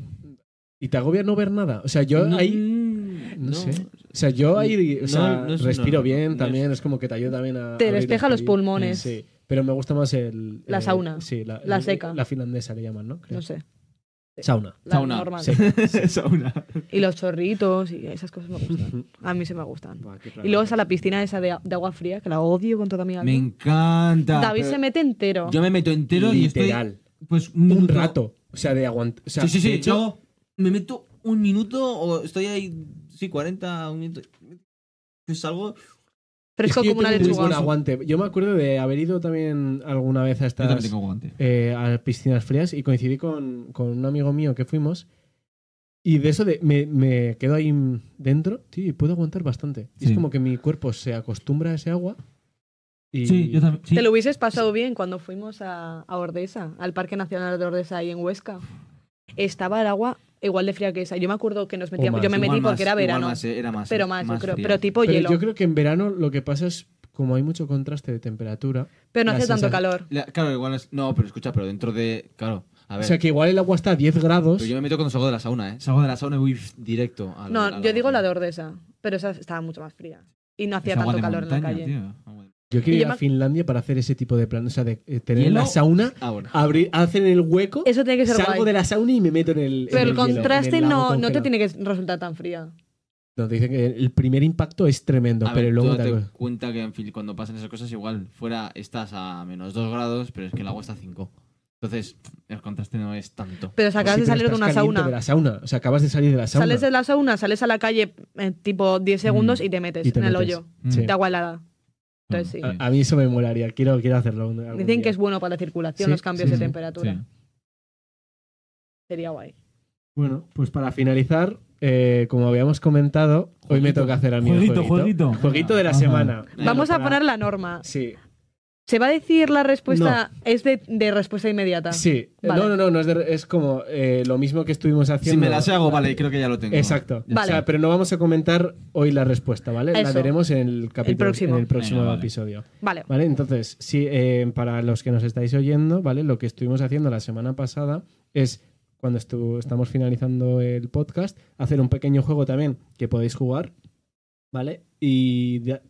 Speaker 1: ¿Y te agobia no ver nada? O sea, yo
Speaker 2: No,
Speaker 1: ahí.
Speaker 2: Mm. no.
Speaker 1: No, sé. O sea, yo ahí.
Speaker 2: No,
Speaker 1: O sea,
Speaker 2: no es-
Speaker 1: respiro
Speaker 2: no,
Speaker 1: bien
Speaker 2: no
Speaker 1: también.
Speaker 2: es-
Speaker 1: Es... como que te ayuda también a.
Speaker 3: Te
Speaker 1: abrir
Speaker 3: despeja los
Speaker 1: pelvis.
Speaker 3: pulmones.
Speaker 1: Sí. Pero me gusta más el.
Speaker 3: La
Speaker 1: el-
Speaker 3: sauna.
Speaker 1: Sí, la,
Speaker 3: La
Speaker 1: el-
Speaker 3: seca.
Speaker 1: La finlandesa le llaman, ¿no? Creo.
Speaker 3: No sé.
Speaker 1: Sauna.
Speaker 3: La
Speaker 2: Sauna.
Speaker 3: normal.
Speaker 1: Seca.
Speaker 2: sauna.
Speaker 3: Y los chorritos y esas cosas me gustan. A mí se me gustan.
Speaker 1: Buah, qué
Speaker 3: Y
Speaker 1: raro.
Speaker 3: luego está la piscina esa de, de agua fría, que la odio con toda mi alma.
Speaker 2: Me encanta.
Speaker 3: David
Speaker 2: pero
Speaker 3: se mete entero.
Speaker 2: Yo me meto entero y
Speaker 1: Literal.
Speaker 2: estoy pues un,
Speaker 1: Un
Speaker 2: minuto-
Speaker 1: rato. O sea, de aguantar. O sea,
Speaker 2: sí, sí, sí.
Speaker 1: de hecho,
Speaker 2: yo me meto un minuto o estoy ahí sí 40 un minuto. Pues Yo salgo
Speaker 3: Fresco
Speaker 1: es que yo
Speaker 3: como una
Speaker 1: tengo muy buen
Speaker 3: lechuga.
Speaker 1: aguante. Yo me acuerdo de haber ido también alguna vez a
Speaker 2: yo también
Speaker 1: estas
Speaker 2: tengo guante.
Speaker 1: eh, a piscinas frías y coincidí con, con un amigo mío que fuimos. Y de eso de, me, me quedo ahí dentro, tío, y puedo aguantar bastante. Y es
Speaker 2: Sí.
Speaker 1: como que mi cuerpo se acostumbra a ese agua. Y
Speaker 2: Sí, yo también. sí.
Speaker 3: Te lo hubieses pasado bien cuando fuimos a, a Ordesa, al Parque Nacional de Ordesa ahí en Huesca. Estaba el agua igual de fría que esa. Yo me acuerdo que nos metíamos.
Speaker 1: más.
Speaker 3: Yo me
Speaker 2: Igual
Speaker 3: metí
Speaker 2: más,
Speaker 3: porque era
Speaker 2: igual
Speaker 3: verano.
Speaker 2: más, eh, era más.
Speaker 3: pero más, yo creo.
Speaker 2: fría.
Speaker 3: Pero tipo
Speaker 1: Pero
Speaker 3: hielo.
Speaker 1: yo creo que en verano lo que pasa es, como hay mucho contraste de temperatura,
Speaker 3: pero no
Speaker 1: la
Speaker 3: hace tanto
Speaker 1: sensación-
Speaker 3: calor.
Speaker 2: La- claro, igual es no, pero escucha, pero dentro de claro, a
Speaker 1: o
Speaker 2: ver.
Speaker 1: sea que igual el agua está a 10 grados.
Speaker 2: pero yo me meto cuando salgo de la sauna, eh. Salgo de la sauna y voy directo a
Speaker 3: No, yo digo la de Ordesa, pero esa estaba mucho más fría. Y no hacía tanto calor en la calle.
Speaker 2: Ah,
Speaker 1: Yo quiero
Speaker 3: Y
Speaker 1: ir
Speaker 3: yo
Speaker 1: a
Speaker 3: me-
Speaker 1: Finlandia para hacer ese tipo de plan, o sea, de eh, tener
Speaker 2: Hielo.
Speaker 1: la sauna,
Speaker 2: Ah, bueno.
Speaker 1: abrir, hacen el hueco,
Speaker 3: Eso tiene que ser
Speaker 1: salgo
Speaker 3: guay.
Speaker 1: de la sauna y me meto en el. en
Speaker 3: Pero el
Speaker 1: hielo, en
Speaker 3: contraste
Speaker 1: lago
Speaker 3: no, no te
Speaker 1: congelado.
Speaker 3: tiene que resultar tan fría.
Speaker 1: No, te dicen que el primer impacto es tremendo,
Speaker 2: A
Speaker 1: pero
Speaker 2: ver,
Speaker 1: luego
Speaker 2: tú
Speaker 1: te
Speaker 2: date
Speaker 1: acu-
Speaker 2: cuenta que en fin, cuando pasan esas cosas, igual fuera estás a menos 2 grados, pero es que el agua está a 5. Entonces, el contraste no es tanto.
Speaker 3: Pero si acabas
Speaker 1: Sí,
Speaker 3: de
Speaker 1: pero
Speaker 3: salir de
Speaker 1: estás
Speaker 3: una
Speaker 1: caliente
Speaker 3: sauna.
Speaker 1: de la sauna. O sea, acabas de salir de la sauna.
Speaker 3: Sales de la sauna, sales a la calle eh, tipo 10 segundos
Speaker 2: Mm.
Speaker 3: y te metes
Speaker 1: y te
Speaker 3: en el
Speaker 1: metes.
Speaker 3: hoyo
Speaker 1: Mm. Sí. Mm.
Speaker 3: de agua helada. Entonces sí.
Speaker 1: A, a mí eso me molaría. Quiero, quiero hacerlo. un- Ah, algún
Speaker 3: Dicen que
Speaker 1: día.
Speaker 3: es bueno para la circulación
Speaker 1: Sí,
Speaker 3: los cambios
Speaker 1: sí,
Speaker 3: de
Speaker 1: sí,
Speaker 3: temperatura. Sería guay.
Speaker 1: Bueno, pues para finalizar, eh, como habíamos comentado, hoy me
Speaker 2: Jueguito. Ah,
Speaker 1: toca hacer a mí el
Speaker 4: Jueguito,
Speaker 1: jueguito.
Speaker 4: jueguito.
Speaker 1: Jueguito de la
Speaker 4: Ajá.
Speaker 1: semana.
Speaker 2: Venga,
Speaker 3: Vamos a
Speaker 1: para-
Speaker 3: poner la norma.
Speaker 1: Sí,
Speaker 3: ¿Se va a decir la respuesta? Es de, de respuesta inmediata.
Speaker 1: sí.
Speaker 3: Ah. Vale.
Speaker 1: No, no, no, no es, de- es como eh, lo mismo que estuvimos haciendo.
Speaker 2: Si me las hago, vale, creo que ya lo tengo.
Speaker 1: Exacto.
Speaker 2: Ya
Speaker 3: Vale.
Speaker 1: O sea, pero no vamos a comentar hoy la respuesta, ¿vale? La
Speaker 3: Eso.
Speaker 1: veremos en el capítulo,
Speaker 3: próximo.
Speaker 1: en el próximo
Speaker 2: Venga, vale.
Speaker 1: episodio.
Speaker 3: Vale.
Speaker 1: Vale, entonces, sí, eh, para los que nos estáis oyendo, ¿vale? Lo que estuvimos haciendo la semana pasada es, cuando estu- estamos finalizando el podcast, hacer un pequeño juego también que podéis jugar, ¿vale? eh, Y de-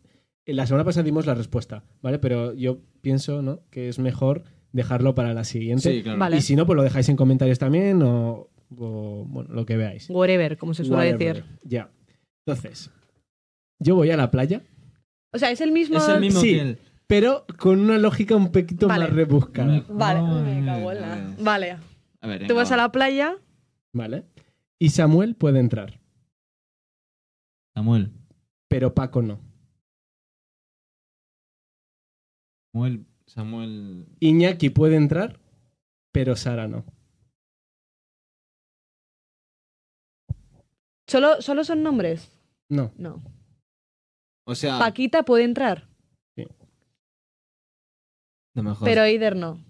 Speaker 1: la semana pasada dimos la respuesta, ¿vale? Pero yo pienso, ¿no? Que es mejor dejarlo para la siguiente.
Speaker 2: Sí, claro.
Speaker 3: Vale.
Speaker 1: Y si no, pues lo dejáis en comentarios también o, o, bueno, lo que veáis.
Speaker 3: Whatever, como se suele
Speaker 1: Whatever.
Speaker 3: decir.
Speaker 1: Ya. Entonces, yo voy a la playa,
Speaker 3: O sea, es el mismo.
Speaker 2: Es el mismo
Speaker 1: Sí.
Speaker 2: que el...
Speaker 1: pero con una lógica un poquito
Speaker 3: Vale.
Speaker 1: más rebuscada.
Speaker 3: Vale.
Speaker 2: Ay,
Speaker 3: Me cago en la-
Speaker 2: Dios.
Speaker 3: Vale.
Speaker 2: A ver,
Speaker 3: Tú
Speaker 2: venga,
Speaker 3: vas a
Speaker 2: va.
Speaker 3: la playa.
Speaker 1: ¿Vale? Y Samuel puede entrar,
Speaker 2: Samuel.
Speaker 1: pero Paco no.
Speaker 2: Samuel. Samuel.
Speaker 1: Iñaki puede entrar, pero Sara no.
Speaker 3: ¿Solo, solo son nombres?
Speaker 1: No.
Speaker 3: No.
Speaker 2: O sea,
Speaker 3: Paquita puede entrar,
Speaker 2: no me jodas.
Speaker 3: pero Eider no.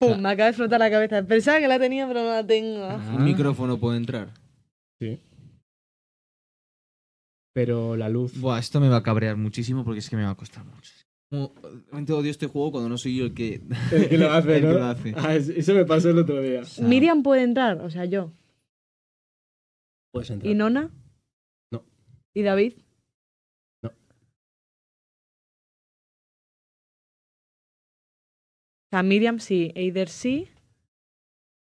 Speaker 3: Pum,
Speaker 2: Ah.
Speaker 3: me acaba de explotar la cabeza. Pensaba que la tenía, pero no la tengo.
Speaker 2: Un micrófono puede entrar.
Speaker 1: Pero la luz.
Speaker 2: Buah, esto me va a cabrear muchísimo porque es que me va a costar mucho. Como, realmente odio este juego cuando no soy yo el que.
Speaker 1: El que lo hace,
Speaker 2: El que
Speaker 1: ¿no?
Speaker 2: lo hace.
Speaker 1: Ah, es- eso me pasó el otro día.
Speaker 2: O sea,
Speaker 3: Miriam puede entrar, o sea, yo.
Speaker 1: Puedes entrar.
Speaker 3: ¿Y Nona?
Speaker 1: No.
Speaker 3: ¿Y David?
Speaker 1: No.
Speaker 3: O sea, Miriam sí, Eider sí.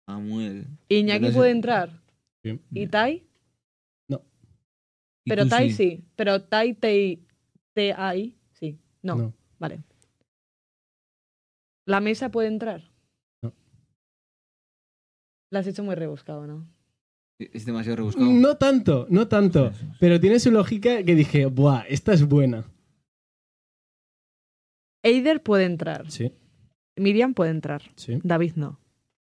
Speaker 2: Samuel.
Speaker 3: Iñaki
Speaker 2: Entonces-
Speaker 3: puede entrar.
Speaker 1: Sí.
Speaker 3: ¿Y Tai?
Speaker 2: Y
Speaker 3: Pero
Speaker 2: tú
Speaker 3: Tai sí. Pero Tai, Tei, T-A-I, sí. No.
Speaker 1: No.
Speaker 3: Vale. ¿La mesa puede entrar?
Speaker 1: No.
Speaker 3: La has hecho muy rebuscado, ¿no?
Speaker 2: Es demasiado rebuscado.
Speaker 1: No tanto, no tanto.
Speaker 2: Joder,
Speaker 1: Pero tiene su lógica que dije, buah, esta es buena.
Speaker 3: Eider puede entrar.
Speaker 1: Sí,
Speaker 3: Miriam puede entrar.
Speaker 1: sí.
Speaker 3: David no.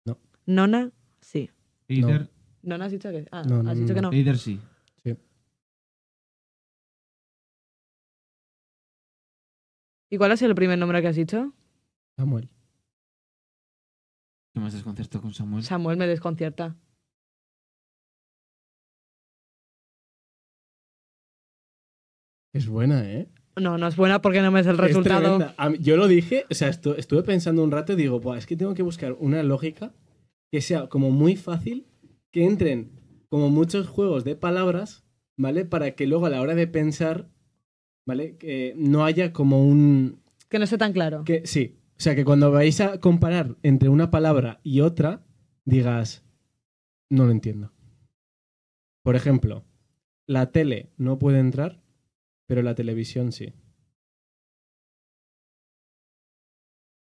Speaker 1: No.
Speaker 3: Nona, sí.
Speaker 2: Eider,
Speaker 3: Nona has dicho que. Ah,
Speaker 1: No, no,
Speaker 3: has dicho que
Speaker 1: no.
Speaker 3: no.
Speaker 2: Eider sí.
Speaker 3: ¿Y cuál ha sido el primer nombre que has dicho?
Speaker 1: Samuel.
Speaker 2: ¿Qué más desconcierto con
Speaker 1: Mm.
Speaker 2: Samuel?
Speaker 3: Samuel me desconcierta.
Speaker 1: Es buena, ¿eh?
Speaker 3: No, no es buena porque no me es el
Speaker 1: Es
Speaker 3: resultado.
Speaker 1: tremenda. Este A mí- yo lo dije, o sea, estu- estuve pensando un rato y digo, "Buah, es que tengo que buscar una lógica que sea como muy fácil, que entren como muchos juegos de palabras, ¿vale? Para que luego a la hora de pensar, ¿vale? Que no haya como un,
Speaker 3: que no esté tan claro.
Speaker 1: Que, sí. O sea, que cuando vais a comparar entre una palabra y otra, digas, no lo entiendo. Por ejemplo, la tele no puede entrar, pero la televisión sí.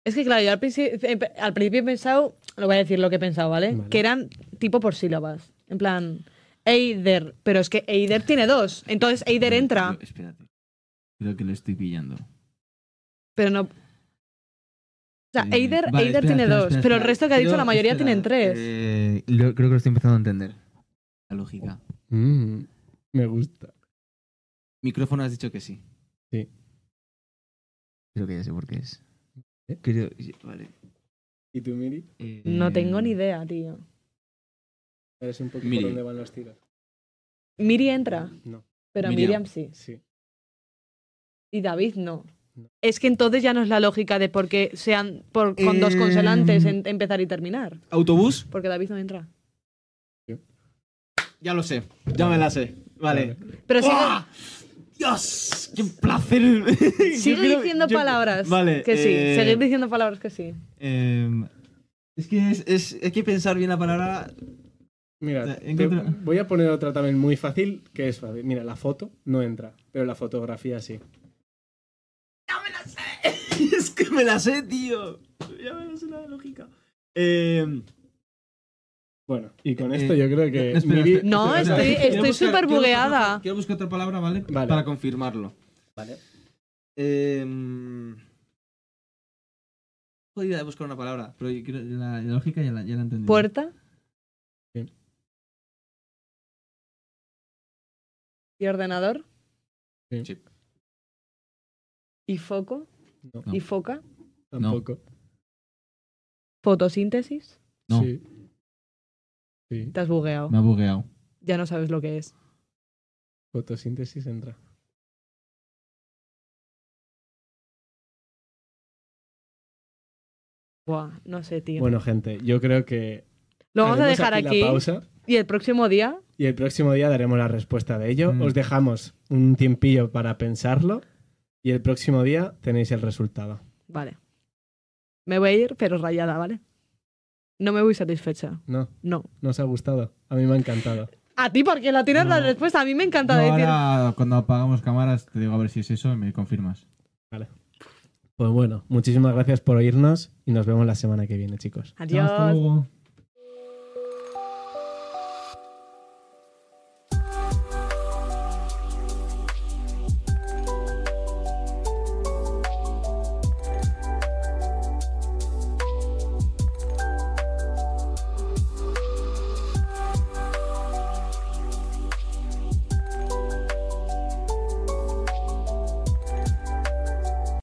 Speaker 3: Es que claro, yo al, princi- eh, al principio he pensado, lo voy a decir lo que he pensado, ¿vale?
Speaker 1: Vale.
Speaker 3: Que eran tipo por sílabas. En plan, Eider, pero es que Eider tiene dos. Entonces Eider entra,
Speaker 2: Yo- espérate. Creo que lo estoy pillando.
Speaker 3: pero no. O sea,
Speaker 2: Eh,
Speaker 3: Eider,
Speaker 2: vale,
Speaker 3: Eider
Speaker 2: espera,
Speaker 3: tiene
Speaker 2: espera,
Speaker 3: dos,
Speaker 2: espera,
Speaker 3: pero el
Speaker 2: espera.
Speaker 3: resto que ha dicho,
Speaker 2: Creo-
Speaker 3: la mayoría
Speaker 2: espera,
Speaker 3: tienen tres.
Speaker 2: eh, lo- creo que lo estoy empezando a entender. La lógica.
Speaker 1: me gusta.
Speaker 2: Micrófono has dicho que sí.
Speaker 1: Sí.
Speaker 2: Creo que ya sé por qué es.
Speaker 1: ¿Eh?
Speaker 2: Creo- vale.
Speaker 1: ¿Y tú, Miri?
Speaker 2: Eh,
Speaker 3: No tengo ni idea, tío.
Speaker 1: ¿Sabes un poco
Speaker 2: Miri.
Speaker 1: por dónde van los tiros?
Speaker 3: Miri entra,
Speaker 1: No,
Speaker 3: pero
Speaker 2: Miriam.
Speaker 3: Miriam sí.
Speaker 1: sí.
Speaker 3: Y David no.
Speaker 1: No.
Speaker 3: Es que entonces ya no es la lógica de por qué sean por, con dos
Speaker 2: Eh,
Speaker 3: consonantes en- empezar y terminar.
Speaker 2: ¿Autobús?
Speaker 3: Porque David no entra.
Speaker 2: Ya lo sé. Ya me la sé. Vale.
Speaker 3: Pero sigue,
Speaker 2: ¡Buah! ¡Dios! ¡Qué placer! Yo
Speaker 3: sigue
Speaker 2: creo-
Speaker 3: diciendo
Speaker 2: yo-
Speaker 3: palabras.
Speaker 2: Vale.
Speaker 3: Que sí.
Speaker 2: eh,
Speaker 3: Seguir diciendo palabras que sí.
Speaker 2: eh, es que es, es- hay que pensar bien la palabra.
Speaker 1: Mira,
Speaker 2: Ya,
Speaker 1: te-
Speaker 2: Eh, encuentra-
Speaker 1: voy a poner otra también muy fácil, que es fácil. Mira, la foto no entra, pero la fotografía sí.
Speaker 2: es que me la sé, tío. Ya me la sé la lógica. Eh,
Speaker 1: Bueno, y con
Speaker 2: Eh,
Speaker 1: esto yo creo que...
Speaker 2: espera, espera.
Speaker 1: Miri-
Speaker 3: No,
Speaker 1: espera,
Speaker 3: estoy-
Speaker 1: espera.
Speaker 2: Quiero buscar- quiero
Speaker 3: súper
Speaker 2: buscar otra-
Speaker 3: bugueada.
Speaker 2: Quiero buscar otra palabra, ¿vale?
Speaker 1: Vale.
Speaker 2: Para confirmarlo.
Speaker 1: Vale.
Speaker 2: Eh, jodida de buscar una palabra, pero yo creo- la, la lógica ya la, ya la entendí.
Speaker 3: Puerta.
Speaker 1: Sí.
Speaker 3: Y ordenador.
Speaker 1: Sí.
Speaker 2: Sí.
Speaker 3: Y foco.
Speaker 1: No.
Speaker 3: Y foca.
Speaker 1: Tampoco.
Speaker 3: Fotosíntesis.
Speaker 2: No.
Speaker 1: Sí. Sí,
Speaker 3: Te has bugueado.
Speaker 2: Me ha bugueado.
Speaker 3: Ya no sabes lo que es.
Speaker 1: fotosíntesis entra.
Speaker 3: Buah, no sé, tío.
Speaker 1: Bueno, gente, yo creo que.
Speaker 3: Lo vamos a
Speaker 1: haremos
Speaker 3: dejar aquí.
Speaker 1: La pausa
Speaker 3: Y el próximo día,
Speaker 1: y el próximo día daremos la respuesta de ello.
Speaker 2: Mm.
Speaker 1: Os dejamos un tiempillo para pensarlo y el próximo día tenéis el resultado.
Speaker 3: Vale. Me voy a ir, pero rayada, ¿vale? No me voy satisfecha.
Speaker 1: No,
Speaker 3: No.
Speaker 1: no os ha gustado. A mí me ha encantado.
Speaker 3: A ti, porque la tienes la
Speaker 2: No.
Speaker 3: respuesta. A mí me encanta
Speaker 2: No,
Speaker 3: decir.
Speaker 2: ahora, cuando apagamos cámaras, te digo a ver si es eso y me confirmas.
Speaker 1: Pues bueno, muchísimas gracias por oírnos y nos vemos la semana que viene, chicos.
Speaker 3: Adiós.
Speaker 2: Hasta luego.